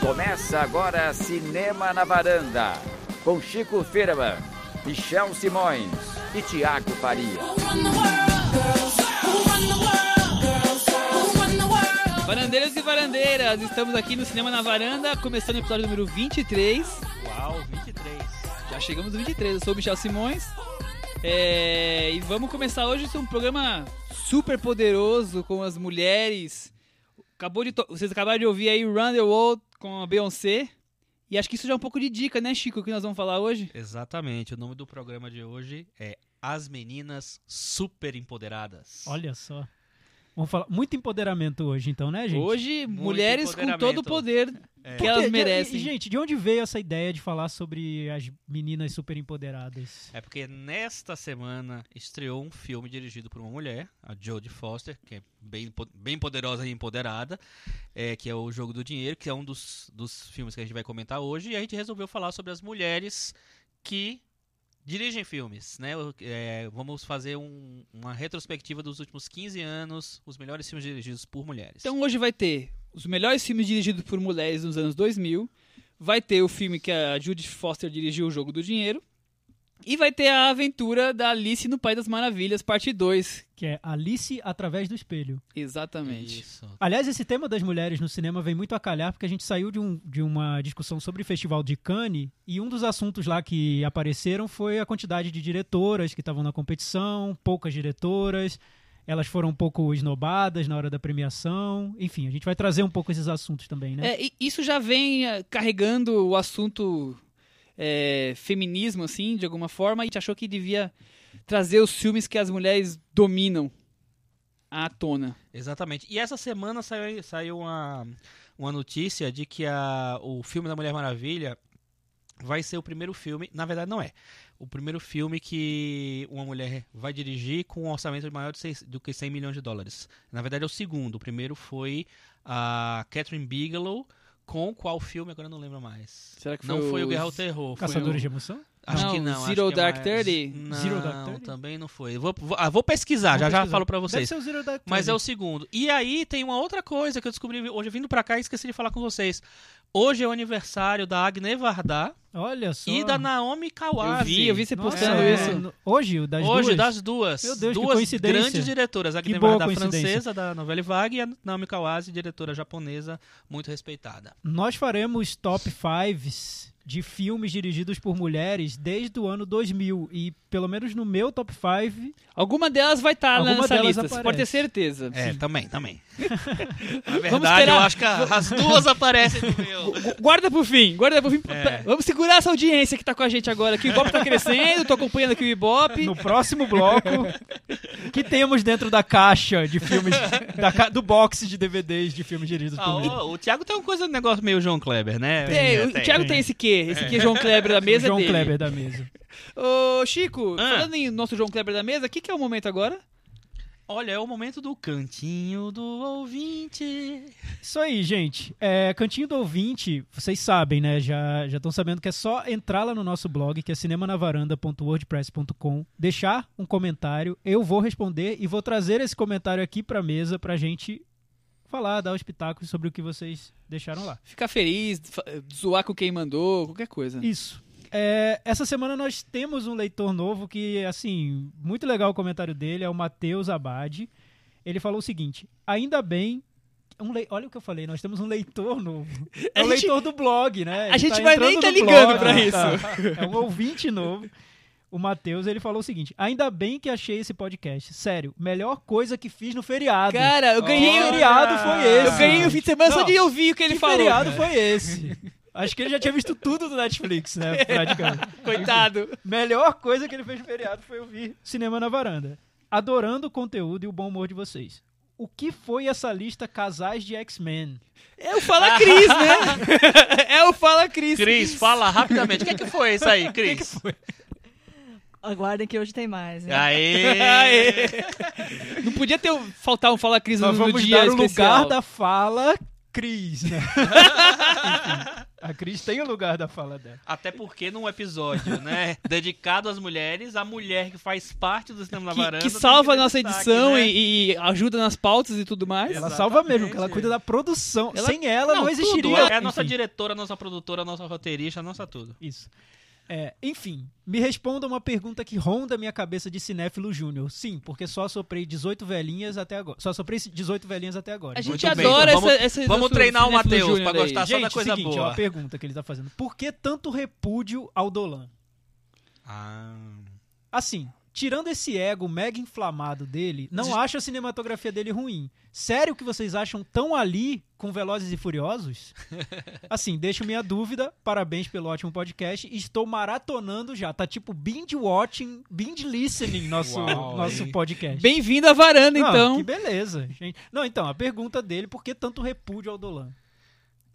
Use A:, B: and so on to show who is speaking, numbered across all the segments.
A: Começa agora Cinema na Varanda, com Chico Firman, Michel Simões e Tiago Faria.
B: Varandeiros e varandeiras, estamos aqui no Cinema na Varanda, começando o episódio número 23.
C: Uau, 23.
B: Já chegamos no 23, eu sou o Michel Simões. É, e vamos começar hoje com um programa super poderoso com as mulheres. Acabou de to- Vocês acabaram de ouvir aí Run the World com a Beyoncé. E acho que isso já é um pouco de dica, né, Chico, que nós vamos falar hoje?
C: Exatamente. O nome do programa de hoje é As Meninas Super Empoderadas.
D: Olha só. Vamos falar. Muito empoderamento hoje, então, né, gente?
B: hoje,
C: muito
B: mulheres com todo o
C: empoderamento.
B: poder
C: É.
B: que elas
D: Porque-
B: merecem.
D: e, gente, de onde veio essa ideia de falar sobre as meninas super empoderadas?
C: É porque nesta semana estreou um filme dirigido por uma mulher, a Jodie Foster, que é bem, po- bem poderosa e empoderada, é, que é o Jogo do Dinheiro, que é um dos, dos filmes que a gente vai comentar hoje. E a gente resolveu falar sobre as mulheres que dirigem filmes, né? O- é, vamos fazer um- uma retrospectiva dos últimos 15 anos, os melhores filmes dirigidos por mulheres.
B: Então hoje vai ter os melhores filmes dirigidos por mulheres nos anos 2000, vai ter o filme que a Judith Foster dirigiu, O Jogo do Dinheiro, e vai ter a aventura da Alice no País das Maravilhas, parte 2.
D: Que é Alice através do espelho.
B: Exatamente.
C: Isso.
D: Aliás, esse tema das mulheres no cinema vem muito a calhar, porque a gente saiu de, um- de uma discussão sobre o Festival de Cannes, e um dos assuntos lá que apareceram foi a quantidade de diretoras que estavam na competição, poucas diretoras, elas foram um pouco esnobadas na hora da premiação. Enfim, a gente vai trazer um pouco esses assuntos também, né?
B: É, e isso já vem eh, carregando o assunto eh, feminismo, assim, de alguma forma, e a gente achou que devia trazer os filmes que as mulheres dominam à tona.
C: Exatamente. E essa semana saiu, saiu uma, uma notícia de que a, o filme da Mulher Maravilha vai ser o primeiro filme, na verdade não é, o primeiro filme que uma mulher vai dirigir com um orçamento maior de seis- do que 100 milhões de dólares. Na verdade é o segundo, o primeiro foi a Catherine Bigelow com qual filme, agora eu não lembro mais.
B: Será que foi
C: não foi o
B: os-
C: Guerra ao Terror. foi
D: Caçadores
C: o-
B: um
D: de emoção?
C: Acho
B: Não,
C: que não.
B: Zero
C: acho que é
B: Dark
C: mais-
B: Thirty?
C: Não,
D: Zero Dark Thirty?
C: também não foi. Vou, vou- ah, vou pesquisar, já
D: Vou
C: já
D: pesquisar.
C: falo pra vocês.
D: Deve ser o Zero Dark
C: Mas é
D: Thirty.
C: o segundo. E aí tem uma outra coisa que eu descobri hoje vindo pra cá e esqueci de falar com vocês. Hoje é o aniversário da Agne Vardá
D: Olha só.
C: e da Naomi Kawase.
B: Eu vi, eu vi você
D: Nossa,
B: postando
D: é,
B: isso.
D: no- Hoje, o das
C: Hoje
D: duas?
C: das duas.
D: Meu Deus, que
C: duas
D: coincidência.
C: grandes diretoras. A Agne
D: Que boa
C: Vardá
D: coincidência.
C: francesa da novela Vague e a Naomi Kawase, diretora japonesa, muito respeitada.
D: Nós faremos top 5 de filmes dirigidos por mulheres desde o ano 2000. E pelo menos no meu top 5,
B: Alguma delas vai estar
D: Alguma
B: nessa
D: delas
B: lista, você pode ter
D: aparece.
B: certeza.
C: É, também, também. Na
B: Vamos
C: verdade,
B: esperar.
C: eu acho que a- as duas aparecem no meu.
B: Gu- Guarda pro fim, guarda pro fim. Vamos segurar essa audiência que tá com a gente agora, que o Ibope tá crescendo, tô acompanhando aqui o Ibope.
D: no próximo bloco, o que temos dentro da caixa de filmes, da ca- do box de DVDs de filmes dirigidos
C: Ah,
D: por mulheres?
C: o, o Thiago tem uma coisa, um negócio meio João Kleber, né?
B: Tem, o Thiago tem esse quê? Esse aqui é João Kleber da mesa
D: João
B: dele.
D: Kleber da mesa.
B: Ô, Chico,
C: Ah.
B: falando em nosso João Kleber da mesa, o que, que é o momento agora?
C: Olha, é o momento do cantinho do ouvinte.
D: Isso aí, gente. É, Cantinho do Ouvinte, vocês sabem, né? Já já estão sabendo que é só entrar lá no nosso blog, que é cinemanavaranda.wordpress.com, deixar um comentário, eu vou responder e vou trazer esse comentário aqui pra mesa pra gente falar, dar os pitacos sobre o que vocês deixaram lá.
B: Ficar feliz, fa- zoar com quem mandou, qualquer coisa.
D: Isso. É, essa semana nós temos um leitor novo que, assim, muito legal o comentário dele, é o Matheus Abade. Ele falou o seguinte: ainda bem. Um lei- Olha o que eu falei, nós temos um leitor novo. É o
B: A gente-
D: leitor do blog, né?
B: a
D: Ele
B: gente vai nem
D: entrando
B: tá
D: no
B: ligando
D: blog,
B: pra
D: né? Tá. É um ouvinte novo. O Matheus, ele falou o seguinte: ainda bem que achei esse podcast. Sério, melhor coisa que fiz no feriado.
B: Cara, eu ganhei.
D: Que feriado foi esse?
B: Eu ganhei
C: um
B: o fim de semana só
D: Não,
B: de ouvir o que ele
D: que
B: falou. É.
D: feriado foi esse? Acho que ele já tinha visto tudo do Netflix,
B: É.
D: né? Praticamente.
B: Coitado.
D: Melhor coisa que ele fez no feriado foi ouvir Cinema na Varanda. Adorando o conteúdo e o bom humor de vocês. O que foi essa lista casais de X-Men?
B: É o Fala Cris, né? É o Fala Cris.
C: Cris, fala rapidamente. O que, que foi isso aí, Cris?
E: Aguardem que hoje tem mais. Né?
C: Aê!
B: Aê. Não podia ter faltar um Fala Cris no, no dia especial.
D: lugar da fala Cris, né? Enfim, a Cris tem o lugar da fala dela.
C: Até porque num episódio, né, dedicado às mulheres, a mulher que faz parte do cinema na
B: Que,
C: varanda.
B: que
C: tem
B: salva a
C: ter
B: nossa
C: destaque,
B: edição
C: né?
B: e, e ajuda nas pautas e tudo mais.
D: Ela
C: Exatamente.
D: salva mesmo, porque ela cuida da produção.
B: Ela-
D: Sem ela não,
B: Não, tudo,
D: existiria.
C: É a nossa
D: Enfim,
C: diretora, a nossa produtora, a nossa roteirista, a nossa tudo.
D: Isso. É, enfim, me responda uma pergunta que ronda minha cabeça de cinéfilo júnior. Sim, porque só soprei 18 velhinhas até agora. Só soprei 18 velhinhas até agora.
B: A gente
C: Muito bem,
B: adora
C: então
B: essa,
C: vamos-
B: essa
C: vamos
B: nosso
C: treinar o
B: cinéfilo
C: Matheus
B: júnior
C: pra
B: aí.
C: gostar. Tá só da coisa
D: seguinte,
C: boa.
D: é uma pergunta que ele tá fazendo. Por que tanto repúdio ao Dolan?
C: Ah.
D: Assim, tirando esse ego mega inflamado dele, não
C: Des-
D: acho a cinematografia dele ruim. Sério que vocês acham tão ali com Velozes e Furiosos? Assim, deixo minha dúvida. Parabéns pelo ótimo podcast. Estou maratonando já. Tá tipo binge watching, binge listening nosso,
C: Uau,
D: nosso
C: hein?
D: podcast.
B: Bem-vindo à varanda,
D: Não,
B: então.
D: Ah, Que beleza, gente. Não, então, a pergunta dele, por que tanto repúdio ao Dolan?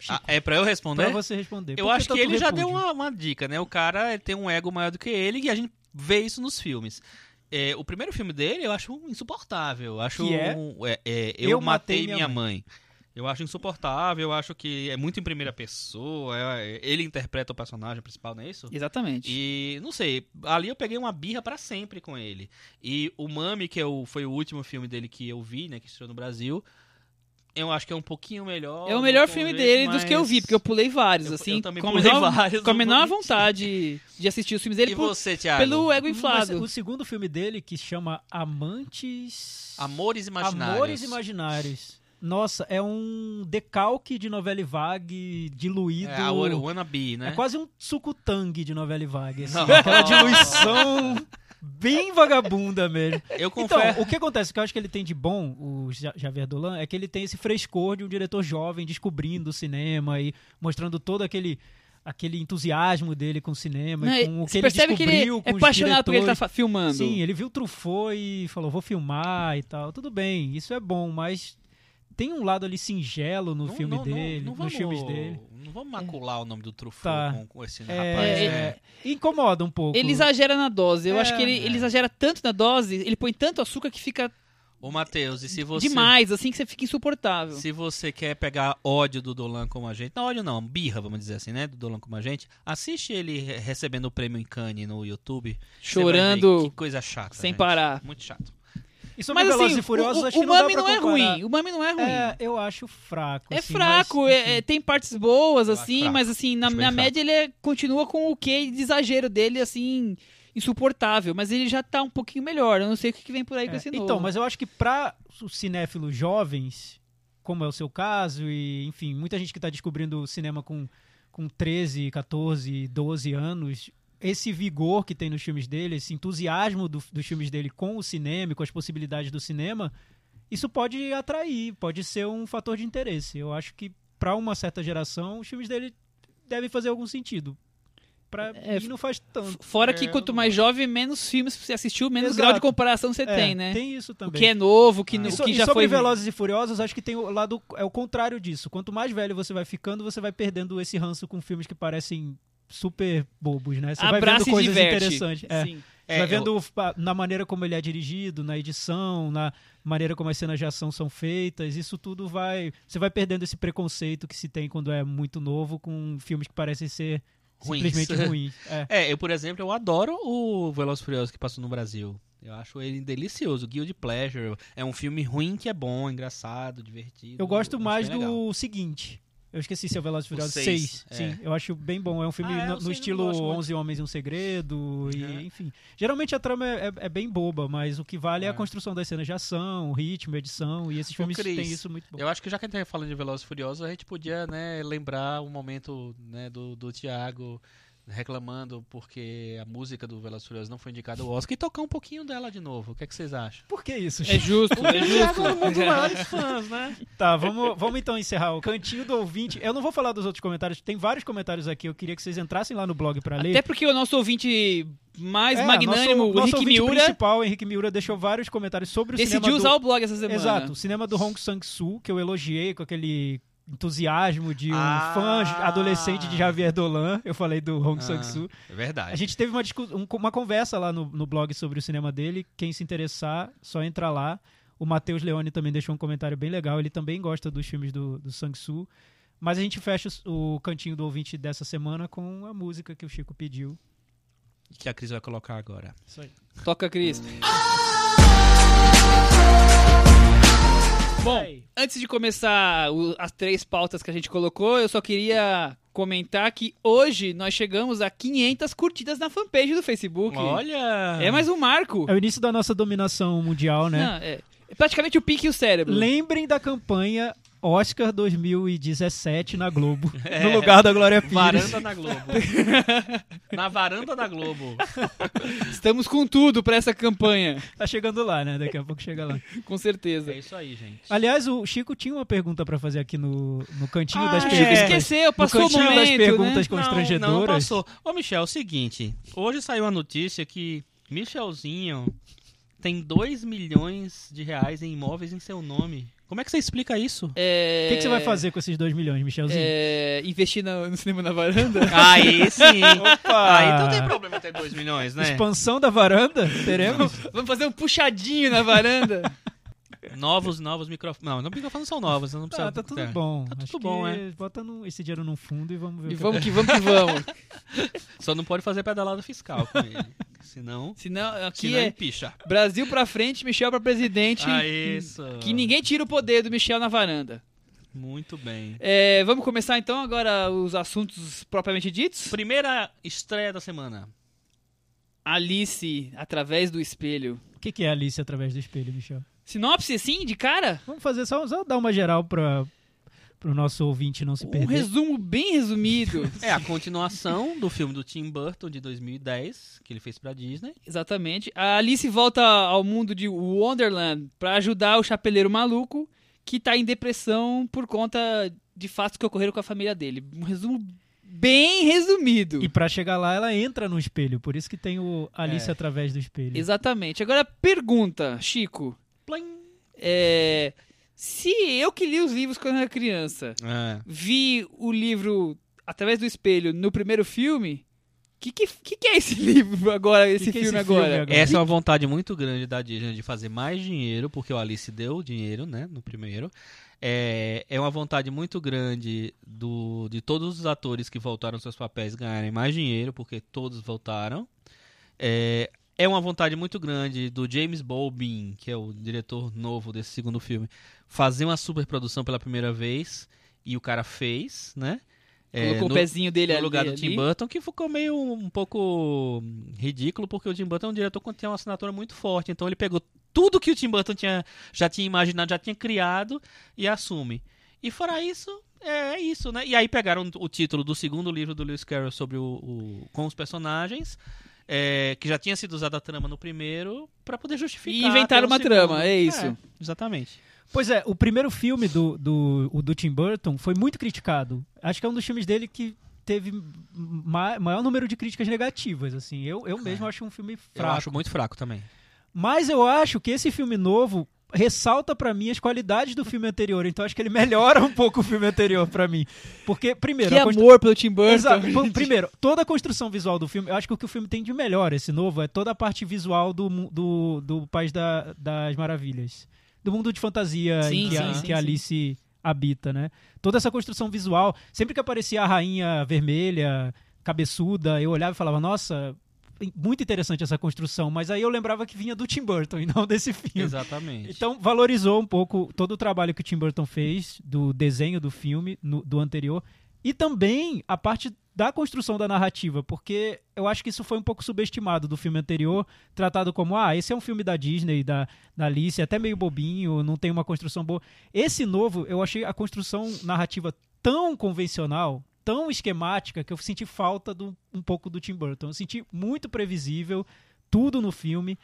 C: Ah, é pra eu responder?
D: Pra você responder.
C: Eu
D: Por
C: acho que
D: tanto
C: ele já deu um
D: repúdio?
C: uma, uma dica, né? O cara ele tem um ego maior do que ele e a gente vê isso nos filmes. É, o primeiro filme dele eu acho insuportável. Eu Acho
D: Que é?
C: um- é, é, eu, matei, minha mãe. Eu acho insuportável, eu acho que é muito em primeira pessoa. é- é- ele interpreta o personagem principal, não é isso?
B: Exatamente.
C: E não sei, ali eu peguei uma birra pra sempre com ele. E o Mami, que é o- foi o último filme dele que eu vi, né, que estreou no Brasil, eu acho que é um pouquinho melhor.
B: É o
C: não
B: melhor
C: tão
B: filme
C: jeito,
B: dele dos que eu vi,
C: mas-
B: porque eu pulei vários,
C: Eu- eu
B: assim,
C: também
B: com a
C: pulei
B: menor,
C: vários,
B: com a
C: não vou
B: menor
C: mentir.
B: vontade de assistir os filmes dele
C: E
B: por-
C: você, Thiago?
B: pelo ego
D: Mas
B: inflado.
D: o segundo filme dele, que chama Amantes...
C: Amores Imaginários.
D: Amores Imaginários. Nossa, é um decalque de novela e vague diluído.
C: É, a Wa- Wannabe,
D: É
C: né?
D: quase um sucutangue de novela e vague. assim.
C: Não.
D: Aquela diluição bem vagabunda mesmo.
C: Eu
D: Então,
C: confesso.
D: o que acontece, o que eu acho que ele tem de bom, o Ja- Javier Dolan, é que ele tem esse frescor de um diretor jovem descobrindo o cinema e mostrando todo aquele aquele entusiasmo dele com o cinema
B: Né,
D: e com o que
B: Você
D: ele
B: percebe que
D: descobriu
B: ele
D: com
B: é
D: os
B: apaixonado por ele
D: diretores.
B: tá fa- filmando.
D: Sim, um ele viu Truffaut e falou, vou filmar e tal. Tudo bem, isso é bom, mas tem um lado ali singelo no
C: Não-
D: filme
C: não- não-
D: dele,
C: não
D: nos
C: vamos-
D: filmes dele. É.
C: Não vamos macular o nome do Truffaut
D: Tá.
C: com, com esse
D: É,
C: rapaz.
B: é,
C: né?
D: Incomoda um pouco.
B: Ele exagera na dose. Eu
D: É,
B: acho que ele,
C: é.
B: ele exagera tanto na dose, ele põe tanto açúcar que fica
C: Ô, Matheus, e se
D: É
C: você...
B: demais, assim, que você fica insuportável.
C: Se você quer pegar ódio do Dolan como a gente, não ódio não, birra, vamos dizer assim, né, do Dolan como a gente, assiste ele re- recebendo o prêmio em Cannes no YouTube. Você vai ver
B: Chorando
C: Que coisa chata.
B: sem
C: gente.
B: parar.
C: Muito chato.
D: E sobre
B: Mas
D: Velozes
B: assim,
D: e Furiosos,
B: o,
D: acho
B: o,
D: que
B: o
D: não dá
B: Mami
D: pra
B: não é
D: comparar.
B: ruim. O Mami não é ruim.
D: É, eu acho fraco.
B: É
D: assim,
B: fraco,
D: mas,
B: é- é-
D: enfim.
B: tem partes boas,
C: Eu acho
B: assim,
C: fraco.
B: mas assim, na,
C: Acho bem
B: na
C: fraco.
B: média ele é- continua com o que de exagero dele, assim, insuportável. Mas ele já tá um pouquinho melhor. Eu não sei o que que assim, vem por aí com
D: É,
B: esse novo.
D: Então, mas eu acho que pra os cinéfilos jovens, como é o seu caso, e enfim, muita gente que tá descobrindo o cinema com, com 13, 14, 12 anos, esse vigor que tem nos filmes dele, esse entusiasmo do- dos filmes dele com o cinema e com as possibilidades do cinema, isso pode atrair, pode ser um fator de interesse. Eu acho que pra uma certa geração, os filmes dele devem fazer algum sentido. Pra
B: É,
D: mim não faz tanto.
B: Fora
C: É,
B: que
C: eu
B: quanto
C: não-
B: mais jovem, menos filmes você assistiu, menos
D: Exato.
B: grau de comparação você
D: É,
B: tem, né?
D: Tem isso
B: o
D: também.
B: que é novo, o que,
C: Ah.
B: não-
D: E,
B: o
D: so-
B: que
D: e
B: já foi.
D: sobre Velozes e Furiosos, acho que tem o lado é o contrário disso. Quanto mais velho você vai ficando, você vai perdendo esse ranço com filmes que parecem super bobos, né? Você vai
B: Abraça
D: vendo
B: e
D: coisas
B: diverte.
D: interessantes. É.
B: Sim.
D: Você vai vendo fa- na maneira como ele é dirigido, na edição, na maneira como as cenas de ação são feitas, isso tudo vai. Você vai perdendo esse preconceito que se tem quando é muito novo com filmes que parecem ser
C: Ruins.
D: simplesmente ruins. É.
C: É, eu, por exemplo, eu adoro o Veloz Furioso que passou no Brasil. Eu acho ele delicioso. Guild Pleasure é um filme ruim que é bom, engraçado, divertido.
D: Eu gosto
C: acho
D: mais
C: bem legal.
D: do seguinte. Eu esqueci se é o Velozes e Furiosos
C: seis,
D: 6.
C: é.
D: Sim, eu acho bem bom. É um filme
C: Ah, é,
D: no,
C: o
D: no
C: seis eu
D: estilo
C: gosto muito.
D: 11 Homens e um Segredo, e,
C: Uhum.
D: enfim. Geralmente a trama é, é- é bem boba, mas o que vale é, a
C: É.
D: construção das cenas de ação, o ritmo, a edição, e esses
C: Ô,
D: filmes
C: Cris,
D: têm isso muito bom.
C: Eu acho que já que a gente tá falando de Veloz Furioso, a gente podia, né, lembrar o momento, né, do, do Thiago reclamando porque a música do Veloz Furioso não foi indicada ao Oscar e tocar um pouquinho dela de novo. O que é que vocês acham?
D: Por que isso,
B: É
D: gente?
B: justo, é justo.
C: um fãs, né?
D: Tá, vamos, vamos então encerrar o cantinho do ouvinte. Eu não vou falar dos outros comentários, tem vários comentários aqui. Eu queria que vocês entrassem lá no blog pra ler.
B: Até porque o nosso ouvinte mais
D: É,
B: magnânimo,
D: nosso, nosso
B: o Rick
D: ouvinte
B: Miura,
D: principal, Henrique Miura, deixou vários comentários sobre o cinema
B: decidiu
D: do-
B: usar o blog essa semana.
D: Exato, o cinema do Hong Sang-soo, que eu elogiei com aquele entusiasmo de um
C: Ah.
D: fã adolescente de Javier Dolan. Eu falei do Hong
C: Ah.
D: Sang-soo.
C: É
D: A
C: verdade.
D: gente teve uma, discu- um- uma conversa lá no, no blog sobre o cinema dele. Quem se interessar, só entra lá. O Matheus Leone também deixou um comentário bem legal. Ele também gosta dos filmes do, do Sang-Soo. Mas a gente fecha o, o cantinho do ouvinte dessa semana com a música que o Chico pediu.
C: Que a Cris vai colocar agora.
D: Isso aí.
B: Toca, Cris.
D: Hum.
B: Bom, antes de começar o- as três pautas que a gente colocou, eu só queria comentar que hoje nós chegamos a 500 curtidas na fanpage do Facebook.
C: Olha!
B: É mais um marco.
D: É o início da nossa dominação mundial, né?
B: Não, é, é praticamente o pique e o
C: Hum.
B: cérebro.
D: Lembrem da campanha Oscar 2017 na Globo, no lugar da Glória Pires.
C: É. Varanda na Globo. na varanda da Globo.
B: Estamos com tudo pra essa campanha,
D: Tá chegando lá, né? Daqui a pouco chega lá.
B: com
C: É
B: certeza.
C: isso aí, gente.
D: Aliás, o Chico tinha uma pergunta pra fazer aqui no, no cantinho
C: Ah,
D: das
C: é.
B: Chico
D: perguntas.
B: esqueceu, passou
D: no
B: o
D: cantinho
B: momento,
D: das perguntas
B: né?
D: constrangedoras.
C: Não, não passou. Ô, Michel, é o seguinte. Hoje saiu a notícia que Michelzinho tem 2 milhões de reais em imóveis em seu nome. Como é que você explica isso?
B: É,
D: O que, que você vai fazer com esses 2 milhões, Michelzinho?
B: É, investir na- no cinema na varanda?
C: Aí sim.
D: Opa!
C: Aí não tem problema ter 2 milhões, né?
D: Expansão da varanda? Teremos?
B: Vamos fazer um puxadinho na varanda?
C: Novos, novos microfones. Não, não microfones são novos, não precisa.
D: Ah, tá tudo
C: É.
D: bom.
C: Tá tudo
D: Acho
C: bom,
D: que
C: é.
D: Bota num- esse dinheiro num fundo e vamos ver. o
B: E
D: que
B: vamos que vamos que vamos.
C: Só não pode fazer pedalada fiscal com ele. Senão,
B: Senão, aqui
C: senão
B: é
C: empicha.
B: Brasil pra frente, Michel pra presidente.
C: Ah, isso.
B: Que ninguém tira o poder do Michel na varanda.
C: Muito bem.
B: É, vamos começar então agora os assuntos propriamente ditos?
C: Primeira estreia da semana.
B: Alice, através do espelho.
D: O que, que é Alice através do espelho, Michel?
B: Sinopse, assim, de cara?
D: Vamos fazer só, só dar uma geral para o nosso ouvinte não se
B: Um
D: perder.
B: resumo bem resumido.
C: É a continuação do filme do Tim Burton de 2010, que ele fez pra Disney.
B: Exatamente. A Alice volta ao mundo de Wonderland pra ajudar o chapeleiro maluco que tá em depressão por conta de fatos que ocorreram com a família dele. Um resumo bem resumido.
D: E para chegar lá, ela entra no espelho. Por isso que tem o Alice
C: É.
D: através do espelho.
B: Exatamente. Agora, pergunta, Chico.
C: Plim.
B: É, se eu que li os livros quando era criança,
C: É.
B: vi o livro Através do Espelho no primeiro filme, o que, que, que que é esse livro agora, esse,
D: Que que é esse
B: filme,
D: filme
B: agora?
D: agora?
C: Essa é uma vontade muito grande da Disney de fazer mais dinheiro, porque o Alice deu dinheiro, né, no primeiro. É, é uma vontade muito grande do, de todos os atores que voltaram aos seus papéis ganharem mais dinheiro, porque todos voltaram. É, é uma vontade muito grande do James Bobin, que é o diretor novo desse segundo filme, fazer uma superprodução pela primeira vez, e o cara fez, né? É,
B: Colocou
C: no-
B: o pezinho dele
C: no
B: ali.
C: lugar do Tim
B: ali.
C: Burton, que ficou meio um pouco ridículo, porque o Tim Burton é um diretor que tem uma assinatura muito forte. Então ele pegou tudo que o Tim Burton tinha, já tinha imaginado, já tinha criado e assume. E fora isso, é, é isso, né? E aí pegaram o título do segundo livro do Lewis Carroll sobre o, o- com os personagens, é, que já tinha sido usada a trama no primeiro, pra poder justificar.
B: E inventaram
C: pelo
B: uma
C: segundo.
B: trama, é isso.
C: exatamente.
D: Pois é, o primeiro filme do, do, o do Tim Burton foi muito criticado. Acho que é um dos filmes dele que teve ma- maior número de críticas negativas. assim Eu, eu mesmo acho um filme
C: Eu
D: fraco.
C: acho muito fraco também.
D: Mas eu acho que esse filme novo ressalta pra mim as qualidades do filme anterior. Então acho que ele melhora um pouco o filme anterior pra mim. Porque, primeiro...
B: Que
D: a constru-
B: amor pelo Tim Burton.
D: Exato. Pô, Primeiro, toda a construção visual do filme, eu acho que o que o filme tem de melhor, esse novo, é toda a parte visual do, mu- do, do País da- das Maravilhas. Do mundo de fantasia
B: Sim,
D: em que, a,
B: sim,
D: em
B: sim,
D: que a
B: sim.
D: Alice habita, né? Toda essa construção visual. Sempre que aparecia a rainha vermelha, cabeçuda, eu olhava e falava, nossa, muito interessante essa construção. Mas aí eu lembrava que vinha do Tim Burton e não desse filme.
C: Exatamente.
D: Então valorizou um pouco todo o trabalho que o Tim Burton fez do desenho do filme, no- do anterior, e também a parte da construção da narrativa, porque eu acho que isso foi um pouco subestimado do filme anterior, tratado como, ah, esse é um filme da Disney, da, da Alice, até meio bobinho, não tem uma construção boa. Esse novo, eu achei a construção narrativa tão convencional, tão esquemática, que eu senti falta do, um pouco do Tim Burton. Eu senti muito previsível tudo no filme.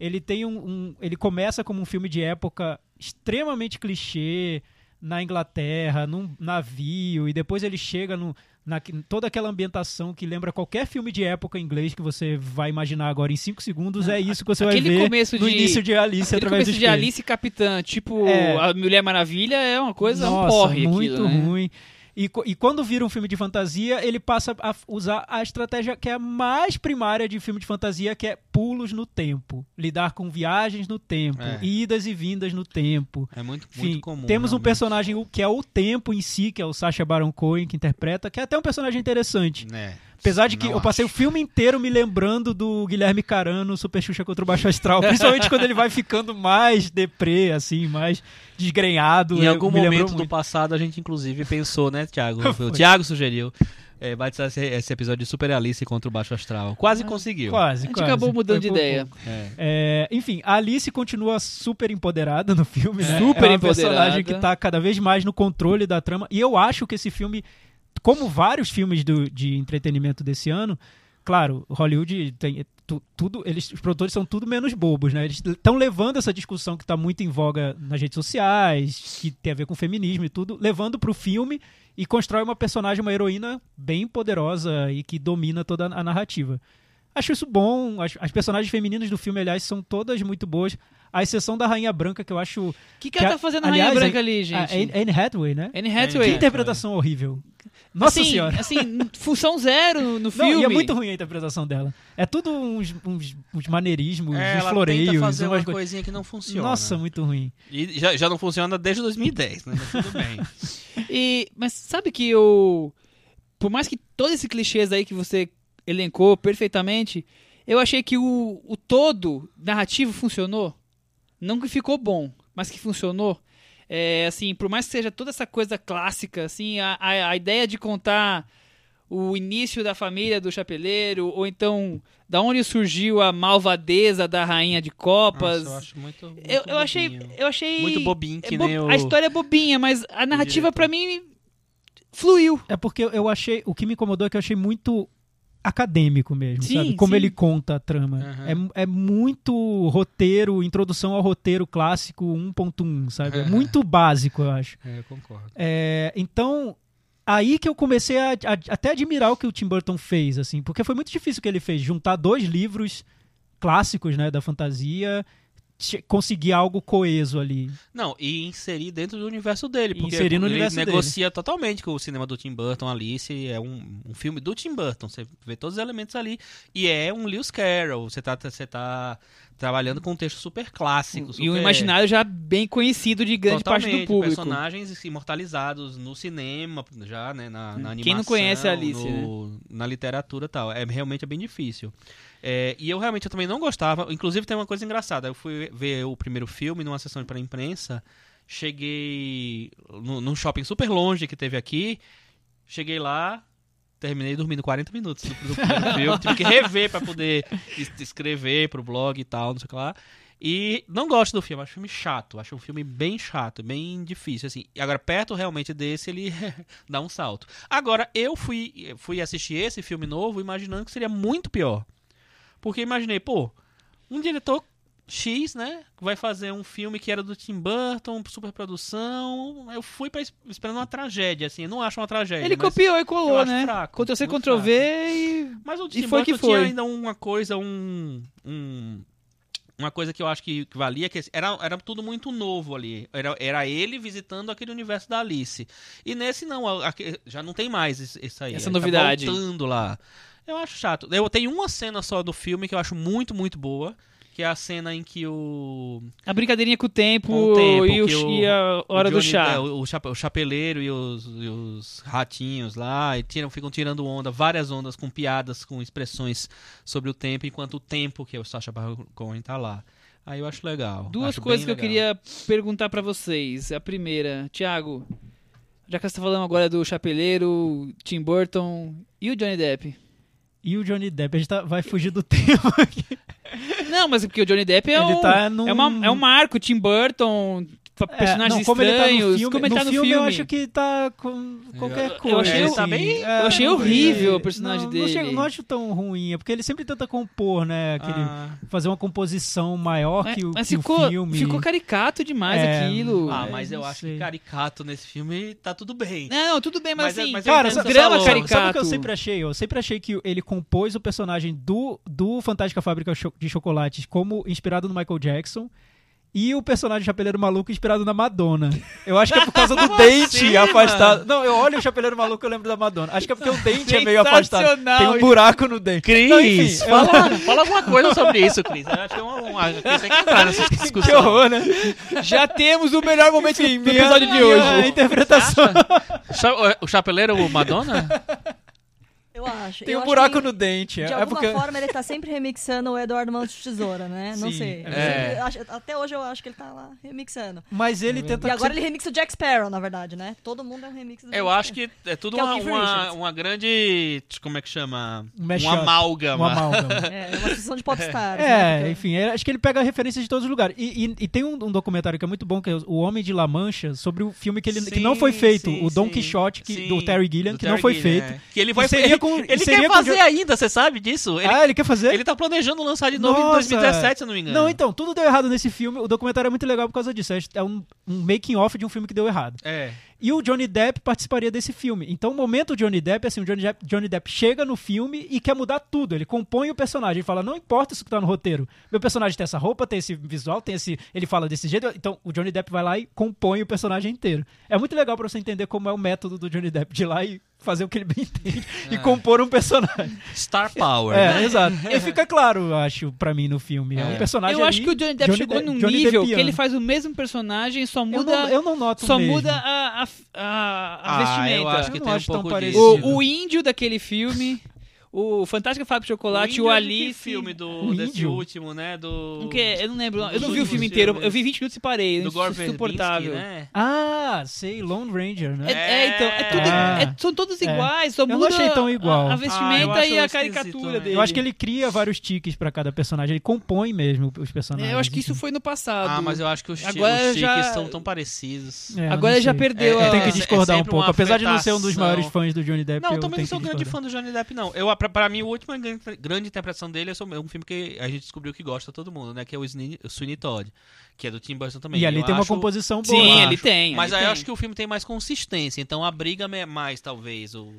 D: Ele tem um, um- Ele começa como um filme de época extremamente clichê na Inglaterra, num navio, e depois ele chega no, na toda aquela ambientação que lembra qualquer filme de época inglês que você vai imaginar agora em cinco segundos. é isso que você vai
B: aquele
D: ver
B: começo
D: no
B: de-
D: início de Alice
B: Aquele
D: através do
B: começo de
D: espelho.
B: Alice e Capitã, tipo
D: É.
B: a Mulher Maravilha é uma coisa,
D: Nossa,
B: um porre
D: muito
B: aquilo, né?
D: ruim. E, co- e quando vira um filme de fantasia, ele passa a f- usar a estratégia que é a mais primária de filme de fantasia, que é pulos no tempo. Lidar com viagens no tempo,
C: É.
D: idas e vindas no tempo.
C: É muito,
D: Enfim,
C: muito comum.
D: temos um
C: realmente.
D: personagem o- que é o tempo em si, que é o Sacha Baron Cohen que interpreta, que é até um personagem interessante.
C: Né,
D: Apesar de que
C: não
D: eu passei o
C: acho.
D: filme inteiro me lembrando do Guilherme Carano, Super Xuxa contra o Baixo Astral, principalmente quando ele vai ficando mais deprê, assim, mais desgrenhado.
C: Em
D: eu-
C: algum
D: me lembrou
C: momento do
D: muito.
C: passado a gente inclusive pensou, né, Thiago?
D: Foi.
C: o Thiago sugeriu é, batizar esse, esse episódio de Super Alice contra o Baixo Astral.
D: É,
C: Quase conseguiu.
D: Quase,
B: A gente
D: quase.
B: acabou mudando
D: Foi
B: de
D: por
B: ideia.
C: É.
D: É, enfim, a Alice continua super empoderada no filme. né?
B: Super
D: é uma
B: empoderada.
D: personagem que tá cada vez mais no controle da trama. E eu acho que esse filme, como vários filmes do- de entretenimento desse ano, claro, Hollywood tem tu- tudo, eles, os produtores são tudo menos bobos, né? Eles estão levando essa discussão que tá muito em voga nas redes sociais, que tem a ver com feminismo e tudo, levando pro filme e constrói uma personagem, uma heroína bem poderosa e que domina toda a narrativa. Acho isso bom. As, as personagens femininas do filme, aliás, são todas muito boas. A exceção da Rainha Branca, que eu acho.
B: O que, que ela
D: Que a-
B: tá fazendo na Rainha
D: aliás,
B: Branca ali,
D: A Anne
B: gente?
D: Anne Hathaway, né?
B: Anne
D: Que
B: Hathaway.
C: Hathaway.
D: interpretação horrível. Nossa
B: assim,
D: Senhora.
B: Assim, função zero no, no
D: Não,
B: filme.
D: e é muito ruim a interpretação dela. É tudo uns, uns, uns maneirismos,
C: É,
D: uns
C: ela tenta
D: floreios,
C: fazer
D: umas
C: uma
D: coisas.
C: coisinha que não funciona.
D: Nossa, muito ruim.
C: E já, já não funciona desde 2010, né? Mas tudo bem.
B: E, mas sabe que eu. Por mais que todos esses clichês aí que você elencou perfeitamente, eu achei que o, o todo narrativo funcionou. Não que ficou bom, mas que funcionou. É, assim, por mais que seja toda essa coisa clássica, assim, a, a, a ideia de contar o início da família do chapeleiro, ou então da onde surgiu a malvadeza da rainha de copas.
C: Nossa, eu acho muito. muito
B: eu, eu achei.
C: bobinho.
B: Eu achei.
C: Muito bobinho, que
B: É bo-
C: nem o.
B: A história é bobinha, mas a narrativa
C: diretor.
B: pra mim fluiu.
D: É porque eu achei. O que me incomodou é que eu achei muito acadêmico mesmo,
B: Sim,
D: sabe? Como
B: sim.
D: ele conta a trama.
C: Aham.
D: É, é muito roteiro, introdução ao roteiro clássico 1.1, sabe? É muito básico, eu acho.
C: É, eu concordo.
D: É, então, aí que eu comecei a, a- até admirar o que o Tim Burton fez, assim, porque foi muito difícil o que ele fez, juntar dois livros clássicos, né, da fantasia, che- conseguir algo coeso ali.
C: Não, e inserir dentro do universo dele.
D: E
C: Porque
D: inserir no
C: ele
D: universo dele.
C: negocia totalmente com o cinema do Tim Burton, Alice. É um, um filme do Tim Burton. Você vê todos os elementos ali. E é um Lewis Carroll. Você tá, você tá trabalhando com um texto super clássico.
B: E um
C: super-
B: imaginário já bem conhecido de grande parte do
C: Totalmente,
B: público.
C: personagens imortalizados no cinema, já, né? Na, na
B: Quem
C: animação.
B: não conhece a Alice, né?
C: no- Na literatura e tal. É, realmente é bem difícil. É, e eu realmente eu também não gostava. Inclusive tem uma coisa engraçada. Eu fui ver o primeiro filme numa sessão para imprensa. Cheguei no- num shopping super longe que teve aqui. Cheguei lá, terminei dormindo 40 minutos do, do primeiro filme. Tive que rever pra poder es- escrever pro blog e tal, não sei o que lá. E não gosto do filme, acho um filme chato, acho um filme bem chato, bem difícil, assim. E agora, perto realmente desse, ele dá um salto. Agora, eu fui, fui assistir esse filme novo imaginando que seria muito pior. Porque imaginei, pô, um diretor X, né, vai fazer um filme que era do Tim Burton, superprodução. Eu fui pra, es- esperando uma tragédia, assim, eu não acho uma tragédia.
B: Ele
C: mas-
B: copiou e
C: eu
B: colou,
C: acho
B: né?
C: fraco,
B: Ctrl C,
C: muito
B: Ctrl V
C: fraco.
B: e.
C: Mas o Tim
B: E foi que
C: Burton tinha
B: foi.
C: ainda uma coisa, um. um- uma coisa que eu acho que que valia, que era, era tudo muito novo ali. Era, era ele visitando aquele universo da Alice. E nesse não, a- aque- já não tem mais isso isso aí.
B: Essa
C: Ele tá
B: novidade.
C: voltando lá. Eu acho chato. Eu tenho uma cena só do filme que eu acho muito, muito boa. Que é a cena em que o.
B: A brincadeirinha com o tempo,
C: Com o tempo,
B: e, o,
C: que o-
B: e a hora
C: o
B: do
C: Johnny-
B: chá.
C: é, o, o chape- o chapeleiro e os, e os ratinhos lá e tiram, ficam tirando onda, várias ondas com piadas, com expressões sobre o tempo, enquanto o tempo que é o Sacha Baron Cohen tá lá. Aí eu acho legal.
B: Duas
C: acho
B: coisas que
C: bem
B: eu
C: legal.
B: queria perguntar pra vocês. A primeira, Thiago, já que você tá falando agora do Chapeleiro, Tim Burton e o Johnny Depp.
D: E o Johnny Depp, a gente tá- vai fugir do tema aqui.
B: Não, mas porque o Johnny Depp é
D: Ele
B: um.
D: tá num...
B: É, uma, é um marco, Tim Burton, fa-
D: É,
B: personagens
D: não, como
B: estranhos,
D: ele tá no filme,
B: como ele
D: no
B: tá no
D: filme,
B: filme.
D: eu acho que tá com qualquer
B: eu
D: coisa.
B: achei-
D: assim.
C: tá bem-
D: É,
B: eu achei
D: não
B: horrível
D: sei.
B: o personagem
D: não,
B: dele.
D: Não, chego- não acho tão ruim, é porque ele sempre tenta compor, né? aquele-
C: Ah,
D: Fazer uma composição maior
B: É,
D: que o,
B: mas
D: que o
B: ficou,
D: filme.
B: ficou caricato demais
D: É,
B: aquilo.
C: ah,
D: É,
C: mas eu
D: não
C: acho
D: sei.
C: que caricato nesse filme tá tudo bem.
B: Não, não, tudo bem, mas,
C: Mas é-
B: assim,
C: mas é
D: Cara,
C: Então,
D: sabe,
C: você
B: grama
C: falou-
D: sabe- sabe o que
B: caricato.
D: eu sempre achei? Eu sempre achei que ele compôs o personagem do, do Fantástica Fábrica Cho- de Chocolates como inspirado no Michael Jackson. E o personagem Chapeleiro Maluco inspirado na Madonna. Eu acho que é por causa do dente
C: Sim,
D: afastado. Não, eu olho o Chapeleiro Maluco e eu lembro da Madonna. Acho que é porque o dente é meio afastado.
B: Sensacional.
D: Tem um buraco no dente. Não, enfim,
C: Cris,
D: é um-
C: fala, fala alguma coisa sobre isso, Cris. Eu acho que é uma, uma, Cris tem que entrar nessa
D: Que
C: discussão.
D: horror, né?
B: Já temos o melhor momento
D: Enfim,
B: do episódio
D: minha-
B: de
D: minha
B: hoje.
D: interpretação.
C: Cha- O chapeleiro, o Madonna?
E: Eu acho.
D: Tem
E: eu
D: um
E: acho
D: buraco
E: que,
D: no dente.
E: De
D: É
E: alguma
D: porque...
E: forma, ele tá sempre remixando o Eduardo Mano de Tesoura, né? Não
D: Sim,
E: sei.
D: é
C: verdade.
E: Eu acho- até hoje eu acho que ele tá lá remixando.
D: Mas ele tenta.
E: E agora ele remixa o Jack Sparrow, na verdade, né? Todo mundo é um remix do
C: Eu
E: Jack
C: acho que é tudo
E: Que é o
C: uma,
E: Keith
C: uma,
E: Richards.
C: uma grande. Como é que chama?
D: Um mashup.
C: uma amálgama.
D: Uma amálgama.
E: Sparrow. É, é uma sessão de né? popstar.
D: É, enfim, é- acho que ele pega referências de todos os lugares. E, e- e tem um, um documentário que é muito bom, que é O Homem de La Mancha, sobre o filme que, ele, que
C: Sim,
D: não foi feito,
C: sim,
D: o Don
C: sim.
D: Quixote que-
C: Sim,
D: do Terry Gilliam,
C: do
D: que
C: Terry
D: não foi
C: Gilliam,
D: feito.
C: é. Que ele
D: E
C: vai
D: seria
C: ele,
D: com-
C: ele
D: e seria
C: quer
D: com-
C: fazer ainda, você sabe disso? Ele,
D: ah, ele quer fazer?
C: ele tá planejando lançar de novo em
D: Nossa.
C: 2017, se eu não me engano.
D: Não, então, tudo deu errado nesse filme. O documentário é muito legal por causa disso. É é um, um making-off de um filme que deu errado.
C: É.
D: E o Johnny Depp participaria desse filme. Então, o momento do Johnny Depp é assim: o Johnny Depp, Johnny Depp chega no filme e quer mudar tudo. Ele compõe o personagem. Ele fala: não importa isso que tá no roteiro. Meu personagem tem essa roupa, tem esse visual, tem esse. Ele fala desse jeito. Então, o Johnny Depp vai lá e compõe o personagem inteiro. É muito legal pra você entender como é o método do Johnny Depp de ir lá e fazer o que ele bem entende e compor um personagem.
C: Star Power,
D: É,
C: né?
D: exato. E fica claro, eu acho, pra mim no filme. É, um
C: É.
D: personagem.
B: Eu acho
D: ali,
B: que o Johnny Depp
D: Johnny
B: chegou
D: Depp-
B: num
D: Johnny
B: nível
D: Deppiano.
B: que ele faz o mesmo personagem e só
D: Eu
B: muda,
D: não, eu não noto
B: só
D: mesmo.
B: muda a, a, a, a
C: Ah, eu
B: vestimenta.
C: acho que
D: Eu não
C: tem um
D: acho tão
C: pouco disso.
D: parecido.
B: O, o índio daquele filme, o Fantástica Fábrica de Chocolate, o,
C: índio é de que
B: Alice.
C: filme do,
D: O
C: desse
D: índio?
C: último, né? Do...
B: Não que- eu não lembro. Eu não vi o
C: Dos
B: filme
C: últimos
B: inteiro.
C: filmes.
B: Eu vi 20 minutos e parei.
C: do Gore Verbinski,
B: insuportável.
C: né?
D: Ah, sei, Lone Ranger, né?
B: É, é, então, é tudo,
D: Ah.
B: é- são todos
D: É.
B: iguais, só
D: não
B: muda
D: achei tão igual.
B: a, a
C: Ah, eu
B: vestimenta
C: acho
B: e a
C: esquisito
B: caricatura
C: também.
B: dele.
D: Eu acho que ele cria vários tiques pra cada personagem, ele compõe mesmo os personagens.
B: Eu acho que isso
D: enfim.
B: foi no passado.
C: Ah, mas eu acho que os, chi-
B: Agora
C: os chiques
B: já-
C: são tão parecidos.
D: É, eu
B: Agora
D: não
B: ele já
D: sei.
B: perdeu
D: Eu
B: a-
D: tenho que
B: É,
D: discordar
C: é
D: um
C: sempre
D: pouco.
C: uma
D: Apesar de não ser um dos
C: afetação.
D: maiores fãs do Johnny Depp,
C: Não,
D: É eu
C: também
D: tenho
C: não sou um
D: que
C: grande
D: discordar.
C: fã do Johnny Depp, não. Eu, pra, pra mim, a última gran- grande interpretação dele é só- é um filme que a gente descobriu que gosta todo mundo, né? Que é o Sweeney, o Sweeney Todd, que é do Tim Burton também.
D: E ali
C: Eu
D: tem uma
C: acho-
D: composição boa.
B: Sim,
D: eu
B: ele
D: acho.
B: tem.
C: Mas
B: ele
C: aí eu
B: tem.
C: acho que o filme tem mais consistência, então a briga é mais, talvez, o,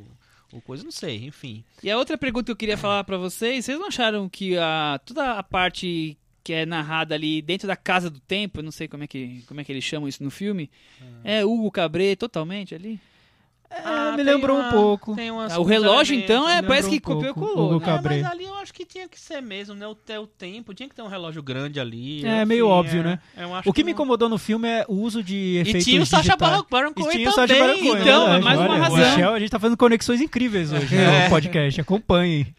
C: o coisa, não sei, enfim.
B: E a outra pergunta que eu queria falar pra vocês, vocês não acharam que a, toda a parte que é narrada ali dentro da casa do tempo, eu não sei como é que, como é que eles chamam isso no filme, é Hugo Cabret totalmente ali?
C: Ah,
D: É, me
C: tem
D: lembrou um pouco.
C: tem umas
B: Ah, o relógio,
C: coisas
B: então, é,
D: Lembra
B: parece
D: um
B: que copiou e
D: pouco o
B: colou.
D: Hugo
B: né?
C: É, mas
D: Cabret.
C: ali eu acho que tinha que ser mesmo, né? O, te- o tempo, tinha que ter um relógio grande ali.
D: É, meio óbvio, né?
C: eu acho
D: O que me
C: não-
D: incomodou no filme é o uso de
C: E
D: efeitos
C: tinha o Sacha
D: digitais.
C: Baron Baron Cohen
D: E
C: também.
D: tinha o Sacha Baron Cohen,
B: então,
D: né?
B: é mais uma
D: Olha,
B: razão.
D: Michel, a gente tá fazendo conexões incríveis hoje,
C: É.
D: né? O podcast, acompanhem.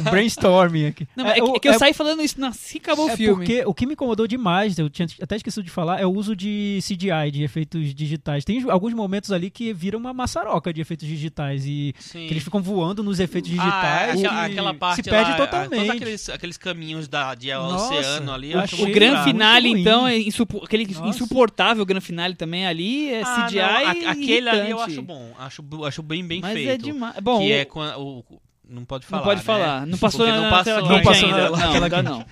D: Um brainstorming aqui.
B: Não, mas é, que-
D: o-
B: é que eu saí falando isso na, se acabou
D: é
B: o filme.
D: porque o que me incomodou demais, eu tinha até esquecido de falar, é o uso de CGI, de efeitos digitais. Tem alguns momentos ali que viram uma maçaroca de efeitos digitais e
C: Sim.
D: que eles ficam voando nos efeitos
C: Ah, é,
D: digitais.
C: aquela,
D: e
C: aquela parte
D: se perde
C: lá, é,
D: totalmente.
C: Todos aqueles, aqueles caminhos da, de
D: Nossa,
C: oceano ali.
D: eu
C: eu
D: achei
B: o
C: muito
B: grande
D: muito
C: fraco.
B: finale,
D: ruim.
B: então, é insupo- aquele
D: Nossa.
B: insuportável grande finale também ali, é
C: Ah,
B: CGI
C: não, a-
B: e
C: aquele ali eu
B: irritante.
C: acho bom. Acho, bo- acho bem, bem
B: Mas
C: feito.
B: é demais. Bom,
C: que
B: o-
C: é quando... o- não pode falar,
B: não pode
C: né?
B: falar. Não passou
C: Porque
B: na,
C: não
B: na tela
C: passou
B: quente
D: passou na
B: ainda.
D: tela
B: não,
D: quente.
B: não dá não.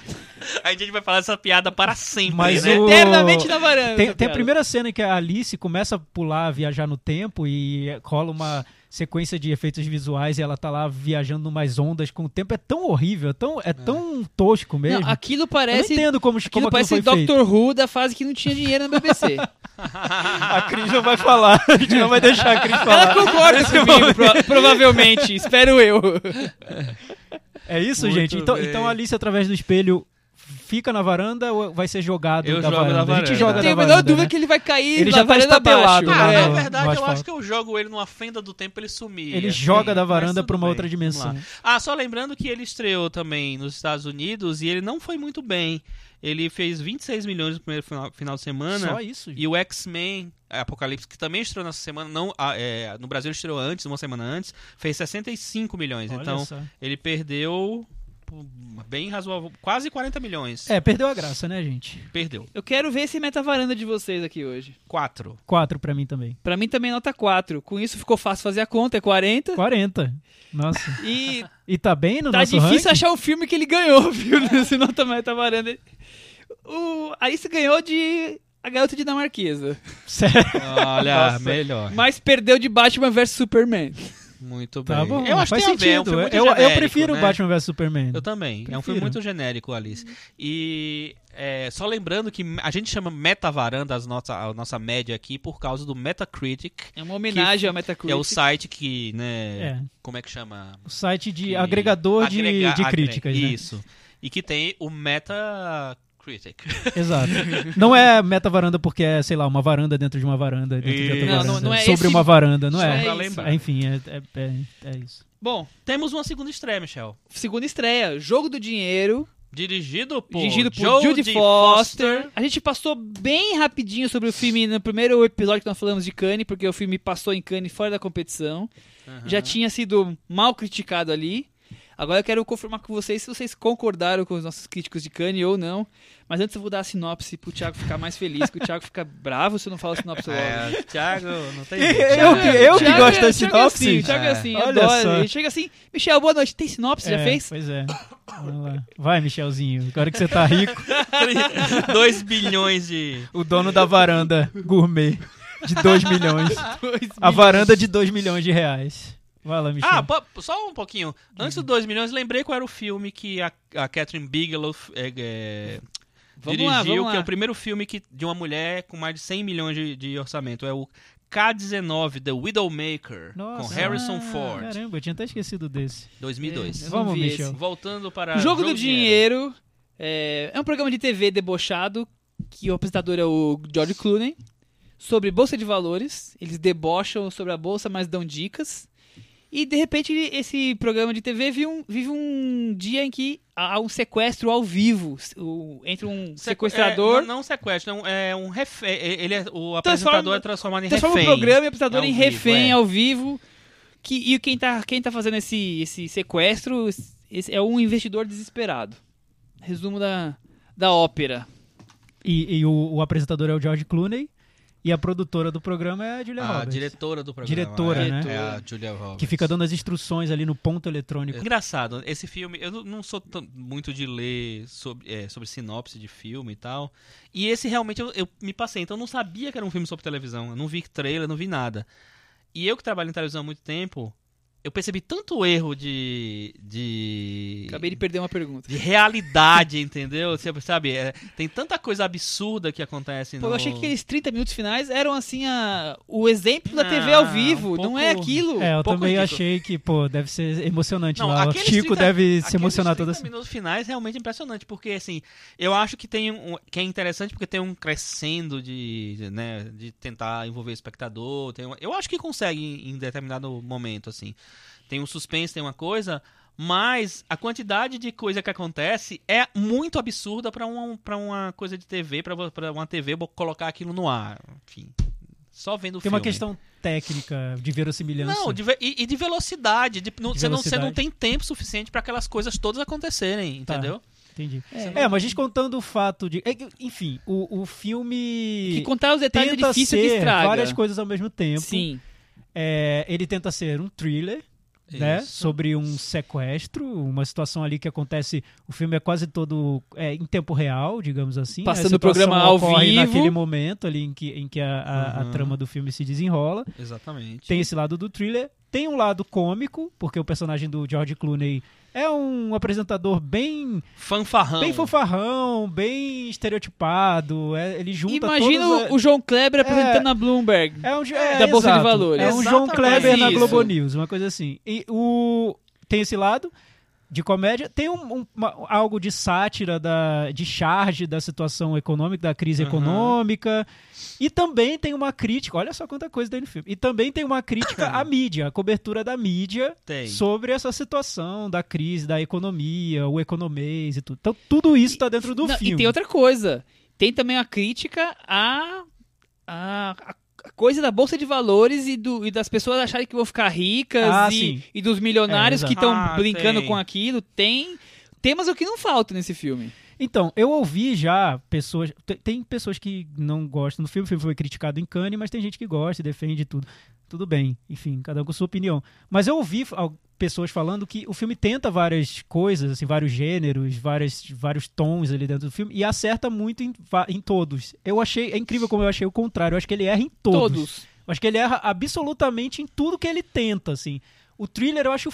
C: A gente vai falar essa piada para sempre,
D: Mas
C: né?
D: o-
B: Eternamente na varanda.
D: Tem,
B: essa
D: tem a
B: piada.
D: primeira cena em que a Alice começa a pular, viajar no tempo e rola uma sequência de efeitos visuais e ela tá lá viajando numas ondas com o tempo. É tão horrível, é tão, é tão tosco mesmo.
B: Não, aquilo
D: eu
B: parece.
D: não entendo como,
B: Aquilo
D: como aquilo
B: parece
D: foi feito.
B: Doctor Who da fase que não tinha dinheiro na BBC.
D: A Cris não vai falar. A gente não vai deixar a Cris
B: Ela
D: falar.
B: concorda comigo, pro- provavelmente. Espero eu.
D: É isso,
C: Muito
D: gente? Então,
C: bem.
D: então a Alice, através do espelho, fica na varanda ou vai ser jogado
C: Eu
D: da,
C: jogo
D: varanda?
C: da
D: A gente
C: varanda.
D: joga
B: Não tenho a
D: da
B: menor
D: varanda,
B: dúvida
D: né?
B: que ele vai cair
D: Ele
B: na
D: já tá
B: varanda abaixo.
D: estapelado,
C: Ah,
D: né?
B: É.
C: na
D: não,
C: verdade,
D: não
C: eu
D: fala.
C: acho que eu jogo ele numa fenda do tempo ele sumia.
D: Ele joga da
C: mas
D: varanda
C: tudo
D: pra uma
C: bem,
D: outra dimensão.
C: vamos lá. Ah, só lembrando que ele estreou também nos Estados Unidos e ele não foi muito bem. Ele fez 26 milhões no primeiro final, final de semana.
D: Só isso, gente.
C: E o X-Men é, Apocalipse, que também estreou nessa semana, não, ah, é, no Brasil ele estreou antes, uma semana antes, fez 65 milhões.
D: Olha
C: então,
D: só.
C: ele perdeu pô, bem razoável, quase 40 milhões.
D: É, perdeu a graça, né, gente?
C: Perdeu.
B: Eu quero ver esse meta-varanda de vocês aqui hoje.
C: Quatro.
D: Quatro pra mim também.
B: Pra mim também é nota 4. Com isso ficou fácil fazer a conta, é 40.
D: 40. Nossa.
B: E
D: E tá bem no
B: tá
D: nosso
B: difícil
D: ranking?
B: achar um filme que ele ganhou, viu? Nesse nota meta-varanda. O Alice ganhou de A Garota Dinamarquesa.
D: Sério.
C: Olha, melhor.
B: Mas perdeu de Batman vs Superman.
C: Muito bem.
D: Tá bom.
C: eu acho que
D: faz
C: tem a ver, é um
D: sentido.
C: filme
D: eu,
C: muito
D: eu
C: genérico,
D: prefiro
C: né?
D: Batman vs Superman.
C: Eu também. É um filme
D: Prefiro.
C: muito genérico, Alice. E é, só lembrando que a gente chama Metavaranda as nossa, a nossa média aqui por causa do Metacritic,
B: É uma homenagem ao
C: que
B: Metacritic.
C: é o site que, né,
D: É.
C: como é que chama?
D: O site de
C: Que
D: agregador de,
C: agrega-
D: de
C: agrega-
D: críticas, né?
C: Isso. E que tem o Metacritic.
D: Exato. Não é meta varanda porque é, sei lá, uma varanda dentro de uma varanda, dentro de outra
C: Não,
D: varanda,
B: não- não é
D: sobre
B: esse-
D: uma varanda, não
B: Só
D: é?
C: pra
B: isso.
C: lembrar.
D: É, Enfim, é, é- é- é isso.
B: Bom,
C: Temos uma segunda estreia, Michel.
B: segunda estreia, Jogo do Dinheiro,
C: Dirigido por,
B: dirigido por
C: Jodie
B: Judy Foster. A gente passou bem rapidinho sobre o filme no primeiro episódio que nós falamos de Cannes, porque o filme passou em Cannes fora da competição.
C: Aham.
B: Já tinha sido mal criticado ali. Agora eu quero confirmar com vocês se vocês concordaram com os nossos críticos de Cannes ou não. Mas antes eu vou dar a sinopse pro Thiago ficar mais feliz, que o Thiago fica bravo se eu não falar a sinopse logo.
C: É, Thiago, não tem né?
D: Eu que- eu que gosto da sinopse?
B: Thiago é assim, Thiago é assim,
D: É.
B: adoro.
D: Olha só.
B: Ele chega assim, Michel, boa noite, tem sinopse? Já
D: É,
B: fez?
D: Pois é. Vamos lá. Vai, Michelzinho. Agora que você tá rico,
C: 2 bilhões de.
D: o dono da varanda gourmet de 2 milhões. A varanda de 2 milhões de reais. Vai lá, Michel.
C: Ah, pa- só um pouquinho. Antes
B: Uhum.
C: dos 2 milhões, lembrei qual era o filme que a, a Catherine Bigelow é, é,
B: Vamos
C: dirigiu,
B: lá, vamos
C: que é
B: lá.
C: o primeiro filme que, de uma mulher com mais de 100 milhões de, de orçamento. É o K-19, The Widowmaker, com
D: Nossa. Ah,
C: Harrison Ford,
D: Caramba, eu tinha até esquecido desse.
C: 2002.
B: Ah, É, Eu não
D: Vamos,
B: vi
D: Michel.
B: esse.
C: Voltando para...
B: Jogo, do Dinheiro, é, é um programa de TV debochado, que o apresentador é o George Clooney, sobre bolsa de valores. Eles debocham sobre a bolsa, mas dão dicas. E, de repente, ele- esse programa de TV vive um, vive um dia em que há um sequestro ao vivo o- entre um
C: Sequ-
B: sequestrador...
C: é, não, não sequestro, é um, é um refém. é- Ele é- o
B: Transforma-
C: apresentador é transformado em
B: transforma
C: refém.
B: o programa e o apresentador
C: Ao
B: em
C: vivo,
B: refém
C: é.
B: ao vivo. Que, e quem tá, quem tá fazendo esse, esse sequestro esse é um investidor desesperado. Resumo da, da ópera.
D: E, e o, o apresentador é o George Clooney e a produtora do programa é a Julia
C: A
D: Roberts.
C: Ah, diretora do programa.
D: Diretora,
C: é,
D: né?
C: É a Julia Roberts.
D: Que fica dando as instruções ali no ponto
B: É.
D: eletrônico.
C: Engraçado, esse filme, eu não- não sou tão- muito de ler sobre, é, sobre sinopse de filme e tal. E esse realmente eu, eu me passei, então eu não sabia que era um filme sobre televisão. Eu não vi trailer, não vi nada. E eu que trabalho em televisão há muito tempo, eu percebi tanto erro de. de.
B: Acabei de perder uma pergunta.
C: de realidade, entendeu? Você sabe, é, tem tanta coisa absurda que acontece
B: Pô,
C: no...
B: eu achei que aqueles 30 minutos finais eram assim a, o exemplo da
C: Não,
B: TV ao
C: um
B: vivo. Não é
C: pouco-
B: aquilo.
D: Ah, É, eu
C: pouco
D: também
C: ridículo.
D: achei que, pô, deve ser emocionante
C: Não,
D: lá. O
C: aqueles
D: Chico
C: 30
B: tá-
D: deve
C: Aqueles
D: se emocionar toda assim.
C: 30 minutos finais é realmente impressionante, porque assim, eu acho que tem um, que é interessante porque tem um crescendo de, né, de tentar envolver o espectador, tem um- eu acho que consegue em, em determinado momento assim. Tem um suspense, tem uma coisa, mas a quantidade de coisa que acontece é muito absurda pra uma para uma coisa de TV, pra vo- pra uma TV bo- colocar aquilo no ar, enfim. Só vendo o
D: Tem
C: filme.
D: uma questão técnica de verossimilhança.
C: Não, de ve- e, e de velocidade. de- não-
D: assim. De
C: você, não, você
D: velocidade.
C: não tem tempo suficiente pra aquelas coisas todas acontecerem,
D: Tá.
C: entendeu?
D: Entendi.
B: É.
D: É, mas descontando o fato de. é que, Enfim, o, o filme.
B: Que contar os detalhes é
D: tenta
B: difícil que
D: ser
B: estraga.
D: várias coisas ao mesmo tempo.
B: Sim.
D: É, ele tenta ser um thriller, né?
C: Isso.
D: Sobre um sequestro, uma situação ali que acontece. O filme é quase todo é, em tempo real, digamos assim. né? A
B: Passando o
D: situação
B: programa ao
D: ocorre
B: vivo.
D: Naquele momento ali em que, em que a, a- a
C: Uhum.
D: trama do filme se desenrola.
C: Exatamente.
D: Tem esse lado do thriller. Tem um lado cômico, porque o personagem do George Clooney é um apresentador bem
C: Fanfarrão.
D: Bem fofarrão, bem estereotipado. é- ele junta
B: Imagina
D: todos a-
B: o João Kleber apresentando a Bloomberg.
D: é um, jo- é,
B: da Bolsa de
D: exato.
B: Valores.
D: É um João
C: Exatamente.
D: Kleber na
B: Isso.
D: Globo News, uma coisa assim. E o tem esse lado de comédia, tem um, um- uma- algo de sátira da de charge da situação econômica, da crise
C: Aham.
D: econômica. E também tem uma crítica, olha só quanta coisa tem no filme. E também tem uma crítica à mídia, à cobertura da mídia
C: Tem.
D: sobre essa situação da crise da economia, o economês e tudo. Então tudo isso está dentro do
B: Não,
D: filme.
B: E tem outra coisa. Tem também a crítica à, à, à coisa da Bolsa de Valores e, do, e das pessoas acharem que vão ficar ricas
D: Ah,
B: e,
D: sim.
B: e dos milionários
D: É,
B: que
D: exato.
B: estão
C: Ah,
B: brincando
C: tem.
B: com aquilo. Tem temas o que não falta nesse filme.
D: Então, eu ouvi já pessoas. te- Tem pessoas que não gostam do filme, o filme foi criticado em Cannes, mas tem gente que gosta e defende tudo. Tudo bem, enfim, cada um com sua opinião. Mas eu ouvi al- pessoas falando que o filme tenta várias coisas, assim, vários gêneros, várias, vários tons ali dentro do filme, e acerta muito em, va- em todos. Eu achei. É incrível como eu achei o contrário. Eu acho que ele erra em todos.
B: Todos.
D: Eu acho que ele erra absolutamente em tudo que ele tenta, assim. O O thriller eu acho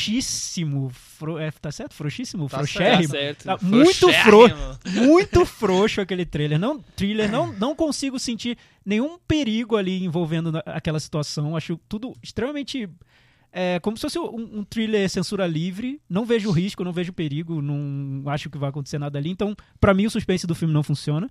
D: frouxíssimo. Fro... É, tá certo? Frouxíssimo?
C: Tá
B: Tá
D: Frouxérrimo?
B: certo.
D: Tá muito frouxo.
C: Frouxérrimo. É,
D: Muito frouxo aquele trailer. Não, thriller, não, não consigo sentir nenhum perigo ali envolvendo na- aquela situação. Acho tudo extremamente. É, como se fosse um, um thriller censura livre. Não vejo risco, não vejo perigo, não acho que vai acontecer nada ali. Então, pra mim, o suspense do filme não funciona.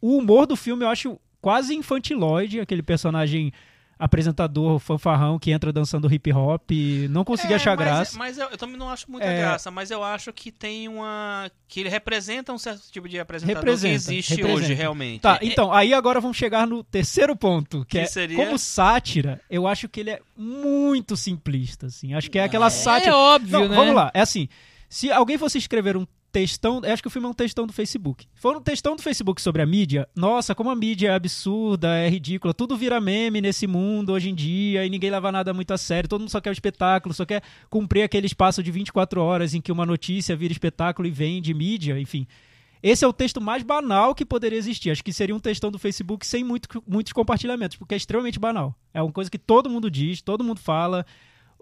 D: O humor do filme eu acho quase infantiloide aquele personagem apresentador fanfarrão que entra dançando hip hop. Não consegui
C: É,
D: achar
C: mas-
D: graça.
C: Mas eu, eu também não acho muita
D: É.
C: graça, mas eu acho que tem uma. que ele representa um certo tipo de apresentador
D: Representa,
C: que existe
D: representa.
C: hoje, realmente.
D: Tá, então, aí agora vamos chegar no terceiro ponto,
C: Que
D: que, é
C: seria?
D: como sátira, eu acho que ele é muito simplista, assim. Acho que é aquela
B: É
D: sátira.
B: óbvio,
D: Não,
B: né?
D: Vamos lá, é assim. Se alguém fosse escrever um textão, eu acho que o filme é um textão do Facebook. For um textão do Facebook sobre a mídia, nossa, como a mídia é absurda, é ridícula, tudo vira meme nesse mundo hoje em dia e ninguém leva nada muito a sério, todo mundo só quer o espetáculo, só quer cumprir aquele espaço de 24 horas em que uma notícia vira espetáculo e vende mídia, enfim. Esse é o texto mais banal que poderia existir. Acho que seria um textão do Facebook sem muito- muitos compartilhamentos, porque é extremamente banal. É uma coisa que todo mundo diz, todo mundo fala.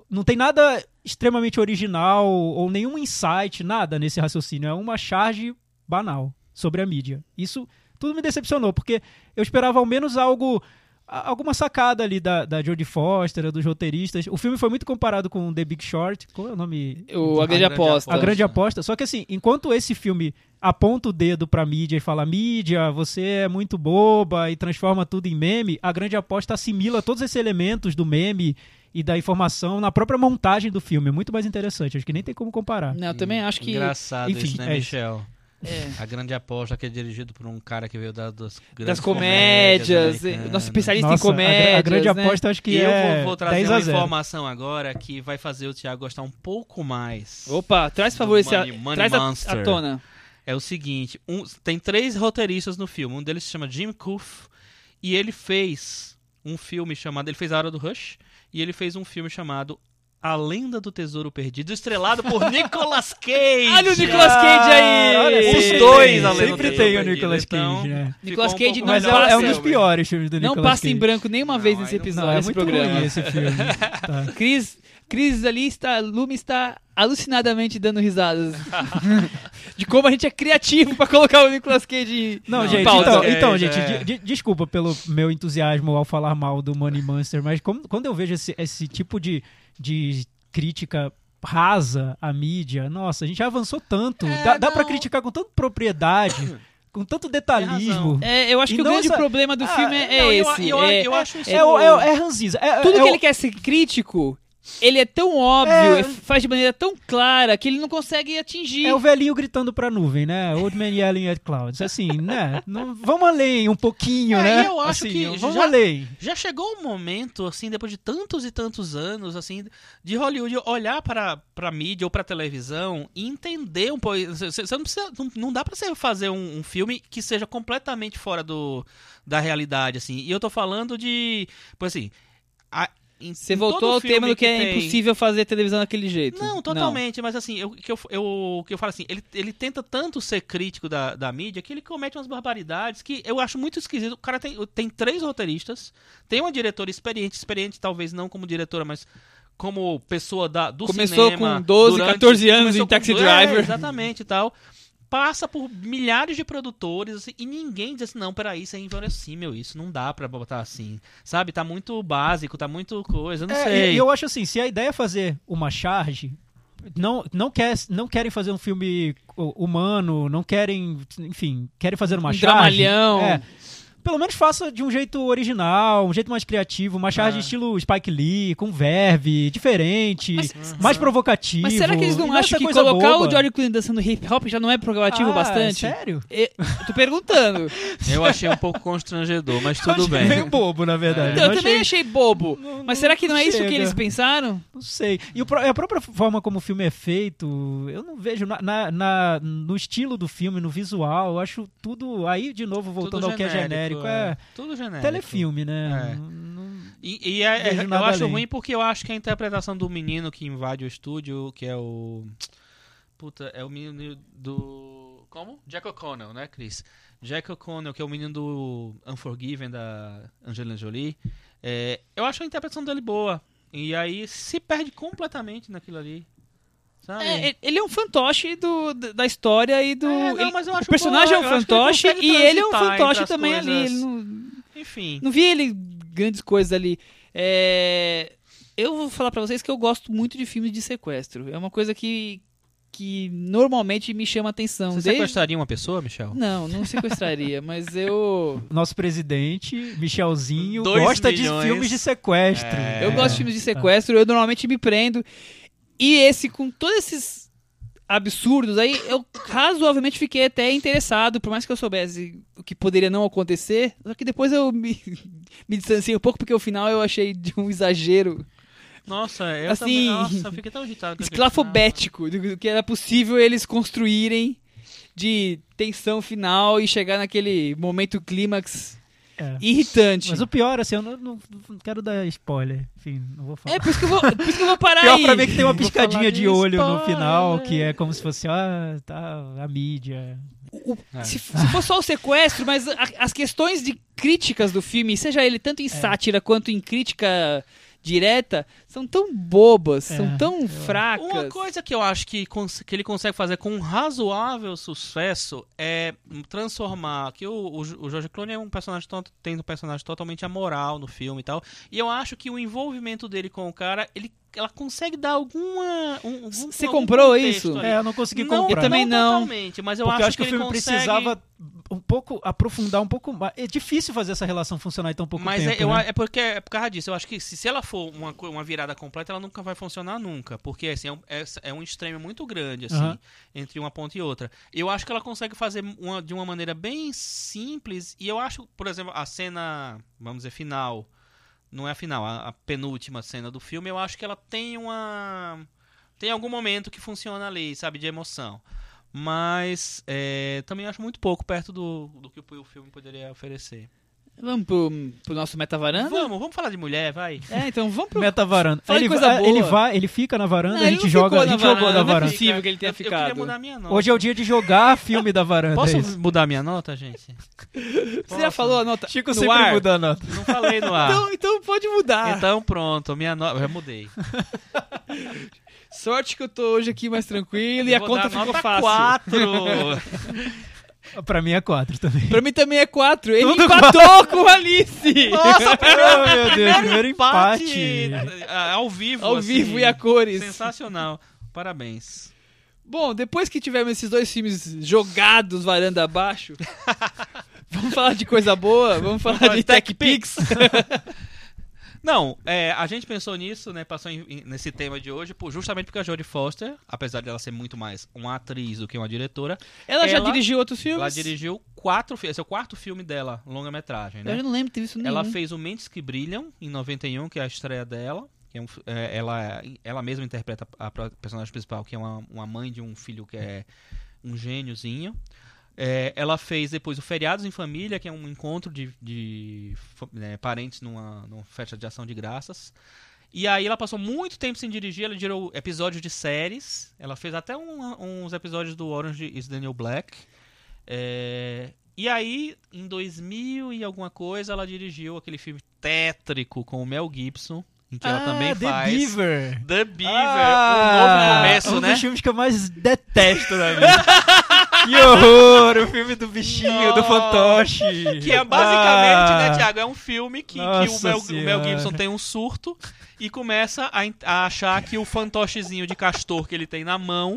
D: Não tem nada extremamente original ou nenhum insight, nada nesse raciocínio. É uma charge banal sobre a mídia. Isso tudo me decepcionou, porque eu esperava ao menos algo. a- Alguma sacada ali da, da Jodie Foster, dos roteiristas. O filme foi muito comparado com The Big Short. Qual é o nome?
B: O, a grande
C: A grande
B: aposta.
D: A grande
C: né?
D: aposta. Só que assim, enquanto esse filme aponta o dedo pra mídia e fala: mídia, você é muito boba e transforma tudo em meme, a grande aposta assimila todos esses elementos do meme e da informação na própria montagem do filme. É muito mais interessante. Acho que nem tem como comparar.
B: Não, eu também acho que.
C: Engraçado
D: enfim,
C: isso, né,
D: é isso.
C: Michel?
B: É.
C: A grande aposta que é dirigido por um cara que veio da- das
B: Das
C: grandes
B: comédias,
C: americanas.
B: nosso especialista
D: Nossa,
B: em
D: a gra-
B: comédia.
D: a, grande
B: né?
D: aposta acho que
C: E eu
D: é
C: vou, vou
D: 10
C: trazer
D: a
C: uma
D: 0.
C: informação agora que vai fazer o Thiago gostar um pouco mais.
B: Opa, traz por favor esse. a-
C: Money- Money
B: traz a,
C: Monster.
B: a tona.
C: É o seguinte, um- tem três roteiristas no filme. Um deles se chama Jim Coof e ele fez um filme chamado, ele fez A Hora do Rush e ele fez um filme chamado A Lenda do Tesouro Perdido, estrelado por Nicolas Cage. Ah,
B: Olha o Nicolas Cage aí!
D: olha,
C: Os
D: sempre
C: dois,
D: tem,
C: a lenda
D: Sempre
C: do
D: tem o
C: Tesouro
D: Nicolas Cage,
C: Perdido, então-
D: né?
C: Ficou
B: Nicolas
C: um
B: Cage
C: pouco
B: não
D: Mas é,
B: passa,
D: é um dos piores filmes do
B: Não
D: Nicolas
B: passa em
D: Cage.
B: branco nenuma
C: Não,
B: vez
C: aí
B: nesse
C: não
B: episódio,
D: Não, é
B: nesse
D: muito
B: programa.
D: ruim esse filme. Tá.
B: Cris, Cris ali está, Lume está alucinadamente dando risadas. de como a gente é criativo pra colocar o Nicolas Cage em
D: Não,
C: Não,
D: gente,
B: pauta.
D: então,
C: é,
D: então,
C: é.
D: gente, de- de- desculpa pelo meu entusiasmo ao falar mal do Money Monster, mas como- quando eu vejo esse, esse tipo de, de crítica rasa à mídia, nossa, a gente já avançou tanto.
C: É,
D: dá dá para
C: não.
D: criar com tanta propriedade, com tanto detalhismo.
B: É, eu acho
D: E
B: que o
D: não
B: grande
D: essa-
B: problema do
D: Ah,
B: filme é,
C: Não,
B: é
C: eu-
B: esse.
C: Eu,
B: é-
C: eu acho isso
D: É, o- é, o- é ranzinza. É-
B: tudo
D: é
B: que
D: o-
B: ele quer ser crítico, ele é tão óbvio,
D: É.
B: e faz de maneira tão clara que ele não consegue atingir.
D: É o velhinho gritando pra nuvem, né? Old Man Yelling at Clouds. Assim, né? Não- vamos além um pouquinho,
C: É,
D: né?
C: eu acho
D: Assim,
C: que
D: Vamos
C: já-
D: além.
C: Já chegou um momento, assim, depois de tantos e tantos anos, assim, de Hollywood olhar para pra mídia ou pra televisão e entender um pouco. Você você não precisa. Não, não dá pra você fazer um, um filme que seja completamente fora do, da realidade, assim. E eu tô falando de. Pois assim. a- em-
B: Você
C: em
B: voltou
C: todo
B: ao
C: filme
B: tema do que, é
C: tem-
B: impossível fazer televisão daquele jeito.
C: Não, totalmente, mas assim, eu, que eu, eu, que eu falo assim, ele, ele tenta tanto ser crítico da, da mídia que ele comete umas barbaridades que eu acho muito esquisito. O cara tem, tem três roteiristas, tem uma diretora experiente, experiente talvez não como diretora, mas como pessoa da, do
B: Começou
C: cinema.
B: com 12,
C: durante-
B: 14 anos
C: começou
B: em Taxi
C: é,
B: Driver.
C: exatamente e tal. Passa por milhares de produtores assim, e ninguém diz assim, não, peraí, isso é inverossímil, isso não dá pra botar assim. Sabe, tá muito básico, tá muito coisa, eu não
D: É,
C: sei.
D: e- E eu acho assim, se a ideia é fazer uma charge, não, não, quer, não querem fazer um filme hu- humano, não querem, enfim, querem fazer uma
B: Um
D: charge.
B: dramalhão.
D: É. pelo menos faça de um jeito original, um jeito mais criativo, uma
B: É.
D: charge
C: Ah.
D: estilo Spike Lee, com verve, diferente, mais provocativo.
B: Mas será que eles
D: e
B: não
D: essa
B: acham que
D: coisa
B: colocar
D: boba.
B: o George Clooney dançando hip hop já não é provocativo
D: Ah,
B: bastante?
D: Sério?
B: E- tô perguntando.
C: Eu achei um pouco constrangedor, mas tudo
D: Achei
C: bem.
D: Meio um bobo, na verdade.
B: Então,
D: Não
B: eu também
D: achei-
B: achei bobo.
D: Não-
B: Mas será que não é isso
D: chega.
B: que eles pensaram?
D: Não sei. E o pro- a própria forma como o filme é feito, eu não vejo na, na- na- no estilo do filme, no visual, eu acho tudo. Aí, de novo, voltando
C: Tudo
D: ao que é genérico, é,
C: Tudo genérico.
D: telefilme, né?
C: É.
D: Não- não-
C: E, e é- é-
D: Vejo
C: eu
D: nada
C: acho
D: além.
C: ruim porque eu acho que a interpretação do menino que invade o estúdio, que é o. Puta, é o menino do. Como? Jack O'Connell, né, Chris? Jack O'Connell, que é o menino do Unforgiven da Angelina Jolie. É, eu acho a interpretação dele boa. E aí se perde completamente naquilo ali. Sabe?
B: É, ele- ele é um fantoche do, da da história e do.
C: É, não,
B: ele-
C: mas eu
B: o
C: acho bom,
B: personagem é um
C: eu acho que ele
B: fantoche
C: consegue
B: e ele é um
C: transitar entre
B: fantoche
C: as
B: também ali.
C: coisas.
B: Ele não,
C: Enfim.
B: não vi ele grandes coisas ali. É, eu vou falar pra vocês que eu gosto muito de filmes de sequestro. É uma coisa que, que normalmente me chama atenção.
C: Você
B: desde-
C: sequestraria uma pessoa, Michel?
B: Não, não sequestraria, mas eu.
D: Nosso presidente, Michelzinho,
C: Dois
D: gosta
C: milhões.
D: de filmes de sequestro.
B: Eu gosto de filmes de sequestro, eu normalmente me prendo. E esse, com todos esses absurdos aí, eu razoavelmente fiquei até interessado, por mais que eu soubesse o que poderia não acontecer. Só que depois eu me, me distanciei um pouco, porque o final eu achei de um exagero
C: Nossa, eu
B: Assim,
C: também, nossa, eu fiquei tão agitado. com aquele
B: esclafobético do, do que era possível eles construírem de tensão final e chegar naquele momento clímax
D: É.
B: irritante.
D: Mas o pior, assim, eu não, não- não quero dar spoiler. Enfim, não vou falar.
B: É por isso que eu vou, por isso que eu vou parar
D: pior
B: aí.
D: pra mim é que tem uma
C: Vou falar
D: piscadinha
C: de
D: de olho no
C: spoiler.
D: final, que é como se fosse, ah, tá, a mídia.
C: É.
B: Se, se for só o sequestro, mas a- as questões de críticas do filme, seja ele tanto
D: É.
B: em sátira quanto em crítica direta, são tão bobas,
D: É,
B: são tão
C: final.
B: fracas.
C: Uma coisa que eu acho que, cons- que ele consegue fazer com um razoável sucesso é transformar. Que o, o, Jo- o George Clooney é um personagem to- tem um personagem totalmente amoral no filme e tal. E eu acho que o envolvimento dele com o cara, ele, ela consegue dar alguma. Um, algum,
B: Você
C: algum
B: comprou
C: contexto
B: isso?
C: ali.
D: É, eu não consegui
C: Não,
D: comprar.
B: Eu também não.
C: totalmente, mas eu acho,
D: Porque eu acho que, o
C: ele
D: filme
C: consegue-
D: precisava um pouco aprofundar um pouco mais. É difícil fazer essa relação funcionar em tão pouco
C: Mas
D: tempo.
C: é, eu
D: né?
C: a- é porque é por causa disso. Eu acho que se, se ela for uma, co- uma virada completa, ela nunca vai funcionar nunca. Porque assim, é, um, é, é um extremo muito grande, assim,
D: Aham.
C: entre uma ponta e outra. Eu acho que ela consegue fazer uma- de uma maneira bem simples. E eu acho, por exemplo, a cena, vamos dizer, final. Não é a final, a, a penúltima cena do filme, eu acho que ela tem uma. Tem algum momento que funciona ali, sabe, de emoção. Mas é, também acho muito pouco perto do, do que o filme poderia oferecer.
B: Vamos pro, pro nosso metavaranda?
C: Vamos, vamos falar de mulher, vai.
B: É, então vamos pro.
D: Meta varanda.
B: Fala de
D: ele,
B: coisa
D: vai-
B: boa.
D: ele vai, ele fica na varanda,
B: Não,
D: a
B: ele
D: gente
B: não
D: joga,
B: ficou
D: a
B: na
D: gente jogou
B: varanda,
D: da
B: não é
D: varanda.
B: possível. que ele
C: eu,
B: tenha
C: Eu
B: ficado.
C: queria mudar minha nota.
D: Hoje é o dia de jogar filme da varanda.
C: Posso
D: é isso.
C: mudar minha nota, gente?
B: Você já falou a nota?
D: Chico
B: no
D: sempre
B: ar?
D: muda a nota.
C: Não falei no ar. então...
B: Então, então pode mudar.
C: pronto, minha nota. Eu já mudei.
B: Sorte que eu tô hoje aqui mais tranquilo e
C: Eu
B: a
C: vou
B: conta
C: dar
B: ficou
C: nota
B: fácil.
C: 4.
D: Pra mim é quatro também.
B: Pra mim também é 4. Ele
D: Tudo
B: empatou com a Alice!
C: Nossa,
D: oh, meu Deus, primeiro empate.
C: ah, Ao vivo.
B: Ao
C: assim.
B: vivo e a cores.
C: Sensacional. Parabéns.
B: Bom, depois que tivermos esses dois filmes jogados varanda abaixo, vamos falar de coisa boa, vamos falar de Tech Pix.
C: Não, é, a gente pensou nisso, né? Passou em- em- nesse tema de hoje, por- justamente porque a Jodie Foster, apesar dela ser muito mais uma atriz do que uma diretora,
B: Ela já
C: Ela-
B: dirigiu outros filmes?
C: ela dirigiu quatro filmes. Esse é o quarto filme dela, longa-metragem, né?
B: Eu já não lembro de ter visto nenhum.
C: Ela fez o Mentes que Brilham, em 91, que é a estreia dela. Que é um fi- é, ela, ela mesma interpreta a pro- personagem principal, que é uma, uma mãe de um filho que é um gêniozinho. É, ela fez depois o Feriados em Família, que é um encontro de, de fa- né, parentes numa, numa festa de ação de graças. E aí ela passou muito tempo sem dirigir, ela gerou episódios de séries. Ela fez até um- uns episódios do Orange is the New Black. É, E aí, em 2000 e alguma coisa, ela dirigiu aquele filme tétrico com o Mel Gibson, em que ela também
D: Ah, The
C: faz...
D: Beaver.
C: The Beaver,
D: Ah,
C: um novo começo,
D: um
C: né?
D: dos filmes que eu mais detesto na vida. que horror! O filme do bichinho, do fantoche.
C: Que é basicamente,
D: Ah.
C: né, Tiago? É um filme que, que o,
D: Nossa
C: Mel, o Mel
D: Senhora.
C: Gibson tem um surto e começa a, en- a achar que o fantochezinho de castor que ele tem na mão,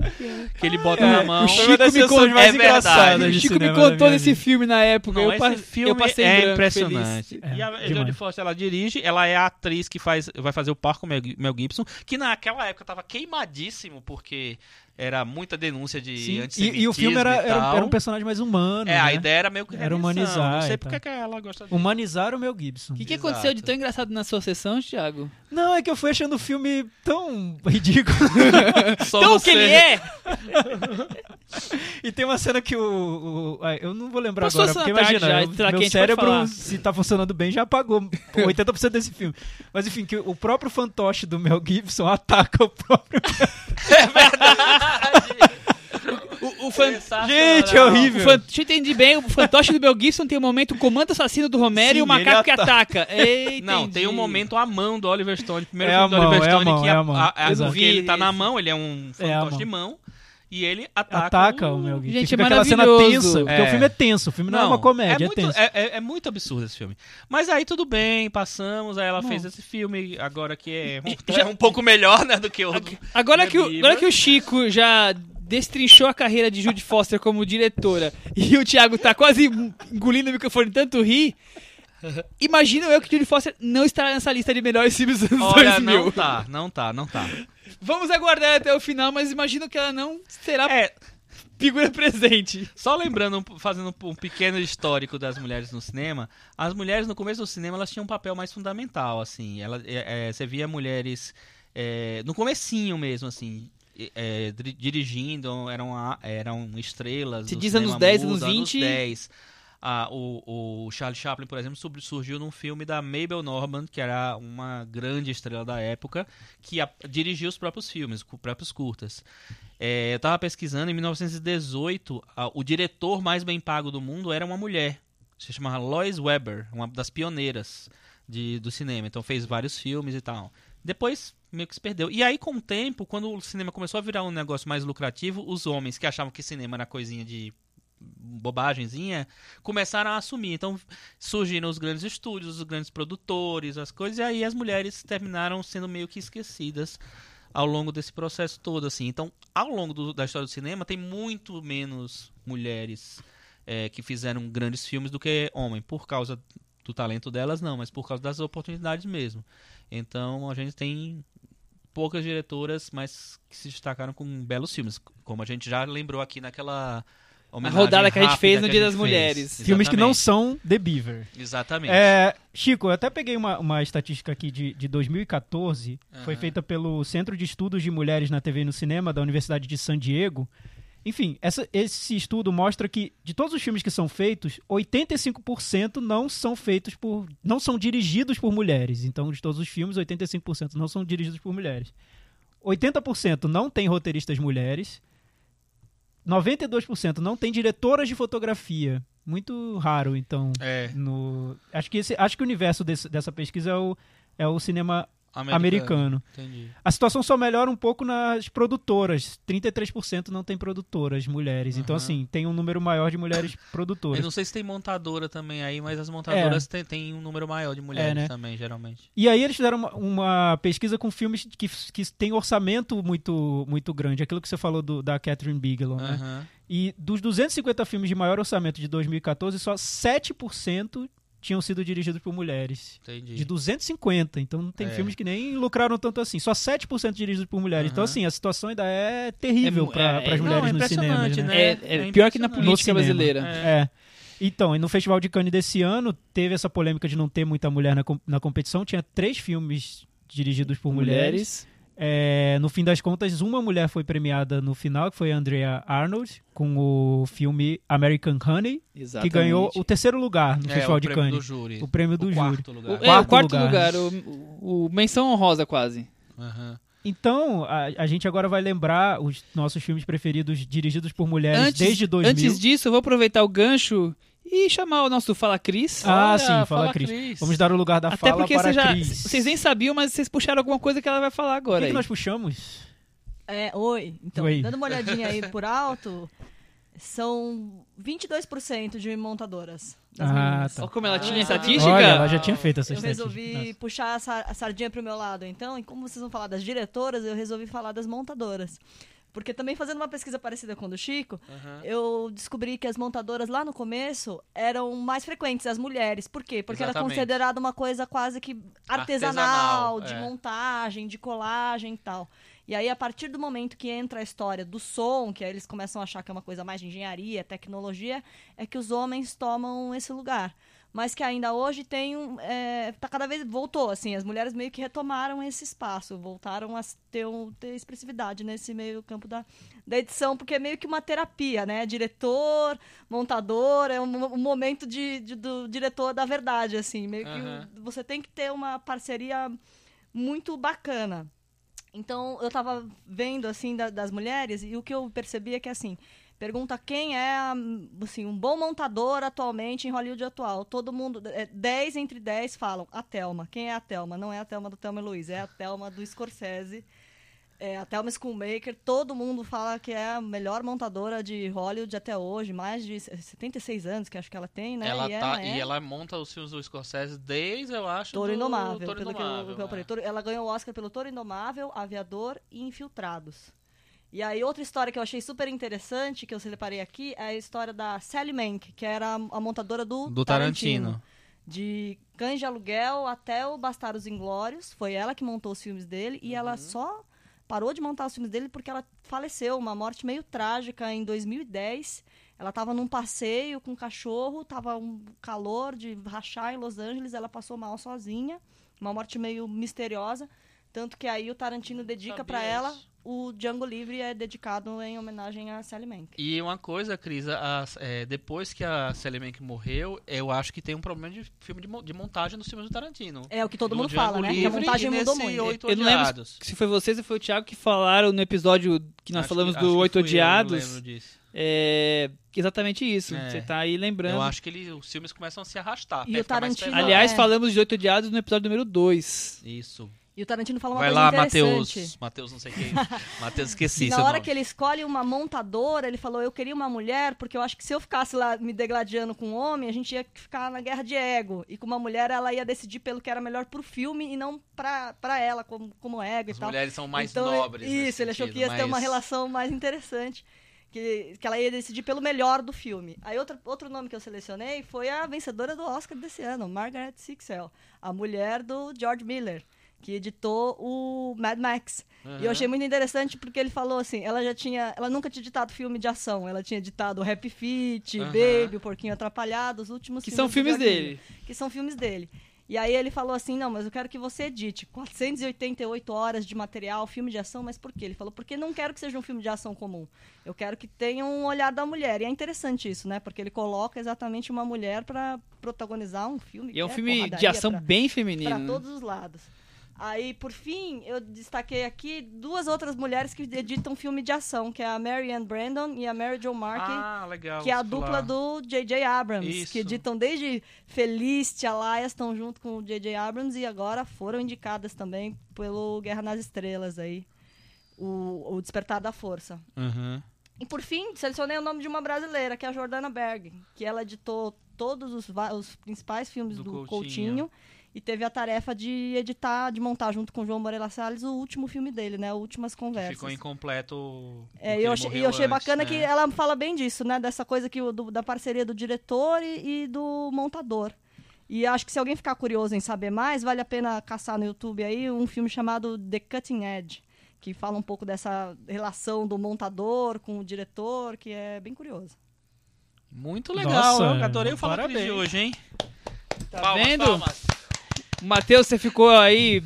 C: que ele bota na
D: É,
C: mão.
D: o
B: Foi uma
D: Chico
B: das
D: me
B: sessões
D: contou
C: mais
D: mais
C: engraçadas
D: engraçado.
B: O Chico me contou desse filme na época.
C: Não,
B: eu,
C: esse
B: pa-
C: filme
B: eu passei em
C: é
B: branco,
C: impressionante.
B: feliz.
D: É,
C: e a
D: demais.
C: Jodie Foster, ela dirige, ela é a atriz que faz, vai fazer o par com o Mel, Mel Gibson, que naquela época tava queimadíssimo, porque era muita denúncia de
D: e,
C: antissemitismo
D: e o filme era,
C: e
D: era,
C: tal.
D: um- era um personagem mais humano.
C: É,
D: né?
C: a ideia era meio que
D: Era
C: redenção.
D: humanizar
C: Não sei
D: e
C: porque
D: tal. Um
C: que ela gosta disso.
D: Humanizar o Mel Gibson.
B: O que, que
C: Exato.
B: acontecado de tão engraçado na sua sessão, Thiago?
D: Não, é que eu fui achando o filme tão ridículo.
C: Só
B: então o que
C: você-
B: ele é?
D: E tem uma cena que o. o- ah, eu não vou lembrar
B: Passou
D: agora,
B: essa
D: porque
B: tarde
D: imagina,
B: já,
D: eu-
B: será que a
D: meu
B: gente pode falar?
D: cérebro, se tá funcionando bem, já apagou 80% desse filme. Mas enfim, que o próprio fantoche do Mel Gibson ataca o próprio.
C: O, o fan...
D: Gente, é horrível.
B: O fan- Deixa eu entender bem, o fantoche do Mel Gibson tem um momento o comando assassino do Romero
F: Sim,
B: e o macaco
F: ele
B: que ataca. Ei,
C: Não, tem um
B: entendi.
C: momento a mão do Oliver Stone. Primeiro
D: É
C: filme do
D: a mão,
C: Oliver
D: é a
C: Stone,
D: mão,
C: que
D: é
C: a,
D: a mão.
C: a- a-
B: Exato.
C: porque ele tá na mão, ele é um
D: É a
C: fantoche de mão. E ele ataca.
D: Ataca o Mel Gibson.
B: Gente,
D: Fica aquela cena
B: maravilhoso.
D: tensa. Porque
C: É.
D: o filme é tenso. O filme não, é uma comédia, é,
C: muito,
D: tenso.
C: é- é- é muito absurdo esse filme. Mas aí tudo bem, passamos, aí ela fez esse filme, agora que é um, é um pouco melhor, né, do que o... do-
B: Agora que, o,
C: Bieber.
B: agora que o Chico já destrinchou a carreira de Judy Foster como diretora e o Thiago tá quase engolindo o microfone de tanto rir, imagino eu que Judy Foster não estará nessa lista de melhores filmes dos anos
C: Olha,
B: 2000.
C: não tá, não tá, não tá.
B: Vamos aguardar até o final, mas imagino que ela não será
C: É,
B: figura presente.
C: Só lembrando, um- fazendo um pequeno histórico das mulheres no cinema, as mulheres no começo do cinema elas tinham um papel mais fundamental, assim. Ela, é, é, você via mulheres é, no comecinho mesmo, assim, e- é, dri- dirigindo, eram, a- eram estrelas.
B: Se
C: do
B: diz
C: cinema
B: anos 10,
C: mudo,
B: anos 20.
C: 10. Ah, o, o Charlie Chaplin, por exemplo, sub- surgiu num filme da Mabel Normand, que era uma grande estrela da época, que a- dirigia os próprios filmes, os próprios curtas. É, eu tava pesquisando, em 1918, a- o diretor mais bem pago do mundo era uma mulher. Se chamava Lois Weber, uma das pioneiras de- do cinema. Então fez vários filmes e tal. Depois meio que se perdeu. E aí, com o tempo, quando o cinema começou a virar um negócio mais lucrativo, os homens que achavam que cinema era coisinha de bobagenzinha, começaram a assumir. Então surgiram os grandes estúdios, os grandes produtores, as coisas, e aí as mulheres terminaram sendo meio que esquecidas ao longo desse processo todo, assim. Então, ao longo do- da história do cinema, tem muito menos mulheres é, que fizeram grandes filmes do que homem, por causa do talento delas, não, mas por causa das oportunidades mesmo. Então, a gente tem poucas diretoras, mas que se destacaram com belos filmes, como a gente já lembrou aqui naquela homenagem
B: rodada que a gente
C: rápida
B: fez no
C: que a
B: Dia
C: gente
B: das
C: fez.
B: Mulheres.
D: Filmes que não
C: Exatamente.
D: são The Beaver.
C: Exatamente.
D: É, Chico, eu até peguei uma, uma estatística aqui de, de 2014. Foi feita pelo Centro de Estudos de Mulheres na TV e no Cinema da Universidade de San Diego. Enfim, essa- esse estudo mostra que de todos os filmes que são feitos, 85% não são feitos por. não são dirigidos por mulheres. Então, de todos os filmes, 85% não são dirigidos por mulheres. 80% não tem roteiristas mulheres. 92% não tem diretoras de fotografia. Muito raro, então.
C: É,
D: No- acho, que esse- acho que o universo desse- dessa pesquisa é o, é o cinema americano.
C: Entendi.
D: A situação só melhora um pouco nas produtoras. 33% não tem produtoras mulheres. Então,
C: Aham.
D: assim, tem um número maior de mulheres
C: Eu
D: produtoras.
C: não sei se tem montadora também aí, mas as montadoras têm têm um número maior de mulheres
D: É, né?
C: também, geralmente.
D: E aí eles fizeram uma, uma pesquisa com filmes que, que tem orçamento muito, muito grande. Aquilo que você falou do- da Catherine Bigelow, né?
C: Aham.
D: E dos 250 filmes de maior orçamento de 2014, só 7% tinham sido dirigidos por mulheres.
C: Entendi.
D: De 250. Então não tem
C: É.
D: filmes que nem lucraram tanto assim. Só 7% dirigidos por mulheres. Então,
C: Aham.
D: assim, a situação ainda é
B: É
D: terrível
B: mu-
D: para
B: é-
D: as
B: não,
D: mulheres
C: é
D: nos cinemas.
C: impressionante,
D: Né?
C: né?
B: É,
C: É
B: é pior que
C: impressionante.
B: na
D: No
B: política
D: cinema.
B: brasileira.
D: É. Então, e no Festival de Cannes desse ano, teve essa polêmica de não ter muita mulher na, com- na competição. Tinha três filmes dirigidos por mulheres. É, no fim das contas, uma mulher foi premiada no final, que foi a Andrea Arnold, com o filme American Honey,
B: Exatamente.
D: que ganhou o terceiro lugar no
C: É,
D: Festival
C: o
D: de
C: prêmio do
D: Cannes.
C: júri.
D: O prêmio do júri.
C: quarto
B: O,
C: lugar.
B: é, o
D: Quarto
B: quarto lugar,
D: lugar.
B: o, o menção honrosa quase.
C: Aham.
D: Então, a, a gente agora vai lembrar os nossos filmes preferidos dirigidos por mulheres
B: Antes-
D: É, desde 2000.
B: Antes disso, eu vou aproveitar o gancho e chamar o nosso Fala Cris.
D: ah,
C: Olha,
D: sim, fala,
C: fala,
D: Cris.
C: Cris.
D: Vamos dar o lugar da
B: Até
D: fala
B: porque
D: para
B: vocês já-
D: Cris.
B: vocês nem sabiam, mas vocês puxaram alguma coisa que ela vai falar
D: O que,
B: agora.
D: que
B: aí.
D: nós puxamos?
E: É, oi. Então,
D: Oi.
E: dando uma olhadinha aí por alto, são 22% de montadoras. das
D: Ah,
E: meninas.
D: tá.
B: Olha como ela tinha
E: Ah.
B: estatística.
D: Olha, ela já tinha feito essa
E: Eu
D: estatística.
E: resolvi
D: Nossa.
E: puxar a sa- a sardinha pro meu lado, então, e como vocês vão falar das diretoras, eu resolvi falar das montadoras. Porque também fazendo uma pesquisa parecida com a do Chico,
C: Ah.
E: eu descobri que as montadoras lá no começo eram mais frequentes, as mulheres. Por quê? Porque era
C: Exatamente.
E: considerada uma coisa quase que artesanal,
C: Artesanal,
E: de
C: é.
E: montagem, de colagem e tal. E aí, a partir do momento que entra a história do som, que aí eles começam a achar que é uma coisa mais de engenharia, tecnologia, é que os homens tomam esse lugar. Mas que ainda hoje tem um. é, tá cada vez. Voltou, assim. As mulheres meio que retomaram esse espaço, voltaram a ter, um- ter expressividade nesse meio campo da, da edição, porque é meio que uma terapia, né? Diretor, montador, é um, mo- um momento de, de- do diretor da verdade, assim. Meio que
C: Aham.
E: o- você tem que ter uma parceria muito bacana. Então, eu tava vendo, assim, da- das mulheres, e o que eu percebi é que, assim, Pergunta quem é assim, um bom montador atualmente em Hollywood atual. Todo mundo, é, 10 entre 10 falam a Thelma. Quem é a Thelma? Não é a Thelma do Thelma e Luiz, é a Thelma do Scorsese. É, a Thelma Schoonmaker, todo mundo fala que é a melhor montadora de Hollywood até hoje, mais de 76 anos que acho que ela tem, né?
F: Ela tá,
E: é.
F: E ela monta os filmes do Scorsese desde, eu acho,
E: Toro
F: do
E: Indomável,
F: Toro
E: pelo que eu-
F: Indomável,
E: que eu
F: é.
E: aprendi. Toro- Ela ganhou o Oscar pelo Toro Indomável, Aviador e Infiltrados. E aí, outra história que eu achei super interessante, que eu separei aqui, é a história da Sally Mank, que era a a montadora do,
C: Do Tarantino.
E: De Cães de Aluguel até o Bastardos Inglórios. Foi ela que montou os filmes dele. E
F: Uhum.
E: ela só parou de montar os filmes dele porque ela faleceu. Uma morte meio trágica em 2010. Ela estava num passeio com um cachorro, estava um calor de rachar em Los Angeles, ela passou mal sozinha, uma morte meio misteriosa, tanto que aí o Tarantino dedica
F: sabia
E: para ela
F: isso.
E: o Django Livre é dedicado em homenagem a Sally Mank.
F: E uma coisa, Cris, a- é, depois que a Sally Mank morreu, eu acho que tem um problema de filme de, mon- de montagem nos filmes do Tarantino.
E: É o que todo
F: No
E: mundo
F: Django
E: fala, né? Que a
F: Livre
E: montagem
F: e
E: mudou
F: nesse
E: muito.
F: Oito
B: Eu não lembro
F: Odiados.
B: se foi vocês ou foi o Thiago que falaram no episódio que nós
F: Acho
B: falamos
F: que- acho
B: do
F: que
B: Oito
F: fui eu, eu
B: Odiados.
F: lembro disso.
B: É exatamente isso.
F: É.
B: Você tá aí
F: Eu,
B: lembrando.
F: acho que ele, os filmes começam a se arrastar.
E: E
F: até
E: o
F: ficar mais
E: Tarantino-
F: pesado.
B: Aliás,
E: é.
B: falamos de Oito Odiados no episódio número 2.
F: Isso.
E: E o Tarantino fala uma
F: Vai
E: coisa
F: lá,
E: interessante.
F: Matheus. Matheus, não sei quem. Matheus, esqueci.
E: Na
F: seu
E: hora
F: nome.
E: que ele escolhe uma montadora, ele falou: Eu queria uma mulher, porque eu acho que se eu ficasse lá me degladiando com um homem, a gente ia ficar na guerra de ego. E com uma mulher, ela ia decidir pelo que era melhor pro filme e não pra, pra ela, como, como ego
F: As
E: e tal.
F: mulheres são mais
E: Então,
F: nobres.
E: Isso, ele achou que ia ter uma relação mais interessante. Que, que ela ia decidir pelo melhor do filme. Aí outro, outro nome que eu selecionei foi a vencedora do Oscar desse ano, Margaret Sixel, a mulher do George Miller, que editou o Mad Max. E é eu achei muito interessante porque ele falou assim, ela já tinha, ela nunca tinha editado filme de ação, ela tinha editado Happy Feet,
F: Aham.
E: Baby, O Porquinho Atrapalhado, os últimos
B: Que são
E: do
B: filmes
E: George Miller
B: dele.
E: que são filmes dele. E aí ele falou assim: não, mas eu quero que você edite 488 horas de material, filme de ação, mas por quê? Ele falou: porque não quero que seja um filme de ação comum. Eu quero que tenha um olhar da mulher. E é interessante isso, né? Porque ele coloca exatamente uma mulher pra protagonizar um filme.
B: E é um
E: que
B: filme de
E: porradaria
B: ação
E: pra-
B: bem feminino.
F: né?
E: para todos os lados. Aí, por fim, eu destaquei aqui duas outras mulheres que editam filme de ação, que é a Mary Ann Brandon e a Mary Jo Markey
F: Ah, legal.
E: que é a
F: isso
E: dupla
F: lá.
E: do J.J. Abrams,
F: Isso.
E: que editam desde Felicity, Laia estão junto com o J.J. Abrams e agora foram indicadas também pelo Guerra nas Estrelas aí, o, o Despertar da Força.
C: Uhum.
E: E por fim, selecionei o nome de uma brasileira, que é a Jordana Berg, que ela editou todos os, va- os principais filmes
F: Do
E: do,
F: Coutinho.
E: Coutinho. e teve a tarefa de editar, de montar junto com o João Moreira Salles o último filme dele, né? Últimas Conversas.
F: Ficou incompleto.
E: É,
F: porque
E: eu
F: ele
E: achei,
F: morreu
E: eu achei
F: antes,
E: bacana
F: né?
E: que ela fala bem disso, né? Dessa coisa que, o- do- da parceria do diretor e, e do montador. E acho que se alguém ficar curioso em saber mais, vale a pena caçar no YouTube aí um filme chamado The Cutting Edge, que fala um pouco dessa relação do montador com o diretor, que é bem curioso.
F: Muito
D: Nossa,
F: legal. eu adorei o falar com Cris de hoje, hein?
B: Tá
F: palmas,
B: vendo?
F: palmas.
B: Matheus, você ficou aí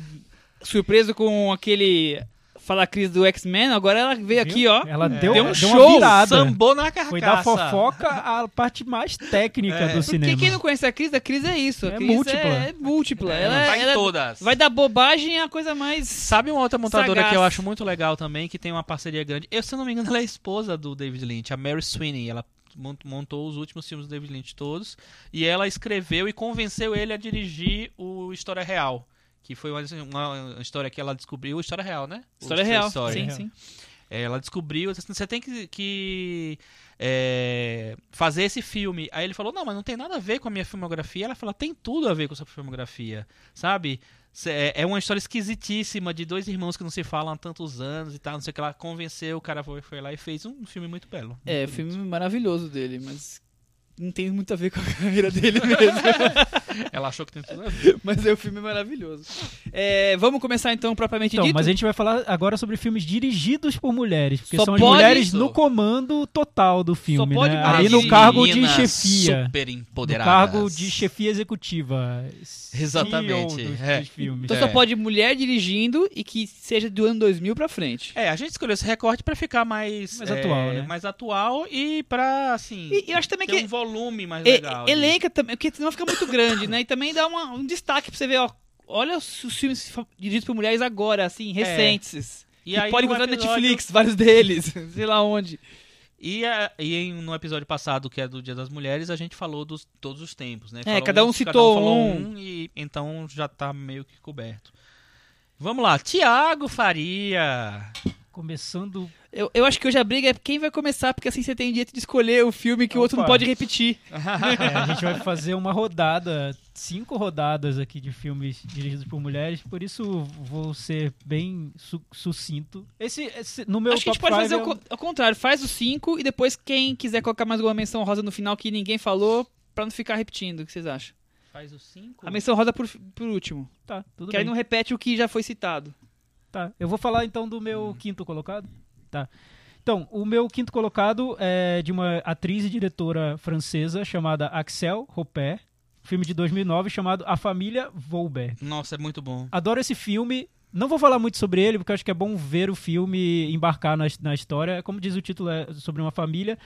B: surpreso com aquele Fala Cris do X-Men. Agora ela veio aqui, ó.
D: Ela deu,
B: Deu um
D: deu
B: show,
D: uma virada.
F: É. Sambou na carcaça.
D: Foi da fofoca à parte mais técnica do
B: Porque
D: cinema.
B: quem não conhece a Cris, a Cris é isso. A
D: É
B: Cris
D: múltipla.
B: É, é múltipla. Ela, é,
F: tá em
B: ela
F: todas.
B: vai dar bobagem é a coisa mais.
C: É, Sabe uma outra montadora
B: Sagaz.
C: que eu acho muito legal também, que tem uma parceria grande? Eu, se eu não me engano, ela é esposa do David Lynch, a Mary Sweeney. Ela mon- montou os últimos filmes do David Lynch todos. E ela escreveu e convenceu ele a dirigir o História Real. Que foi uma, assim, uma história que ela descobriu, História Real, né? O
B: História
C: True
B: real.
C: Story.
B: Sim,
D: Real.
B: sim.
C: É, Ela descobriu, assim, você tem que, que, é, fazer esse filme. Aí ele falou, não, mas não tem nada a ver com a minha filmografia. Ela fala, tem tudo a ver com a sua filmografia, sabe? Cê- É é uma história esquisitíssima de dois irmãos que não se falam há tantos anos e tal, não sei o que lá. Convenceu, o cara foi, foi lá e fez um filme muito belo.
B: É, o filme maravilhoso dele, mas não tem muito a ver com a carreira dele mesmo.
C: Ela achou que tem tudo a ver.
B: mas é um filme maravilhoso. É, vamos começar então, propriamente
D: Então,
B: dito.
D: mas a gente vai falar agora sobre filmes dirigidos por mulheres, porque
B: Só
D: são as
B: pode
D: mulheres
C: isso.
D: no comando total do filme,
B: pode
D: né?
B: mulher
D: Ali no
B: dirigir.
D: cargo de
F: Meninas
D: chefia.
F: Super
D: No
F: empoderadas.
D: cargo de chefia executiva. CEO
F: Exatamente,
D: Dos,
F: é.
D: dos filmes.
B: Então só pode mulher dirigindo e que seja do ano 2000 pra frente.
C: É, a gente escolheu esse recorte pra ficar mais...
D: Mais
C: é,
D: atual, né?
C: Mais atual e pra, assim...
B: E e eu acho também
C: ter um
B: que
C: volume
D: É
C: mais
B: e- é
C: legal. de-
B: elenca também, porque senão fica muito grande, né? E também dá uma- um destaque pra você ver, ó. Olha os os filmes fa- dirigidos por mulheres
D: É.
B: agora, assim, recentes.
C: E
B: E
C: aí
B: pode
C: no
B: encontrar na
C: episódio-
B: Netflix, vários deles, sei lá onde.
C: E, a- e em, no episódio passado, que é do Dia das Mulheres, a gente falou dos todos os tempos, né? Falou
B: cada um citou
C: falou
B: um.
C: e então já tá meio que coberto. Vamos lá, Tiago Faria.
D: Começando.
B: Eu, eu acho que hoje a briga é quem vai começar, porque assim você tem direito de escolher o filme que o outro não
D: Opa.
B: pode repetir.
D: É, a gente vai fazer uma rodada, cinco rodadas aqui de filmes dirigidos por mulheres, por isso vou ser bem su- sucinto. Esse, esse- no meu
B: acho que a gente
D: top
B: pode
D: five
B: fazer
D: é
B: o co- ao contrário, faz os cinco e depois quem quiser colocar mais alguma menção rosa no final que ninguém falou, pra não ficar repetindo. O que vocês acham?
C: Faz o 5.
B: A menção rosa por, por último.
D: um- Tá, Hum. tudo
B: que
D: bem.
B: aí não repete o que já foi citado.
D: Tá, eu vou falar então do meu quinto colocado. Tá. Então, o meu quinto colocado é de uma atriz e diretora francesa chamada Axel Ropé, filme de 2009 chamado A Família Volberg.
C: Nossa, é muito bom.
D: Adoro esse filme. Não vou falar muito sobre ele, porque eu acho que é bom ver o filme e embarcar na, na história. Como diz o título, é sobre uma família.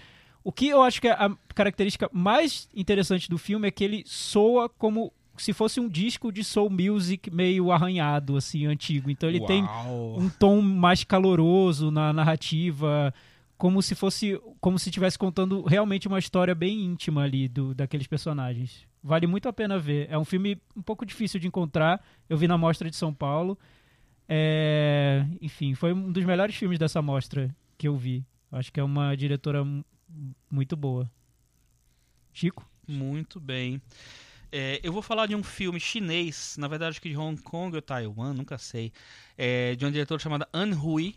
D: O que eu acho que é a característica mais interessante do filme é que ele soa como se fosse um disco de soul music meio arranhado, assim, antigo. Então ele tem
C: Uau.
D: um tom mais caloroso na narrativa, como se fosse, como se estivesse contando realmente uma história bem íntima ali do, daqueles personagens. Vale muito a pena ver. É um filme um pouco difícil de encontrar. Eu vi na mostra de São Paulo. É, enfim, foi um dos melhores filmes dessa mostra que eu vi. Acho que é uma diretora mu- muito boa. Chico?
C: Muito bem. É, eu vou falar de um filme chinês, na verdade acho que de Hong Kong ou Taiwan, nunca sei, é, de um diretor chamado An Hui,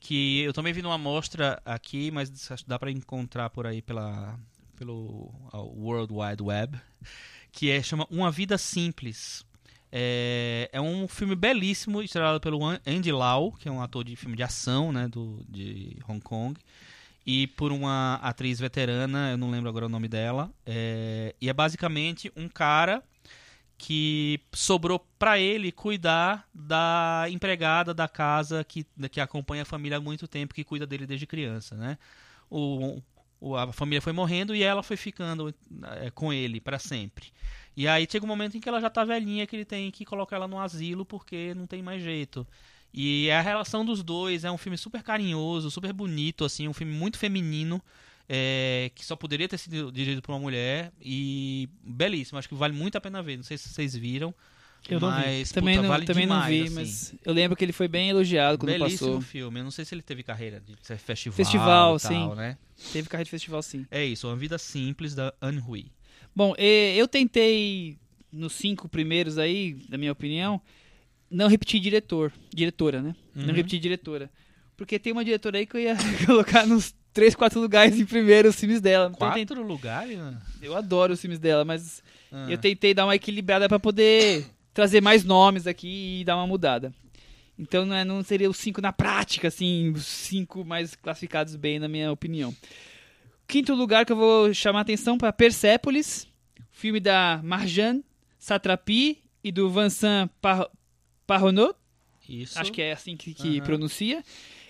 C: que eu também vi numa mostra aqui, mas acho que dá pra encontrar por aí pela pelo ah, World Wide Web, que é chama Uma Vida Simples. É, é um filme belíssimo, estrelado pelo An- Andy Lau, que é um ator de filme de ação, né, do, de Hong Kong e por uma atriz veterana, eu não lembro agora o nome dela. é, e é basicamente um cara que sobrou pra ele cuidar da empregada da casa que, que acompanha a família há muito tempo, que cuida dele desde criança, né? O, o- a família foi morrendo e ela foi ficando é, com ele pra sempre. E aí chega um momento em que ela já tá velhinha, que ele tem que colocar ela no asilo porque não tem mais jeito. E a relação dos dois é um filme super carinhoso, super bonito, assim, um filme muito feminino, é, que só poderia ter sido dirigido por uma mulher e belíssimo. Acho que vale muito a pena ver. Não sei se vocês viram,
D: Eu não vi.
C: mas
B: Também,
C: puta,
B: não,
C: vale
B: também
C: demais,
B: não vi,
C: assim.
B: mas eu lembro que ele foi bem elogiado quando
C: belíssimo
B: passou.
C: filme. Eu não sei se ele teve carreira de ser festival,
B: Festival,
C: e tal,
B: sim.
C: né?
B: Teve carreira de festival sim.
C: É isso, uma vida simples da Anne Hui.
B: Bom, e- eu tentei nos cinco primeiros aí, na minha opinião, não repetir diretor, diretora, né? Não
C: Uhum.
B: repetir diretora. Porque tem uma diretora aí que eu ia colocar nos três, quatro lugares em primeiro os filmes dela. Então, eu,
C: Quatro lugares? né?
B: tentei- eu adoro os filmes dela, mas
C: Ah.
B: eu tentei dar uma equilibrada pra poder trazer mais nomes aqui e dar uma mudada. Então não, é, não seria os cinco na prática, assim, os cinco mais classificados bem, na minha opinião. Quinto lugar que eu vou chamar a atenção para Persepolis, filme da Marjan Satrapi e do Vincent Par Parronot,
C: Isso.
B: acho que é assim que, que
C: Aham.
B: pronuncia.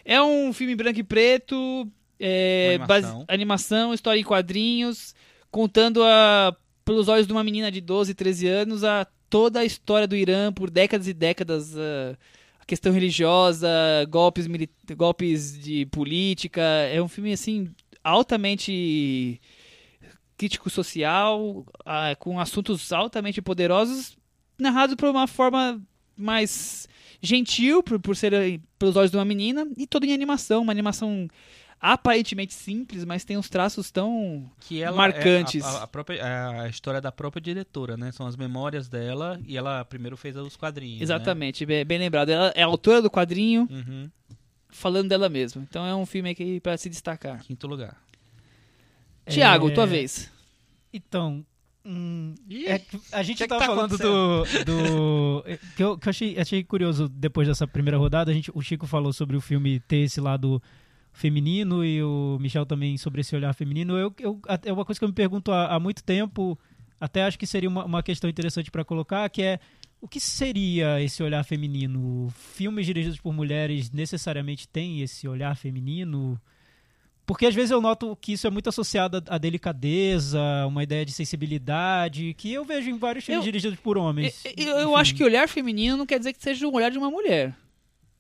B: É um filme em branco e preto, é,
C: Uma
B: base-
C: animação.
B: animação, história em quadrinhos, contando a, pelos olhos de uma menina de 12, 13 anos a toda a história do Irã por décadas e décadas. ah, a questão religiosa, golpes, mili- golpes de política. É um filme, assim, altamente crítico social, ah, com assuntos altamente poderosos, narrado por uma forma mais gentil, por, por ser eh, pelos olhos de uma menina, e todo em animação, uma animação aparentemente simples, mas tem uns traços tão...
C: que ela
B: Marcantes.
C: É a, a- a própria- a história da própria diretora, né? São as memórias dela e ela primeiro fez os quadrinhos. né?
B: Exatamente, bem, bem lembrado. Ela é a autora do quadrinho,
C: Uhum.
B: falando dela mesma. Então é um filme aqui pra se destacar.
C: Quinto lugar.
B: Tiago,
D: É,
B: tua vez.
D: Então, hum,
C: Ih,
D: É que a gente
C: que
D: tava
C: tá
D: falando do. do eh, que eu, que eu achei, achei curioso depois dessa primeira rodada. A gente, o Chico falou sobre o filme ter esse lado feminino e o Michel também sobre esse olhar feminino. Eu, eu, é uma coisa que eu me pergunto há, há muito tempo, até acho que seria uma, uma questão interessante para colocar, que é o que seria esse olhar feminino? Filmes dirigidos por mulheres necessariamente têm esse olhar feminino? Porque às vezes eu noto que isso é muito associado à- à delicadeza, uma ideia de sensibilidade, que eu vejo em vários filmes
B: Eu-
D: dirigidos por
B: Eu,
D: homens.
B: eu- eu acho que olhar feminino não quer dizer que seja um olhar de uma mulher.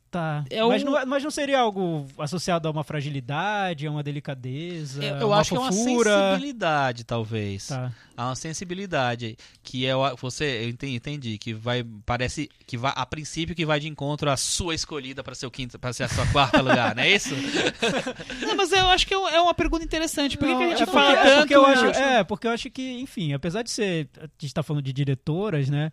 D: Tá.
B: É um-
D: mas, não, é- mas não seria algo associado a uma fragilidade, a uma delicadeza?
C: Eu, eu
D: uma
C: acho que é uma
D: fofura?
C: sensibilidade, talvez.
D: Tá.
C: Há uma sensibilidade que é o- você eu entendi, entendi, que vai parece que vai a princípio que vai de encontro à sua escolhida para ser o quinto, para ser a sua quarta lugar, não é isso?
B: Não, mas eu acho que é um- é uma pergunta interessante. Por que, que a
D: Não,
B: gente
D: é porque-
B: fala
D: é
B: tanto?
D: porque eu
B: né?
D: acho, É, porque eu acho que, enfim, apesar de ser. A gente tá falando de diretoras, né?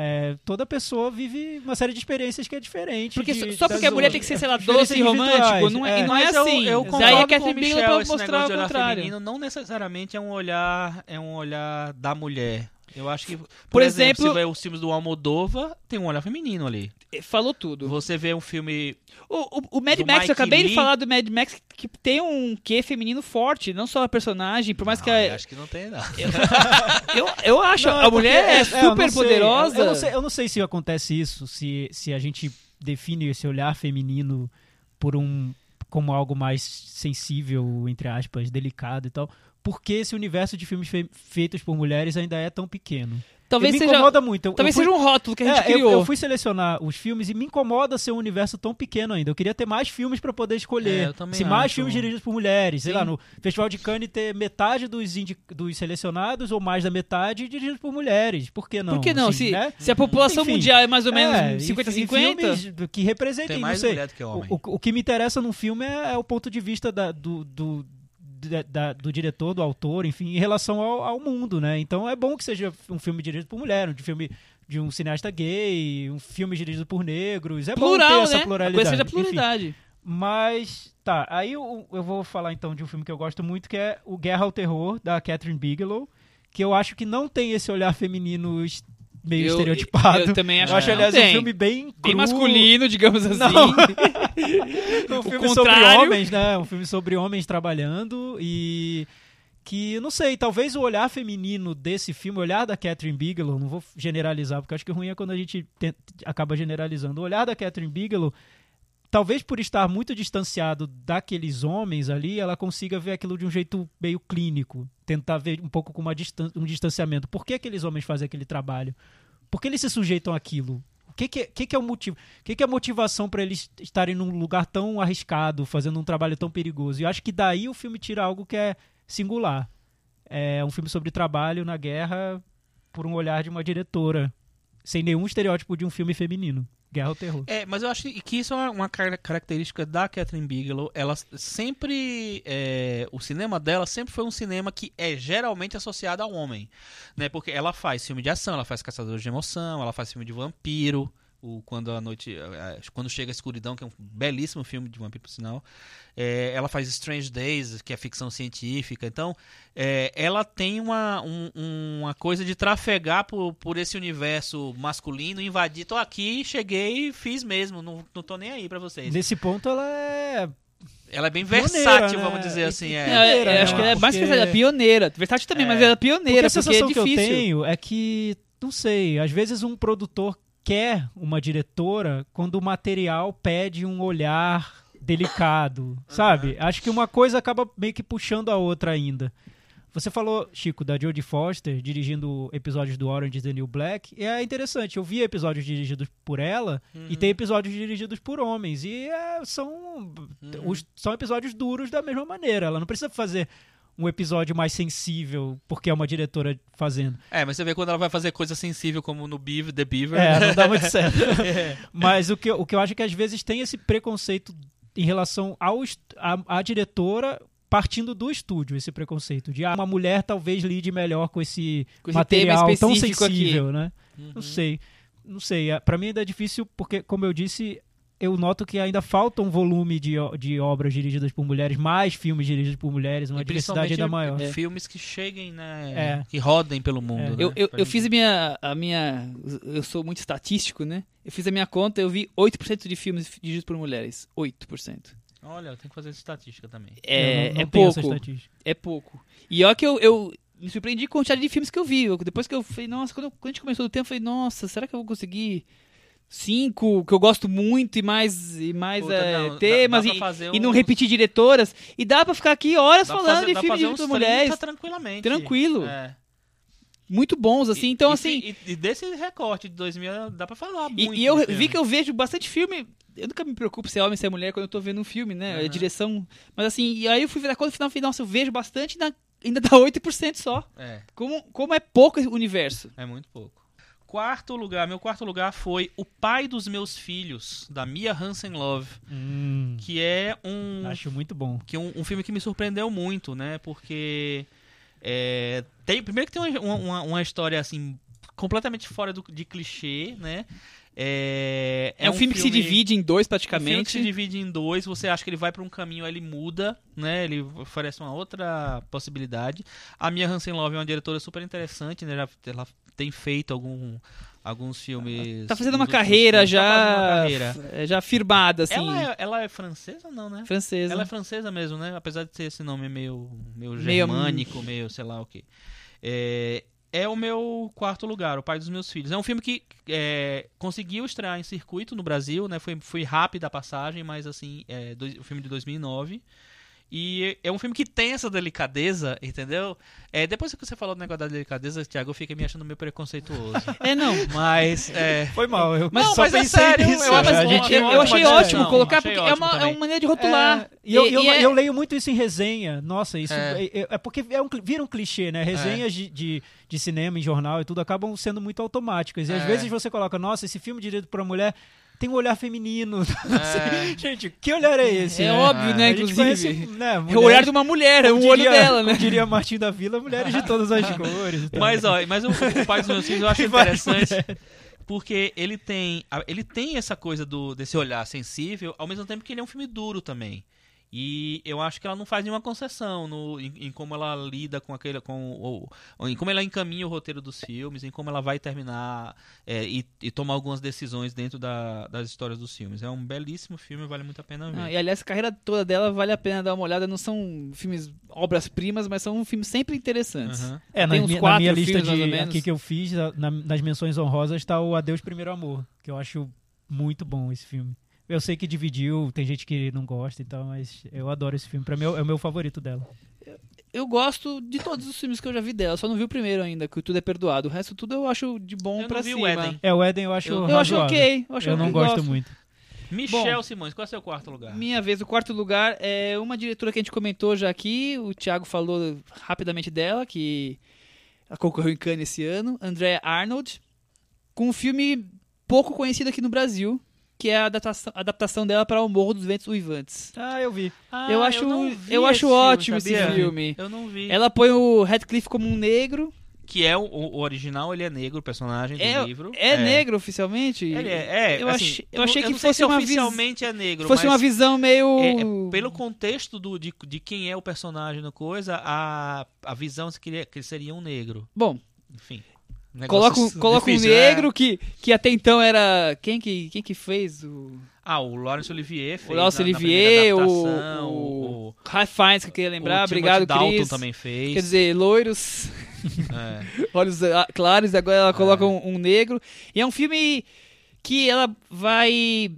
D: é, toda pessoa vive uma série de experiências que é diferente.
B: Porque
D: de-
B: só- só porque a
D: das
B: mulher
D: outras.
B: tem que ser, sei lá,
D: Diferenças
B: doce e romântico,
D: individuais,
B: não é, e não é
C: Mas eu- eu,
B: assim. Daí a
C: concordo com o
B: Catherine Bigelow
C: Michel,
B: pra
C: esse negócio
B: mostrar
C: de
B: o
C: olhar
B: contrário.
C: feminino não necessariamente é um olhar, é um olhar da mulher. Eu acho que, por,
B: Por
C: exemplo,
B: exemplo-
C: você vê os filmes do Almodova, tem um olhar feminino ali.
B: Falou tudo.
C: Você vê um filme
B: O, o- o Mad
C: Do
B: Max,
C: Mike
B: eu acabei
C: Lee.
B: de falar do Mad Max, que que tem um quê feminino forte, não só a personagem, por mais que é-
C: Ah, eu
B: a,
C: acho que não tem não.
B: eu, eu acho,
D: Não, é
B: a
D: porque-
B: mulher é,
D: eu não
B: super
D: sei,
B: poderosa.
D: Eu, eu não sei, eu não sei se acontece isso, se, se a gente define esse olhar feminino por um como algo mais sensível, entre aspas, delicado e tal. Porque esse universo de filmes fe- feitos por mulheres ainda é tão pequeno.
B: Talvez
D: E me
B: seja,
D: incomoda muito. Eu- eu
B: talvez
D: fui-
B: seja um rótulo que a gente
D: é, eu-
B: criou.
D: Eu, fui selecionar os filmes e me incomoda ser um universo tão pequeno ainda. Eu queria ter mais filmes pra poder
C: É,
D: escolher.
C: eu também
D: Se mais
C: acho.
D: filmes dirigidos por mulheres, sei
C: Sim.
D: lá, no Festival de Cannes ter metade dos, indi- dos selecionados ou mais da metade dirigidos por mulheres. Por que não?
B: Por que não?
D: Assim,
B: se,
D: né?
B: se a população
D: Enfim,
B: mundial é mais ou
D: É,
B: menos
D: e-
B: 50-50,
D: e filmes que representem,
C: Tem
D: não
C: mais
D: sei.
C: mulher do que homem.
D: O, o- o que me interessa num filme é, é o ponto de vista da- do, do, da- da- do diretor, do autor, enfim, em relação ao, ao mundo, né? Então é bom que seja um filme dirigido por mulher, um de filme de um cineasta gay, um filme dirigido por negros. É bom ter
B: plural,
D: essa
B: né? A
D: pluralidade.
B: coisa seja
D: enfim.
B: pluralidade.
D: Mas, tá, aí eu, eu vou falar então de um filme que eu gosto muito, que é o Guerra ao Terror, da Catherine Bigelow, que eu acho que não tem esse olhar feminino est- meio
B: Eu-
D: estereotipado.
B: eu também acho
D: eu acho
B: que não
D: aliás, um
B: tem.
D: filme bem
B: Bem
D: cru,
B: masculino, digamos assim.
D: Não. um filme sobre
B: contrário.
D: homens, né? Um filme sobre homens trabalhando e que eu não sei, talvez o olhar feminino desse filme, o olhar da Catherine Bigelow, não vou generalizar, porque eu acho que o ruim é quando a gente ten- acaba generalizando. O olhar da Catherine Bigelow, talvez por estar muito distanciado daqueles homens ali, ela consiga ver aquilo de um jeito meio clínico, tentar ver um pouco com uma distan um distanciamento. Por que aqueles homens fazem aquele trabalho? Por que eles se sujeitam àquilo? O que, que, que que é o motivo? O que, que é a motivação para eles estarem num lugar tão arriscado, fazendo um trabalho tão perigoso? E eu acho que daí o filme tira algo que é singular. É um filme sobre trabalho na guerra por um olhar de uma diretora, sem nenhum estereótipo de um filme feminino. Guerra ou terror.
C: É, mas eu acho que isso é uma- uma car- característica da Catherine Bigelow. Ela sempre. é, o cinema dela sempre foi um cinema que é geralmente associado ao homem. Né? Porque ela faz filme de ação, ela faz Caçadores de Emoção, ela faz filme de vampiro. O quando a noite eh, quando chega a escuridão que é um belíssimo filme de vampiro por sinal É, ela faz Strange Days que é ficção científica então é, ela tem uma, um- uma coisa de trafegar por, por esse universo masculino, invadir. Tô aqui, cheguei, fiz mesmo, não, não tô nem aí pra vocês.
D: Nesse ponto ela é.
C: Ela é bem
D: Pioneira,
C: versátil,
D: né?
C: vamos dizer assim.
B: É,
C: É.
D: Pioneira,
B: é,
D: né?
B: acho que ela é mais
D: Porque-
B: que ela é pioneira. Versátil também, mas ela é
D: Porque
B: pioneira, porque,
D: a sensação
B: é
D: que eu
B: difícil.
D: tenho é que, não sei, às vezes um produtor quer uma diretora quando o material pede um olhar delicado, sabe? Acho que uma coisa acaba meio que puxando a outra ainda. Você falou, Chico, da Jodie Foster dirigindo episódios do Orange is the New Black, e é interessante, eu vi episódios dirigidos por ela
B: Uhum.
D: e tem episódios dirigidos por homens, e é, são,
B: Uhum.
D: os- são episódios duros da mesma maneira, ela não precisa fazer um episódio mais sensível porque é uma diretora fazendo.
C: É, mas você vê quando ela vai fazer coisa sensível, como no Beaver, The Beaver. né?
D: É, não dá muito certo.
B: É.
D: Mas o que, eu- o que eu acho é que às vezes tem esse preconceito em relação ao est- à, à diretora partindo do estúdio, esse preconceito de ah, uma mulher talvez lide melhor com esse,
B: Com esse
D: material
B: tema
D: tão
B: específico aqui. Uhum.
D: sensível, né? Não sei. Não sei. É, Pra mim ainda é difícil porque, como eu disse... Eu noto que ainda falta um volume de, o- de obras dirigidas por mulheres, mais filmes dirigidos por mulheres, uma
C: E
D: diversidade ainda
C: principalmente
D: maior.
C: Filmes que cheguem, né?
D: É.
C: Que rodem pelo mundo. né?
B: Eu, eu,
C: Pra
B: eu
C: gente-
B: fiz a minha, a minha. Eu sou muito estatístico, né? Eu fiz a minha conta, eu vi 8% de filmes dirigidos por mulheres. 8%.
C: Olha, eu tenho que fazer estatística também.
B: É,
D: Eu não-
B: é
D: não tenho essa
B: pouco.
D: estatística.
B: É pouco. E olha que eu, eu me surpreendi com a quantidade de filmes que eu vi. Eu- depois que eu falei, nossa, quando, eu- quando a gente começou o tempo, eu falei, nossa, será que eu vou conseguir cinco que eu gosto muito e mais, e mais
C: Puta,
B: eh,
C: não, dá-
B: temas
C: dá pra
B: e,
C: fazer
B: e não
C: uns-
B: repetir diretoras? E dá pra ficar aqui horas
C: Dá pra
B: falando
C: fazer-
B: de
C: dá pra
B: filmes
C: fazer
B: de outras
C: uns
B: mulheres.
C: 30 tranquilamente.
B: Tranquilo.
C: É.
B: Muito bons, assim.
C: E-
B: então,
C: e
B: assim.
C: se- E, e desse recorte de 2000 dá pra falar
B: E,
C: muito.
B: e eu
C: do
B: vi
C: filme.
B: que eu vejo bastante filme eu nunca me preocupo se é homem, se é mulher, quando eu tô vendo um filme, né? É direção. Mas assim, e aí eu fui ver a coisa no final, falei, nossa, eu vejo bastante, ainda, ainda dá 8% só.
C: É,
B: Como, como é pouco esse universo.
C: é muito pouco. Quarto lugar, meu quarto lugar foi O Pai dos Meus Filhos, da Mia Hansen Love,
D: Hum,
C: que é um
D: acho muito bom.
C: que é um, um filme que me surpreendeu muito, né? Porque é, tem primeiro que tem uma, uma, uma história assim completamente fora do, de clichê, né? É,
B: É, um, filme, que se divide em dois
C: um filme que
B: praticamente.
C: se divide em dois. Você acha que ele vai pra um caminho, aí ele muda, né? Ele oferece uma outra possibilidade. A Mia Hansen Love é uma diretora super interessante, né? Já- Ela tem feito algum, alguns filmes.
B: Tá fazendo
C: nos
B: uma
C: últimos
B: carreira
C: tempos.
B: já.
C: Tá fazendo uma carreira.
B: é, Já firmada, assim.
C: Ela, é, ela é francesa ou não, né?
B: Francesa.
C: Ela é francesa mesmo, né? Apesar de ter esse nome meio, meio
B: Meio-
C: germânico, meio sei lá o quê. É, é o meu quarto lugar, O Pai dos Meus Filhos. É um filme que é, conseguiu estrear em circuito no Brasil, né? Foi, foi rápida a passagem, mas assim, é dois- o filme de 2009. E é um filme que tem essa delicadeza, entendeu? É, depois que você falou do negócio da delicadeza, Thiago, eu fiquei me achando meio preconceituoso.
B: É, não.
C: mas, é...
D: Foi mal, eu
C: Não,
D: só
C: mas é
D: pensei
C: sério,
D: nisso.
C: eu acho
D: a
C: bom,
D: gente-
B: eu,
C: ótimo,
B: eu achei
C: mas é,
B: ótimo
C: não,
B: colocar,
C: achei
B: porque é,
C: ótimo
B: uma, é
C: também.
B: uma maneira de rotular.
D: E eu, eu,
B: é-
D: eu leio muito isso em resenha. Nossa, isso
C: É.
D: é, é- é porque é um, cli- vira um clichê, né? Resenhas de, de, de cinema, em jornal e tudo acabam sendo muito automáticas. E às
C: É.
D: vezes você coloca, nossa, esse filme dirigido por uma mulher tem um olhar feminino. Assim,
C: É.
D: Gente, que olhar é esse?
B: É óbrio, né,
D: A gente
B: inclusive.
D: conhece, né,
B: É o olhar
D: mulheres-
B: de uma mulher, é
D: como
B: o olho
D: diria-
B: dela, né?
D: como diria Martim da Vila, mulheres de todas as cores. e tal.
C: Mas, ó, mas um o, o Pai dos Meus Filhos eu acho
D: várias
C: interessante porque ele tem, a- ele tem essa coisa do, desse olhar sensível, ao mesmo tempo que ele é um filme duro também. E eu acho que ela não faz nenhuma concessão no, em, em como ela lida com aquele. Com, o- ou em como ela encaminha o roteiro dos filmes, em como ela vai terminar é, e, e tomar algumas decisões dentro da- das histórias dos filmes. É um belíssimo filme, vale muito a pena ver.
B: Ah, e aliás, a carreira toda dela vale a pena dar uma olhada. Não são filmes obras-primas, mas são filmes sempre interessantes.
C: Aham.
D: É, na,
B: Tem uns
D: minha, na
B: quatro
D: minha lista
B: filmes, mais ou
D: de,
B: menos.
D: aqui que eu fiz, na- na- nas menções honrosas, tá o Adeus Primeiro Amor, que eu acho muito bom esse filme. Eu sei que dividiu, tem gente que não gosta e tal, mas eu adoro esse filme. Pra mim é o- é o meu favorito dela.
B: Eu gosto de todos os filmes que eu já vi dela, só não vi o primeiro ainda, que o tudo é perdoado. O resto tudo eu acho de bom
C: Eu
B: pra
C: não vi
B: cima.
C: o Éden.
D: É, o Eden eu acho
C: Eu-
B: Eu acho
D: razoável.
B: ok, eu acho
D: eu não
B: ok,
D: gosto muito.
C: Michel Simões, qual é o seu quarto lugar?
B: Minha vez, o quarto lugar é uma diretora que a gente comentou já aqui, o Thiago falou rapidamente dela, que ela concorreu em Cannes esse ano, Andrea Arnold, com um filme pouco conhecido aqui no Brasil, que é a adaptação, a adaptação dela para O Morro dos Ventos Uivantes.
D: Ah, eu vi.
C: Ah,
B: eu acho, um,
C: não
B: eu,
C: vi esse
B: acho
C: filme,
B: ótimo esse
C: sabia?
B: filme.
C: Eu não vi.
B: Ela põe o Radcliffe como um negro,
C: É Que é o, o original, ele é negro, o personagem do
B: É-
C: livro.
B: é, negro oficialmente.
C: Ele é, é,
B: Eu
C: assim,
B: achei- eu
C: não-
B: achei que
C: não sei
B: fosse
C: se
B: uma vis-
C: oficialmente é negro,
B: fosse
C: mas
B: uma visão meio...
C: é- é pelo contexto do, de, de quem é o personagem no coisa, a, a visão se que ele, que ele seria um negro.
B: Bom,
C: Enfim.
B: Coloca, um-
C: negócio
B: coloca
C: difícil,
B: um
C: né?
B: negro que, que até então era. Quem que, quem que fez? O
C: Ah, o Laurence Olivier fez.
B: O Laurence
C: na- na
B: Olivier,
C: primeira
B: o-
C: adaptação,
B: o-
C: o-
B: Ralph Fiennes, que eu queria lembrar.
C: o Timothy
B: Obrigado,
C: Dalton
B: Chris.
C: também fez.
B: Quer dizer, loiros,
C: É.
B: olhos ah, claros, e agora ela coloca um, um negro. E é um filme que ela vai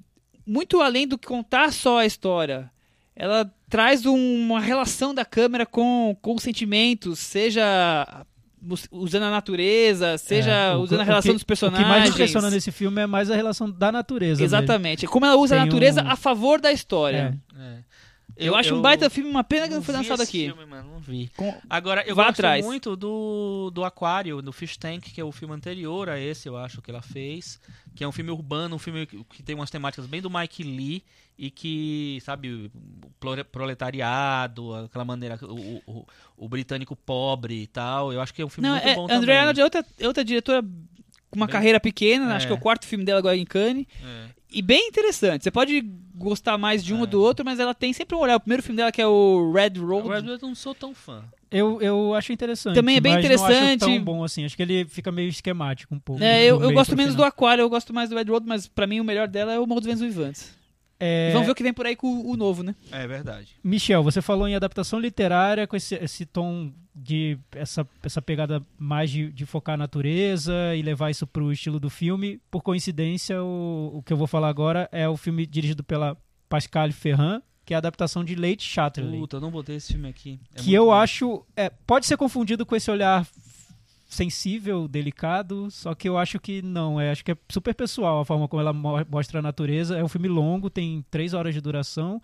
B: muito além do que contar só a história. Ela traz um- uma relação da câmera com, com os sentimentos, seja us- usando a natureza, seja
D: É, o-
B: usando a
D: o
B: relação
D: que-
B: dos
D: O
B: personagens.
D: que mais impressiona nesse filme é mais a relação da natureza.
B: Exatamente. Como ela usa a
D: Tem
B: natureza
D: um-
B: a favor da história.
D: mesmo. É.
C: É.
B: Eu, acho um baita filme, uma pena que não foi
C: vi
B: lançado
C: esse
B: aqui.
C: filme, mano, não vi.
B: Com-
C: Agora, eu
B: Vá
C: gosto
B: atrás.
C: muito do, do Aquário, do Fish Tank, que é o filme anterior a esse, eu acho, que ela fez. Que é um filme urbano, um filme que que tem umas temáticas bem do Mike Lee e que, sabe, o plore- proletariado, aquela maneira, o, o- o britânico pobre e tal. Eu acho que é um filme
B: Não,
C: muito
B: é,
C: bom
B: Andrea
C: também.
B: Arnold é outra, é outra diretora com uma
C: Bem-
B: carreira pequena, acho
C: É.
B: que é o quarto filme dela agora em Cannes.
C: É.
B: E bem interessante. Você pode gostar mais de um
C: É.
B: ou do outro, mas ela tem sempre um olhar. O primeiro filme dela, que é o Red Road,
C: Agora, eu não sou tão fã.
D: Eu, eu acho interessante.
B: Também é bem
D: mas Não acho
B: interessante.
D: tão bom assim. Acho que ele fica meio esquemático um pouco.
B: É, eu,
D: do
B: eu
D: meio
B: gosto
D: pro
B: menos do
D: final.
B: Aquário, eu gosto mais do Red Road, mas pra mim o melhor dela é o Morro dos Ventos Vivantes.
D: É,
B: Vamos ver o que vem por aí com o, o novo, né?
C: É verdade.
D: Michel, você falou em adaptação literária com esse, esse tom de essa, essa pegada mais de, de focar a natureza e levar isso pro estilo do filme. Por coincidência, o, o que eu vou falar agora é o filme dirigido pela Pascal Ferrand, que é a adaptação de Lady Chatterley,
C: Puta, eu não botei esse filme aqui. É
D: que
C: muito
D: eu
C: bom.
D: acho é, pode ser confundido com esse olhar sensível, delicado, só que eu acho que não, é, acho que é super pessoal a forma como ela mo- mostra a natureza. É um filme longo, tem três horas de duração.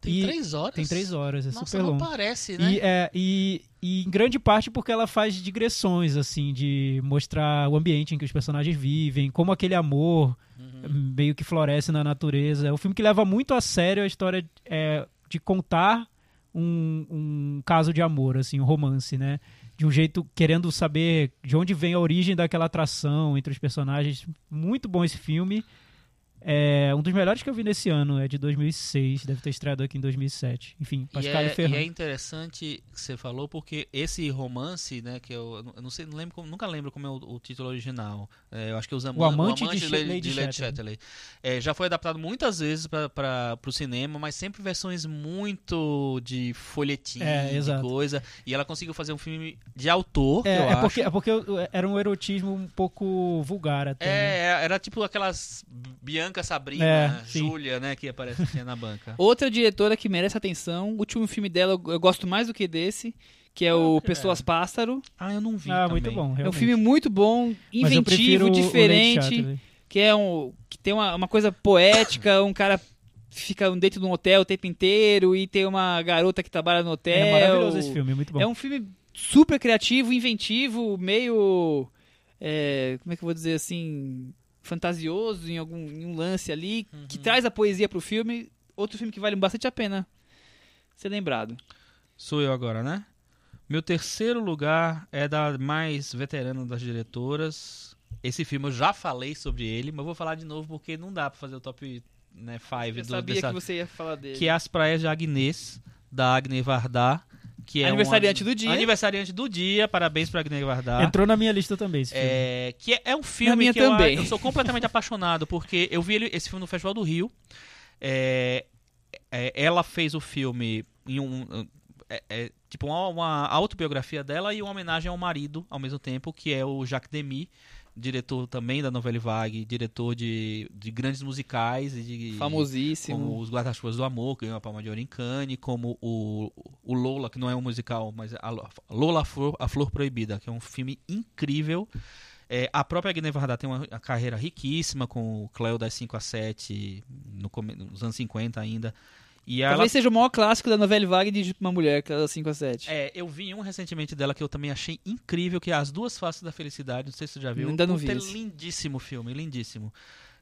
C: Tem
D: e
C: três horas?
D: Tem três horas, é
C: Nossa,
D: super
C: não
D: longo.
C: parece, né?
D: E, é, e, e em grande parte porque ela faz digressões, assim, de mostrar o ambiente em que os personagens vivem, como aquele amor
C: Uhum.
D: meio que floresce na natureza. É um filme que leva muito a sério a história é, de contar um, um caso de amor, assim, um romance, né? De um jeito querendo saber de onde vem a origem daquela atração entre os personagens. Muito bom esse filme. É um dos melhores que eu vi nesse ano, é de 2006, deve ter estreado aqui em 2007. Enfim,
C: E
D: Pascal e,
C: é, e
D: Ferrand.
C: é interessante que você falou, porque esse romance, né, que eu, eu não sei, não lembro, como- nunca lembro como é o, o título original. É, eu acho que os Am-
D: O Amante de Sh-
C: La-
D: Lady
C: Lady
D: Chatterley.
C: Chatterley. É, já foi adaptado muitas vezes para o cinema, mas sempre versões muito de folhetim,
D: É,
C: de
D: exato.
C: coisa. E ela conseguiu fazer um filme de autor,
D: É,
C: eu
D: é
C: acho.
D: porque, é porque eu- eu- era um erotismo um pouco vulgar até. né?
C: É, era tipo aquelas Bianca, Sabrina,
D: É, sim.
C: Júlia, né, que aparece assim na banca.
B: Outra diretora que merece atenção, o último filme dela eu eu gosto mais do que desse, que é o Pessoas Pássaro.
C: Ah, eu não vi
D: Ah,
C: também.
D: muito bom, realmente.
B: É um filme muito bom,
D: Mas eu
B: inventivo,
D: prefiro o- o Lady
B: diferente.
D: Chatterley.
B: que é um que tem uma, uma coisa poética, um cara fica dentro de um hotel o tempo inteiro e tem uma garota que trabalha no hotel.
D: É maravilhoso esse filme, muito bom.
B: É um filme super criativo, inventivo, meio é, como é que eu vou dizer assim, fantasioso em algum em um lance ali que traz a poesia pro filme. Outro filme que vale bastante a pena ser lembrado.
C: Sou eu agora, né? Meu terceiro lugar é da mais veterana das diretoras. Esse filme eu já falei sobre ele, mas eu vou falar de novo porque não dá pra fazer o top 5 né, five
B: Eu
C: do-
B: sabia
C: dessa-
B: que você ia falar dele.
C: que é As Praias de Agnes, da Agne Vardar. Que é
B: Aniversariante
C: uma-
B: do dia.
C: Aniversariante do dia, parabéns pra Agne Vardar.
D: Entrou na minha lista também esse filme.
C: Ah. É, que é- é um filme
B: minha
C: que eu a-
B: também.
C: Eu, sou completamente apaixonado, porque eu vi ele- esse filme no Festival do Rio. É, é, ela fez o filme em um. é- é, tipo, uma, uma autobiografia dela e uma homenagem ao marido ao mesmo tempo, que é o Jacques Demy, diretor também da Novelle Vague, diretor de, de grandes musicais e de.
B: Famosíssimo.
C: Como os Guarda-Chuvas do Amor, que ganhou a Palma de Ouro em Cannes, como o, o Lola, que não é um musical, mas a Lo- Lola, a Flor, a Flor Proibida, que é um filme incrível. É, a própria Agne Vardar tem uma, uma carreira riquíssima com o Cleo das 5 a 7, no, come- nos anos 50 ainda. E ela
B: Talvez seja o maior clássico da novela vague de uma mulher, que é da 5 a 7.
C: é, eu vi um recentemente dela que eu também achei incrível, que é As Duas Faces da Felicidade. Não sei se você já viu.
B: Ainda não
C: Puta,
B: vi
C: é
B: esse.
C: lindíssimo filme, lindíssimo.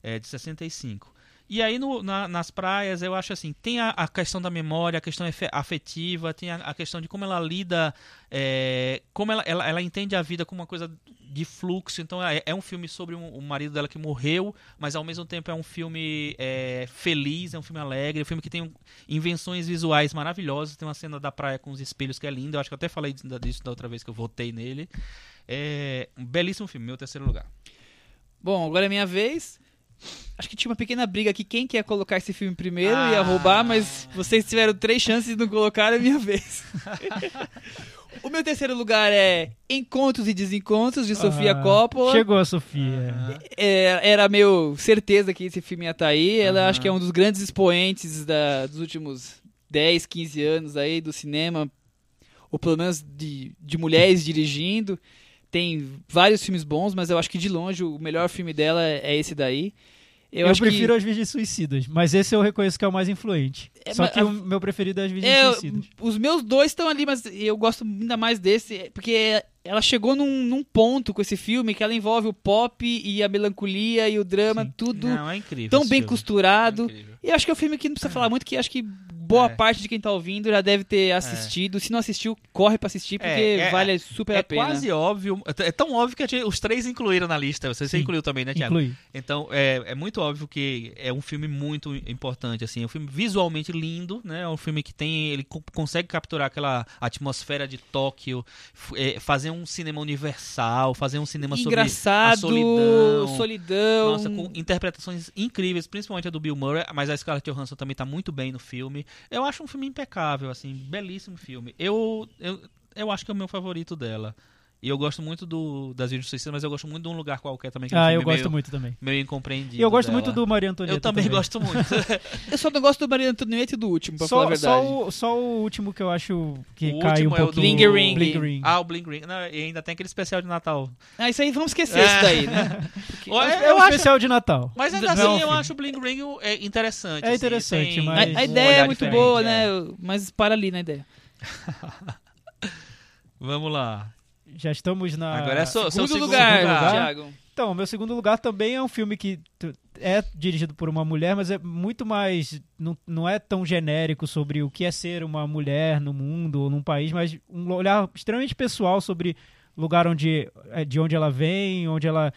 C: É, de 65. E aí, no- na- nas praias, eu acho assim, tem a, a questão da memória, a questão efe- afetiva, tem a, a questão de como ela lida, é, como ela, ela, ela entende a vida como uma coisa de fluxo. Então, é, é um filme sobre um- o marido dela que morreu, mas ao mesmo tempo é um filme é, feliz, é um filme alegre, é um filme que tem um- invenções visuais maravilhosas. Tem uma cena da praia com os espelhos que é linda. Eu acho que eu até falei disso da- disso da outra vez que eu votei nele. É um belíssimo filme, meu terceiro lugar.
B: Bom, agora é minha vez. Acho que tinha uma pequena briga aqui. Quem quer colocar esse filme primeiro ia
C: Ah.
B: roubar, mas vocês tiveram três chances e não colocaram, é minha vez. o meu terceiro lugar é Encontros e Desencontros, de Sofia
D: Ah,
B: Coppola.
D: Chegou a
C: Ah.
D: Sofia.
B: É, era meio certeza que esse filme ia estar aí. Ela acho que é um dos grandes expoentes da- dos últimos 10, 15 anos aí do cinema, ou pelo menos de, de mulheres dirigindo. Tem vários filmes bons, mas eu acho que de longe o melhor filme dela é esse daí. Eu,
D: Eu,
B: acho
D: prefiro As Virgens Suicidas, mas esse eu reconheço que é o mais influente.
B: É,
D: Só
B: mas-
D: que o meu preferido é As
B: que
D: Virgens
B: é,
D: Suicidas.
B: os meus dois estão ali, mas eu gosto ainda mais desse, porque ela chegou num, num ponto com esse filme que ela envolve o pop e a melancolia e o drama, tudo
C: Não, é incrível.
B: tão
C: esse
B: bem
C: filme.
B: costurado.
C: Incrível.
B: E acho que é um filme que não precisa falar muito, que acho que boa
C: É.
B: parte de quem tá ouvindo já deve ter assistido. Se não assistiu, corre pra assistir, porque
C: É, é-
B: vale super
C: É
B: a pena.
C: quase óbvio, é tão óbvio que a gente- os três incluíram na lista. Você, você
D: Sim.
C: incluiu também, né, Tiago?
D: Inclui.
C: Então, é, é muito óbvio que é um filme muito importante, assim. É um filme visualmente lindo, né? É um filme que tem... Ele co- consegue capturar aquela atmosfera de Tóquio, f- é, fazer um cinema universal, fazer um cinema sobre a
B: Engraçado,
C: solidão.
B: solidão.
C: Nossa, com interpretações incríveis, principalmente a do Bill Murray, mas a Scarlett Johansson também tá muito bem no filme. Eu acho um filme impecável, assim, belíssimo filme. Eu, eu, eu acho que é o meu favorito dela. E eu gosto muito do, das Virgens Suicidas, mas eu gosto muito de um lugar qualquer também que é um
D: Ah,
C: filme
D: eu gosto
C: meio,
D: muito também.
C: meio incompreendido.
D: E eu gosto
C: dela.
D: muito do Maria Antonieta.
C: Eu também, gosto muito.
B: Eu só não gosto do Maria Antonieta e do último, pra
D: Só,
B: falar a
D: só
B: verdade.
D: o, só o último que eu acho que
C: O
D: cai um
C: último é o
D: pouquinho.
B: do- Lingering.
D: Lingering.
C: ah, o Bling Ring. Não, e ainda tem aquele especial de Natal.
B: Ah, isso aí vamos esquecer
C: É.
B: isso daí, né?
C: Eu,
D: É um especial de Natal.
C: Mas ainda
D: Não, é um
C: assim, eu
D: filho.
C: acho o Bling Ring é interessante.
D: É
C: assim,
D: interessante,
C: tem
B: A,
D: mas-
C: um
B: a
D: Um
B: ideia é
C: olhar
B: muito
C: diferente,
B: boa,
C: é.
B: né? Mas para ali na ideia.
D: um
C: Vamos lá.
D: Já estamos na.
C: Agora é só- seu
B: Segundo lugar,
C: lugar.
B: Thiago.
D: Então, meu segundo lugar também é um filme que tu- é dirigido por uma mulher, mas é muito mais. Não, não é tão genérico sobre o que é ser uma mulher no mundo ou num país, mas um olhar extremamente pessoal sobre o lugar onde, eh, de onde ela vem, onde ela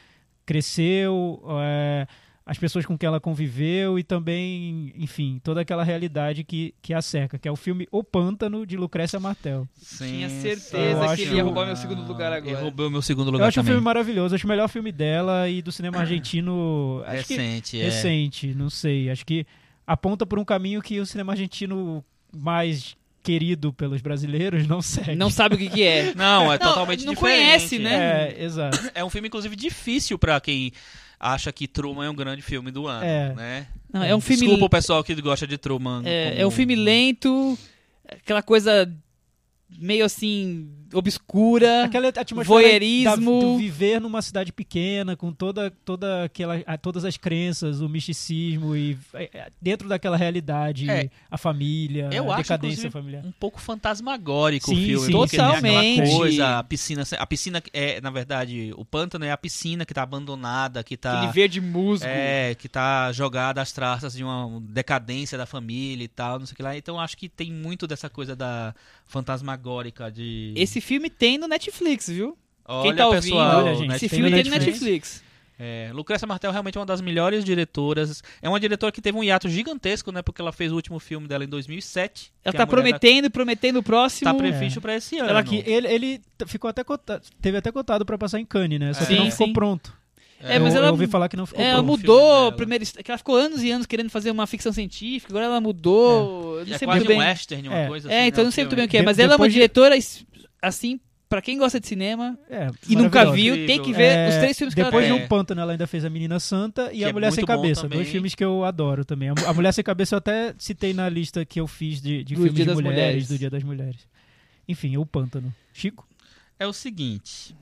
D: cresceu, eh, as pessoas com quem ela conviveu e também, enfim, toda aquela realidade que, que a cerca, que é o filme O Pântano de Lucrécia Martel.
B: Tinha
D: eu
B: certeza
D: acho-
B: que ele ia roubar meu segundo lugar agora.
C: Ele roubou meu segundo
D: Eu
C: lugar
D: acho um
C: também.
D: filme maravilhoso, acho o melhor filme dela e do cinema argentino. Acho que
C: Recente, é.
D: recente, não sei. Acho que aponta por um caminho que o cinema argentino mais querido pelos brasileiros não segue.
B: Não sabe o que, que é.
C: Não, é
B: Não,
C: totalmente
B: não
C: diferente.
B: conhece, né?
D: É, exato.
C: É um filme, inclusive, difícil pra quem acha que Truman é um grande filme do ano,
D: É.
C: né?
B: Não, é um filme.
C: Desculpa o pessoal que gosta de Truman.
B: É,
C: como-
B: é um filme lento, aquela coisa meio assim, obscura.
D: Aquela atmosfera
B: Voyeurismo.
D: da- do viver numa cidade pequena, com toda, toda aquela, a- todas as crenças, o misticismo e é, é, dentro daquela realidade,
C: É.
D: a família,
C: Eu
D: a
C: acho,
D: decadência
C: inclusive,
D: familiar.
C: Um pouco fantasmagórico
D: Sim,
C: o filme.
D: sim.
C: porque tem aquela
B: Totalmente.
C: coisa, a piscina... A piscina é, na verdade, o pântano é a piscina que tá abandonada, que tá...
B: Aquele verde musgo.
C: É, que tá jogada as traças de uma decadência da família e tal, não sei o que lá. Então acho que tem muito dessa coisa da fantasmagórica de.
B: Esse filme tem no Netflix, viu?
C: Olha,
B: Quem tá ouvindo,
C: pessoal, né,
D: olha, gente,
B: Esse
D: tem
B: filme
D: no
B: tem no
D: Netflix.
B: Netflix.
C: É, Lucrécia Martel é realmente uma das melhores diretoras. É uma diretora que teve um hiato gigantesco, né? Porque ela fez o último filme dela em 2007.
B: Ela
C: que
B: tá
C: a mulher
B: prometendo e prometendo o próximo.
C: Tá, tá previsto pra esse ano.
D: Ela que, ele ele t- ficou até cotado, teve até cotado pra passar em Cannes, né? Só que
B: Sim,
D: não ficou
B: sim.
D: pronto.
B: É, mas
D: eu,
B: ela-
D: eu ouvi falar que não ficou
B: É, ela
D: pronto.
C: mu-
B: mudou
C: um dela.
B: o primeiro. é que Ela ficou anos e anos querendo fazer uma ficção científica, agora ela mudou. eu Não
C: É
B: sei
C: quase
B: muito
C: um
B: bem.
C: western, uma
D: É.
C: coisa assim.
B: É, então
C: né,
B: eu não sei muito bem o que é,
D: De-
B: mas ela é uma
D: depois de-
B: diretora, es- assim, pra quem gosta de cinema
D: É,
B: e nunca
D: maravilhosa.
B: viu,
C: Incrível.
B: tem que ver
D: É,
B: os três filmes que ela
D: Depois
B: tem.
D: de
C: tem.
D: Um Pântano, ela ainda fez A Menina Santa e
C: Que
D: A
C: é
D: Mulher Sem
C: muito bom
D: Cabeça.
C: também.
D: Dois filmes que eu adoro também. A Mu- A Mulher Sem Cabeça eu até citei na lista que eu fiz de, de
B: Do
D: filmes
B: Dia
D: de
B: das
D: mulheres,
B: Mulheres.
D: do Dia das Mulheres. Enfim, O Pântano. Chico?
C: É o seguinte.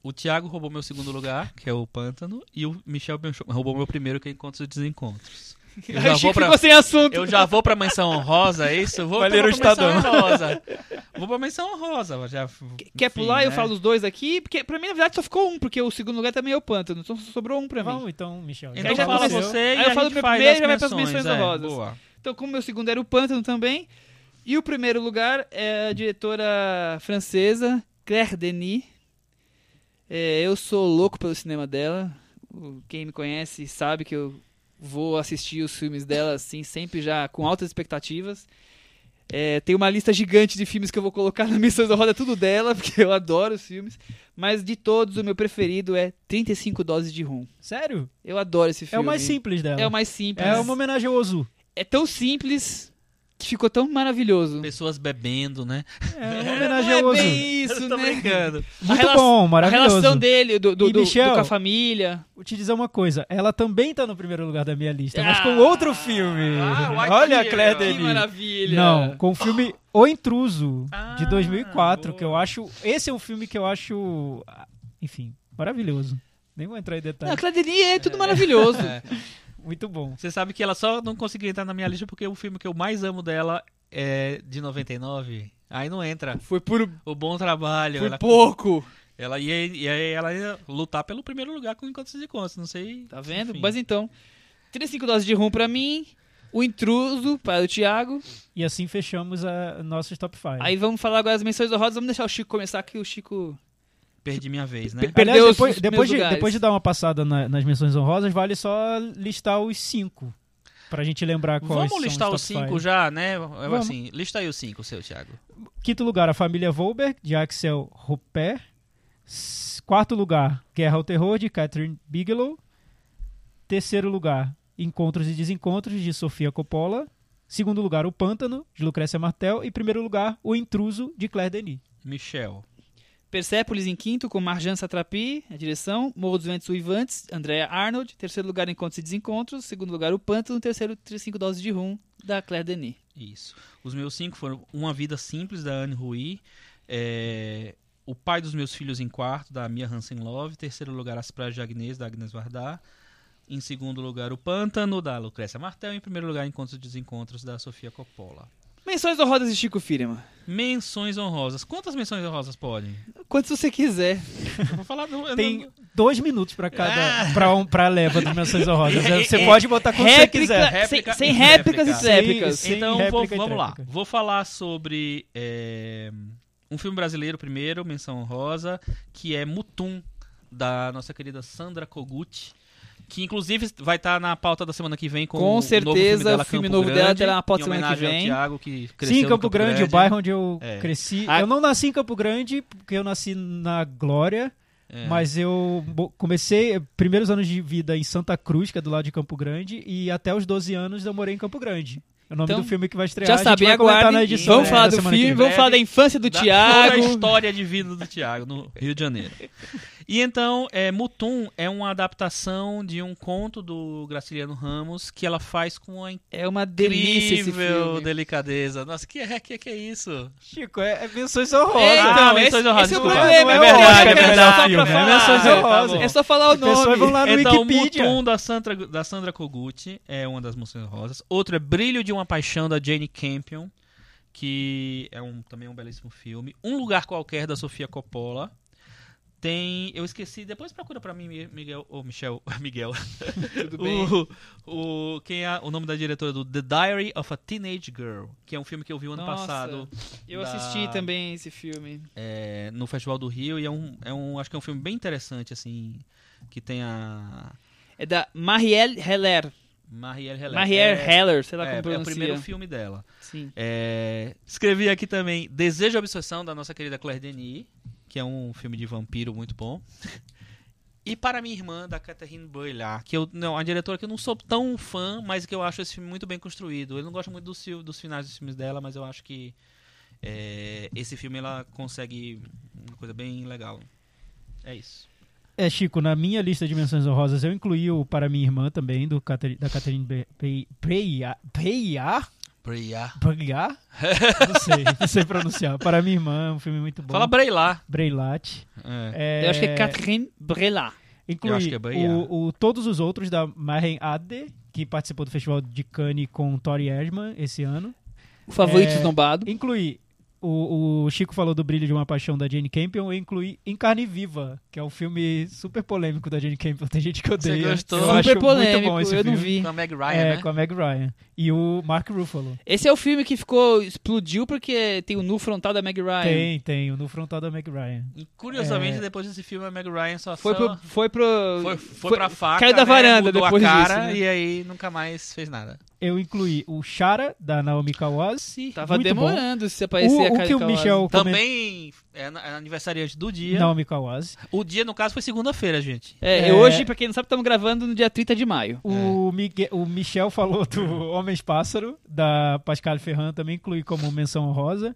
C: O Thiago roubou meu segundo lugar, que é o Pântano, e o Michel Benchon- roubou meu primeiro, que é Encontros e Desencontros. Eu já,
B: Achei
C: vou
B: que
C: pra,
B: ficou sem assunto.
C: eu já vou pra menção honrosa, é isso? Vou,
D: Vai ler
C: vou
D: o
C: pra menção
D: Estadão.
C: honrosa. Vou pra menção honrosa.
B: É
C: Já,
B: Quer
C: enfim,
B: pular? Eu
C: né?
B: falo os dois aqui, porque pra mim, na verdade, só ficou um, porque o segundo lugar também é o Pântano, então só sobrou um pra mim.
D: Vamos então, Michel.
C: Então
B: já
C: fala
B: começou.
C: você
B: Aí
C: e
B: eu
C: a
B: falo
C: gente
B: meu
C: faz
B: primeiro,
C: as
B: já vai pras menções
C: é.
B: honrosas.
C: Boa.
B: Então, como meu segundo era o Pântano também, e o primeiro lugar é a diretora francesa, Claire Denis. É, eu sou louco pelo cinema dela. O- Quem me conhece sabe que eu vou assistir os filmes dela assim, sempre já com altas expectativas. É, tem uma lista gigante de filmes que eu vou colocar na Missões da Roda, tudo dela, porque eu adoro os filmes. Mas de todos, o meu preferido é 35 Doses de Rum.
D: Sério?
B: Eu adoro esse
D: É
B: filme.
D: o mais simples dela.
B: É o mais simples.
D: É uma homenagem ao Ozu.
B: É tão simples que ficou tão maravilhoso.
C: Pessoas bebendo, né?
D: É uma homenagem
B: Não é
D: ao Ozu.
B: bem isso,
C: Tô
B: né?
C: brincando.
D: Muito
B: relação-
D: bom,
B: A
D: maravilhoso.
B: relação dele, do, do,
D: E
B: do-
D: Michel?
B: do com a família.
D: Vou te dizer uma coisa. Ela também tá no primeiro lugar da minha lista, mas
B: Ah.
D: com outro filme.
C: Ah, White
D: Olha a
C: Eagle.
D: Claire
C: Que
D: Denis.
B: Que maravilha.
D: Não, com o filme O Intruso, de
C: é- Ah,
D: 2004, que eu
C: boa.
D: acho... Esse é um filme que eu acho, ah, enfim, maravilhoso. Nem vou entrar em
B: Não, a
D: detalhes.
B: Claire Denis é tudo maravilhoso.
D: Muito bom.
C: Você sabe que ela só não conseguiu entrar na minha lista porque o filme que eu mais amo dela é de 99. Aí não entra.
B: Foi por,
C: O bom trabalho.
B: por
C: ela,
B: pouco.
C: ela ia, ia- ela ia lutar pelo primeiro lugar com Encontros e Contas. Não sei.
B: Tá vendo?
C: Enfim.
B: Mas então, 35 doses de rum pra mim, o intruso para o Thiago.
D: E assim fechamos a nossos top 5.
B: Aí vamos falar agora as menções honrosas. Vamos deixar o Chico começar, que o Chico...
C: Perdi minha vez, né?
B: perdeu os-
D: depois,
B: os
D: depois,
B: meus
D: de,
B: lugares.
D: depois de dar uma passada na- nas menções honrosas, vale só listar os cinco. Pra gente lembrar quais
C: Vamos listar
D: são
C: os
D: os top
C: cinco
D: five.
C: já, né? Assim, lista aí os cinco, seu Thiago.
D: Quinto lugar, A Família Volberg, de Axel Rupert. S- Quarto lugar, Guerra ao Terror, de Catherine Bigelow. Terceiro lugar, Encontros e Desencontros, de Sofia Coppola. Segundo lugar, O Pântano, de Lucrécia Martel. E primeiro lugar, O Intruso, de Claire Denis.
C: Michel.
B: Persépolis em quinto, com Marjan Satrapi, a direção. Morro dos Ventos Uivantes, Andrea Arnold. Terceiro lugar, Encontros e Desencontros. Segundo lugar, O Pântano. Terceiro, 35 Doses de Rum, da Claire Denis.
C: Isso. Os meus cinco foram Uma Vida Simples, da Anne Rui. é, O Pai dos Meus Filhos em Quarto, da Mia Hansen Love. Terceiro lugar, As Praias de Agnes, da Agnes Vardar. Em segundo lugar, O Pântano, da Lucrécia Martel. Em primeiro lugar, Encontros e Desencontros, da Sofia Coppola.
B: Menções honrosas de Chico Firman.
C: Menções honrosas. Quantas menções honrosas podem?
B: Quantos você quiser.
C: Eu vou falar. eu
D: Tem
C: não-
D: dois minutos pra cada. pra, um, pra leva dos Menções Honrosas. Você pode botar quando você
B: Réplica-
D: quiser.
C: Réplica
B: sem,
C: e
B: sem réplicas
C: réplica.
B: e tréplicas.
D: Sem- sem
C: Então,
D: réplica
C: vou-
D: e
C: vamos lá.
D: tréplica.
C: Vou falar sobre é, um filme brasileiro primeiro, menção honrosa, que é Mutum, da nossa querida Sandra Kogut, que inclusive vai estar na pauta da semana que vem com,
B: Com
C: o novo filme
B: certeza,
C: dela,
B: o filme
C: Campo
B: novo dela
C: Grande,
B: terá na pauta
C: em
B: semana que
C: homenagem ao
B: vem.
C: Thiago, que cresceu
D: Sim,
C: no
D: Campo, Grande, o bairro onde eu
C: É.
D: cresci.
B: Ah.
D: Eu não nasci em Campo Grande, porque eu nasci na Glória,
C: É.
D: mas eu bo- comecei eh, primeiros anos de vida em Santa Cruz, que é do lado de Campo Grande, e até os 12 anos eu morei em Campo Grande. É o nome
B: Então,
D: do filme que vai estrear.
B: Já
D: a gente
B: sabem,
D: vai comentar
B: aguardem.
D: na edição
B: vamos
D: da-
B: falar
D: da
B: do
D: semana que
B: filme,
D: vem.
B: vamos falar da infância do
C: da, toda a
B: Thiago.
C: história de vida do Thiago no Rio de Janeiro. E então, é, Mutum é uma adaptação de um conto do Graciliano Ramos que ela faz com a
B: É uma delícia esse
C: incrível
B: filme.
C: delicadeza. Nossa, que é que, que é isso?
D: Chico, é, é menções
B: É,
D: honrosas.
B: então,
C: menções honrosas,
B: esse, esse é o
C: desculpa.
B: problema.
D: É
B: eu
D: verdade,
B: acho que só
D: é verdade,
B: pra
D: filme, é
B: falar.
D: menções honrosas.
B: É só falar o
D: As pessoas
B: nome. É
D: vão lá Tá no
C: então,
D: Wikipedia.
C: Mutum da Sandra, da Sandra Kogut é uma das moças rosas. Outro é Brilho de uma Paixão da Jane Campion, que é um, também um belíssimo filme. Um Lugar Qualquer da Sofia Coppola. Tem, eu esqueci, depois procura pra mim, Miguel, ou Michel, Miguel.
B: Tudo
C: O, o, quem é o nome da diretora do The Diary of a Teenage Girl, que é um filme que eu vi o ano
B: Nossa.
C: passado
B: Eu
C: da-
B: assisti também esse filme.
C: é, no Festival do Rio e é um, é um, acho que é um filme bem interessante, assim, que tem a
B: É da Marielle Heller.
C: Marielle Heller.
B: Marielle
C: É-
B: Heller, sei lá
C: é,
B: como
C: é o
B: pronuncia.
C: primeiro filme dela.
B: Sim.
C: É, escrevi aqui também Desejo e Obsessão, da nossa querida Claire Denis, que é um filme de vampiro muito bom. E Para Minha Irmã, da Catherine Boylar, que eu, não, a diretora que eu não sou tão fã, mas que eu acho esse filme muito bem construído. Eu não gosto muito dos, fil- dos finais dos filmes dela, mas eu acho que é, esse filme ela consegue uma coisa bem legal. É isso.
D: É, Chico, na minha lista de menções honrosas eu incluí o Para Minha Irmã também, do Cateri- da Catherine Be- Pe- Preia- Preiar?
C: Breilar.
D: Preiar? Não sei, não sei pronunciar. Para Minha Irmã, um filme muito bom.
C: Fala Breilar.
D: Breilat.
C: É.
D: É,
B: Eu acho que é Catherine Brelat.
D: incluí
C: eu acho que é Breiar.
D: o, o Todos os Outros, da Maren Ade, que participou do Festival de Cannes com Tori Erdman esse ano.
B: O favorito
D: É,
B: esnombado.
D: Incluí, o, o Chico falou do Brilho de uma Paixão, da Jane Campion, eu incluí Em Carne Viva, que é um filme super polêmico da Jane Campion. Tem gente que odeia.
C: gostou?
D: Eu
C: Super
D: acho
B: Super polêmico,
D: muito bom esse
B: eu não
D: filme.
B: vi.
C: Com a Meg Ryan,
D: é,
C: né?
D: com a Meg Ryan. E o Mark Ruffalo.
B: Esse é o filme que ficou. explodiu porque tem o nu frontal da Meg Ryan.
D: Tem, tem. o No frontal da Meg Ryan.
C: E, curiosamente,
D: É.
C: depois desse filme, a Meg Ryan só
B: Foi
C: só-
B: pro. Foi pro.
C: Foi, foi pra faca.
B: Caiu da
C: né?
B: varanda
C: Mudou
B: depois
C: a cara
B: disso, né?
C: e aí nunca mais fez nada.
D: Eu incluí o Shara, da Naomi Kawase.
B: Tava
D: muito bom.
B: demorando se aparecer a
D: O, o
B: Karen
D: que o
B: Kawase.
D: Michel comentou.
C: Também é, na- é aniversariante do dia.
D: Naomi Kawase.
C: O dia, no caso, foi segunda-feira, gente.
B: É,
D: É.
B: hoje, pra quem não sabe, estamos gravando no dia 30 de maio.
D: O, Migue- o Michel falou do Homens Pássaro, da Pascal Ferrand, também incluí como menção rosa.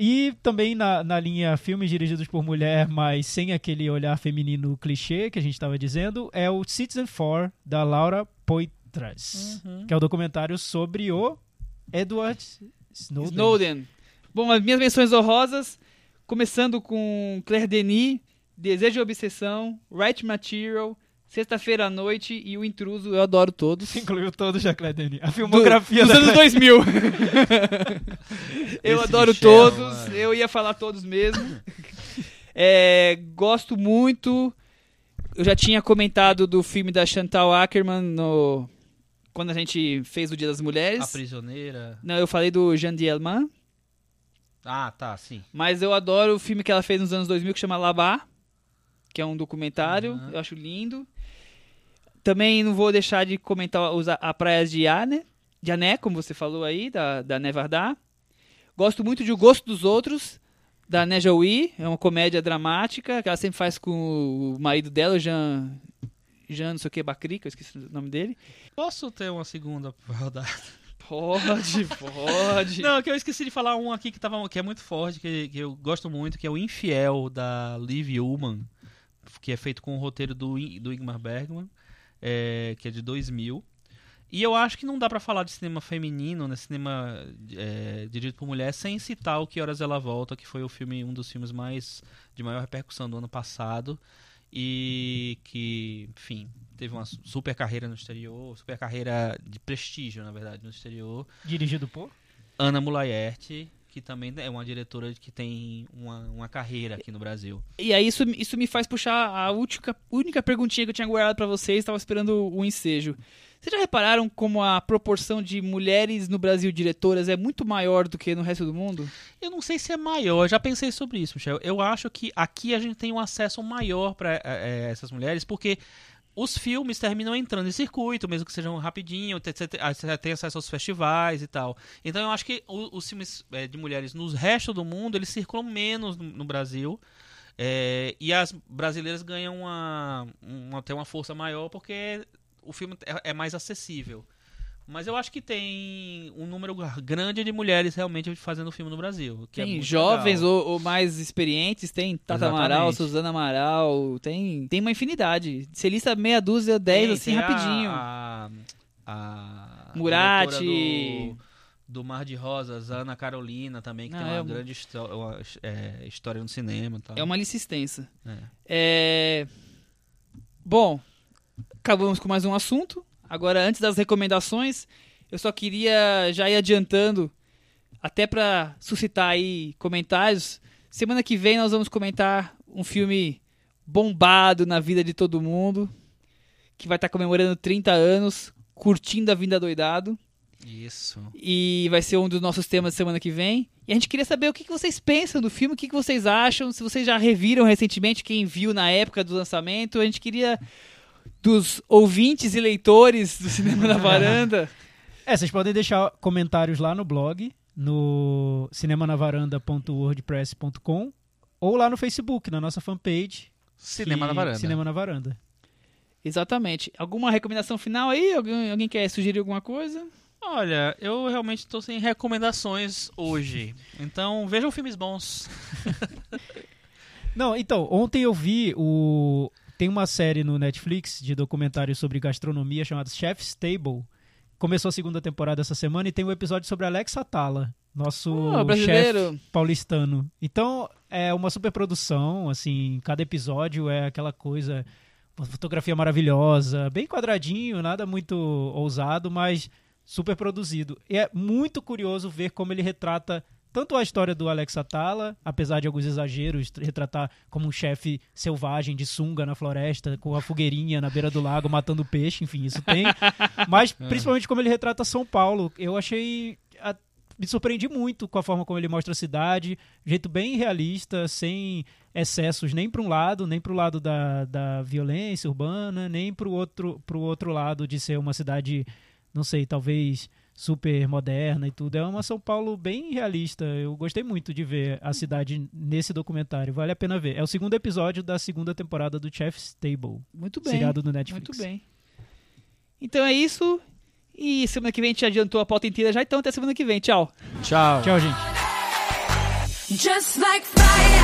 D: E também na, na linha filmes dirigidos por mulher, mas sem aquele olhar feminino clichê que a gente estava dizendo, é o Citizen Four, da Laura Poitras, que é o documentário sobre o Edward Snowden.
B: Snowden. Bom, as minhas menções honrosas, começando com Claire Denis, Desejo e Obsessão, Right Material, Sexta-feira à Noite e O Intruso, eu adoro todos.
D: Incluiu todos da Claire Denis. A
B: Do-
D: filmografia
B: dos
D: da
B: anos 2000.
C: Esse
B: eu
C: é
B: adoro
C: Michel,
B: todos,
C: mano.
B: eu ia falar todos mesmo. É, gosto muito. Eu já tinha comentado do filme da Chantal Ackerman no quando a gente fez o Dia das Mulheres.
C: A prisioneira.
B: Não, eu falei do Jean Dielman,
C: Ah, tá, sim.
B: mas eu adoro o filme que ela fez nos anos 2000 que chama Labar, que é um documentário,
C: Aham.
B: eu acho lindo. Também não vou deixar de comentar os, a, a praias de Yane, de Ané, como você falou aí, da, da Nevardá. Gosto muito de O Gosto dos Outros, da Nejawi, é uma comédia dramática que ela sempre faz com o marido dela, o Jean, Jean não sei o que, Bacri, que eu esqueci o nome dele.
C: Posso ter uma segunda rodada?
B: Pode, pode.
C: Não, que eu esqueci de falar um aqui que, tava, que é muito forte, que, que eu gosto muito, que é o Infiel, da Liv Ullman, que é feito com o roteiro do, In- do Ingmar Bergman, é, que é de 2000. E eu acho que não dá pra falar de cinema feminino, né, cinema é, dirigido por mulher, sem citar o Que Horas Ela Volta, que foi o filme, um dos filmes mais de maior repercussão do ano passado. E que, enfim, teve uma super carreira no exterior, super carreira de prestígio, na verdade, no exterior.
D: Dirigido por?
C: Ana Mulayert, que também é uma diretora que tem uma, uma carreira aqui no Brasil.
B: E aí isso, isso me faz puxar a última, única perguntinha que eu tinha guardado pra vocês, tava esperando o ensejo. Vocês já repararam como a proporção de mulheres no Brasil diretoras é muito maior do que no resto do mundo?
C: Eu não sei se é maior, eu já pensei sobre isso, Michel. Eu acho que aqui a gente tem um acesso maior para essas mulheres, porque os filmes terminam entrando em circuito, mesmo que sejam rapidinho, te- te- a- você tem acesso aos festivais e tal. Então eu acho que o- os filmes eh, de mulheres no resto do mundo, eles circulam menos no, no Brasil. eh, e as brasileiras ganham uma, um- até uma força maior porque o filme é, é mais acessível. Mas eu acho que tem um número grande de mulheres realmente fazendo filme no Brasil. Que é
B: tem
C: muito
B: jovens
C: legal.
B: ou, ou mais experientes, tem Tata
C: Exatamente.
B: Amaral, Suzana Amaral, tem, tem uma infinidade. Você lista meia dúzia, dez,
C: Tem,
B: assim,
C: tem a-
B: rapidinho.
C: A, a
B: Murat.
C: diretora Do, do Mar de Rosas, a Ana Carolina também, que
B: Não,
C: tem uma
B: é um-
C: grande histó- uma, é, história no cinema. e Tal.
B: É uma lista extensa. É. Bom, acabamos com mais um assunto. Agora, antes das recomendações, eu só queria já ir adiantando, até pra suscitar aí comentários. Semana que vem nós vamos comentar um filme bombado na vida de todo mundo, que vai estar comemorando 30 anos, curtindo a vinda doidado
C: Isso.
B: e vai ser um dos nossos temas semana que vem. E a gente queria saber o que que vocês pensam do filme, o que que vocês acham, se vocês já reviram recentemente, quem viu na época do lançamento. A gente queria dos ouvintes e leitores do Cinema na Varanda.
D: É, vocês podem deixar comentários lá no blog, no cinemanavaranda.wordpress.com ou lá no Facebook, na nossa fanpage.
C: Cinema
D: que-
C: na varanda.
D: Cinema na Varanda.
B: Exatamente. Alguma recomendação final aí? Alguém, alguém quer sugerir alguma coisa?
C: Olha, eu realmente tô sem recomendações hoje. Então vejam filmes bons.
D: Não, então, ontem eu vi o. Tem uma série no Netflix de documentário sobre gastronomia chamada Chef's Table. Começou a segunda temporada essa semana e tem um episódio sobre Alex Atala, nosso
B: Ah,
D: chefe
B: brasileiro.
D: paulistano. Então, é uma superprodução, assim, cada episódio é aquela coisa, uma fotografia maravilhosa, bem quadradinho, nada muito ousado, mas super produzido. E é muito curioso ver como ele retrata tanto a história do Alex Atala, apesar de alguns exageros, retratar como um chefe selvagem de sunga na floresta, com a fogueirinha na beira do lago matando peixe, enfim, isso tem. Mas principalmente como ele retrata São Paulo, eu achei a- me surpreendi muito com a forma como ele mostra a cidade, jeito bem realista, sem excessos nem para um lado, nem para o lado da, da violência urbana, nem para o outro, pro outro lado de ser uma cidade, não sei, talvez super moderna e tudo. É uma São Paulo bem realista. Eu gostei muito de ver a cidade nesse documentário. Vale a pena ver. É o segundo episódio da segunda temporada do Chef's Table,
B: Muito bem.
D: seriado do Netflix.
B: Muito bem. Então é isso. E semana que vem a gente adiantou a pauta inteira já, então até semana que vem. Tchau.
D: Tchau, gente.
G: Just like fire.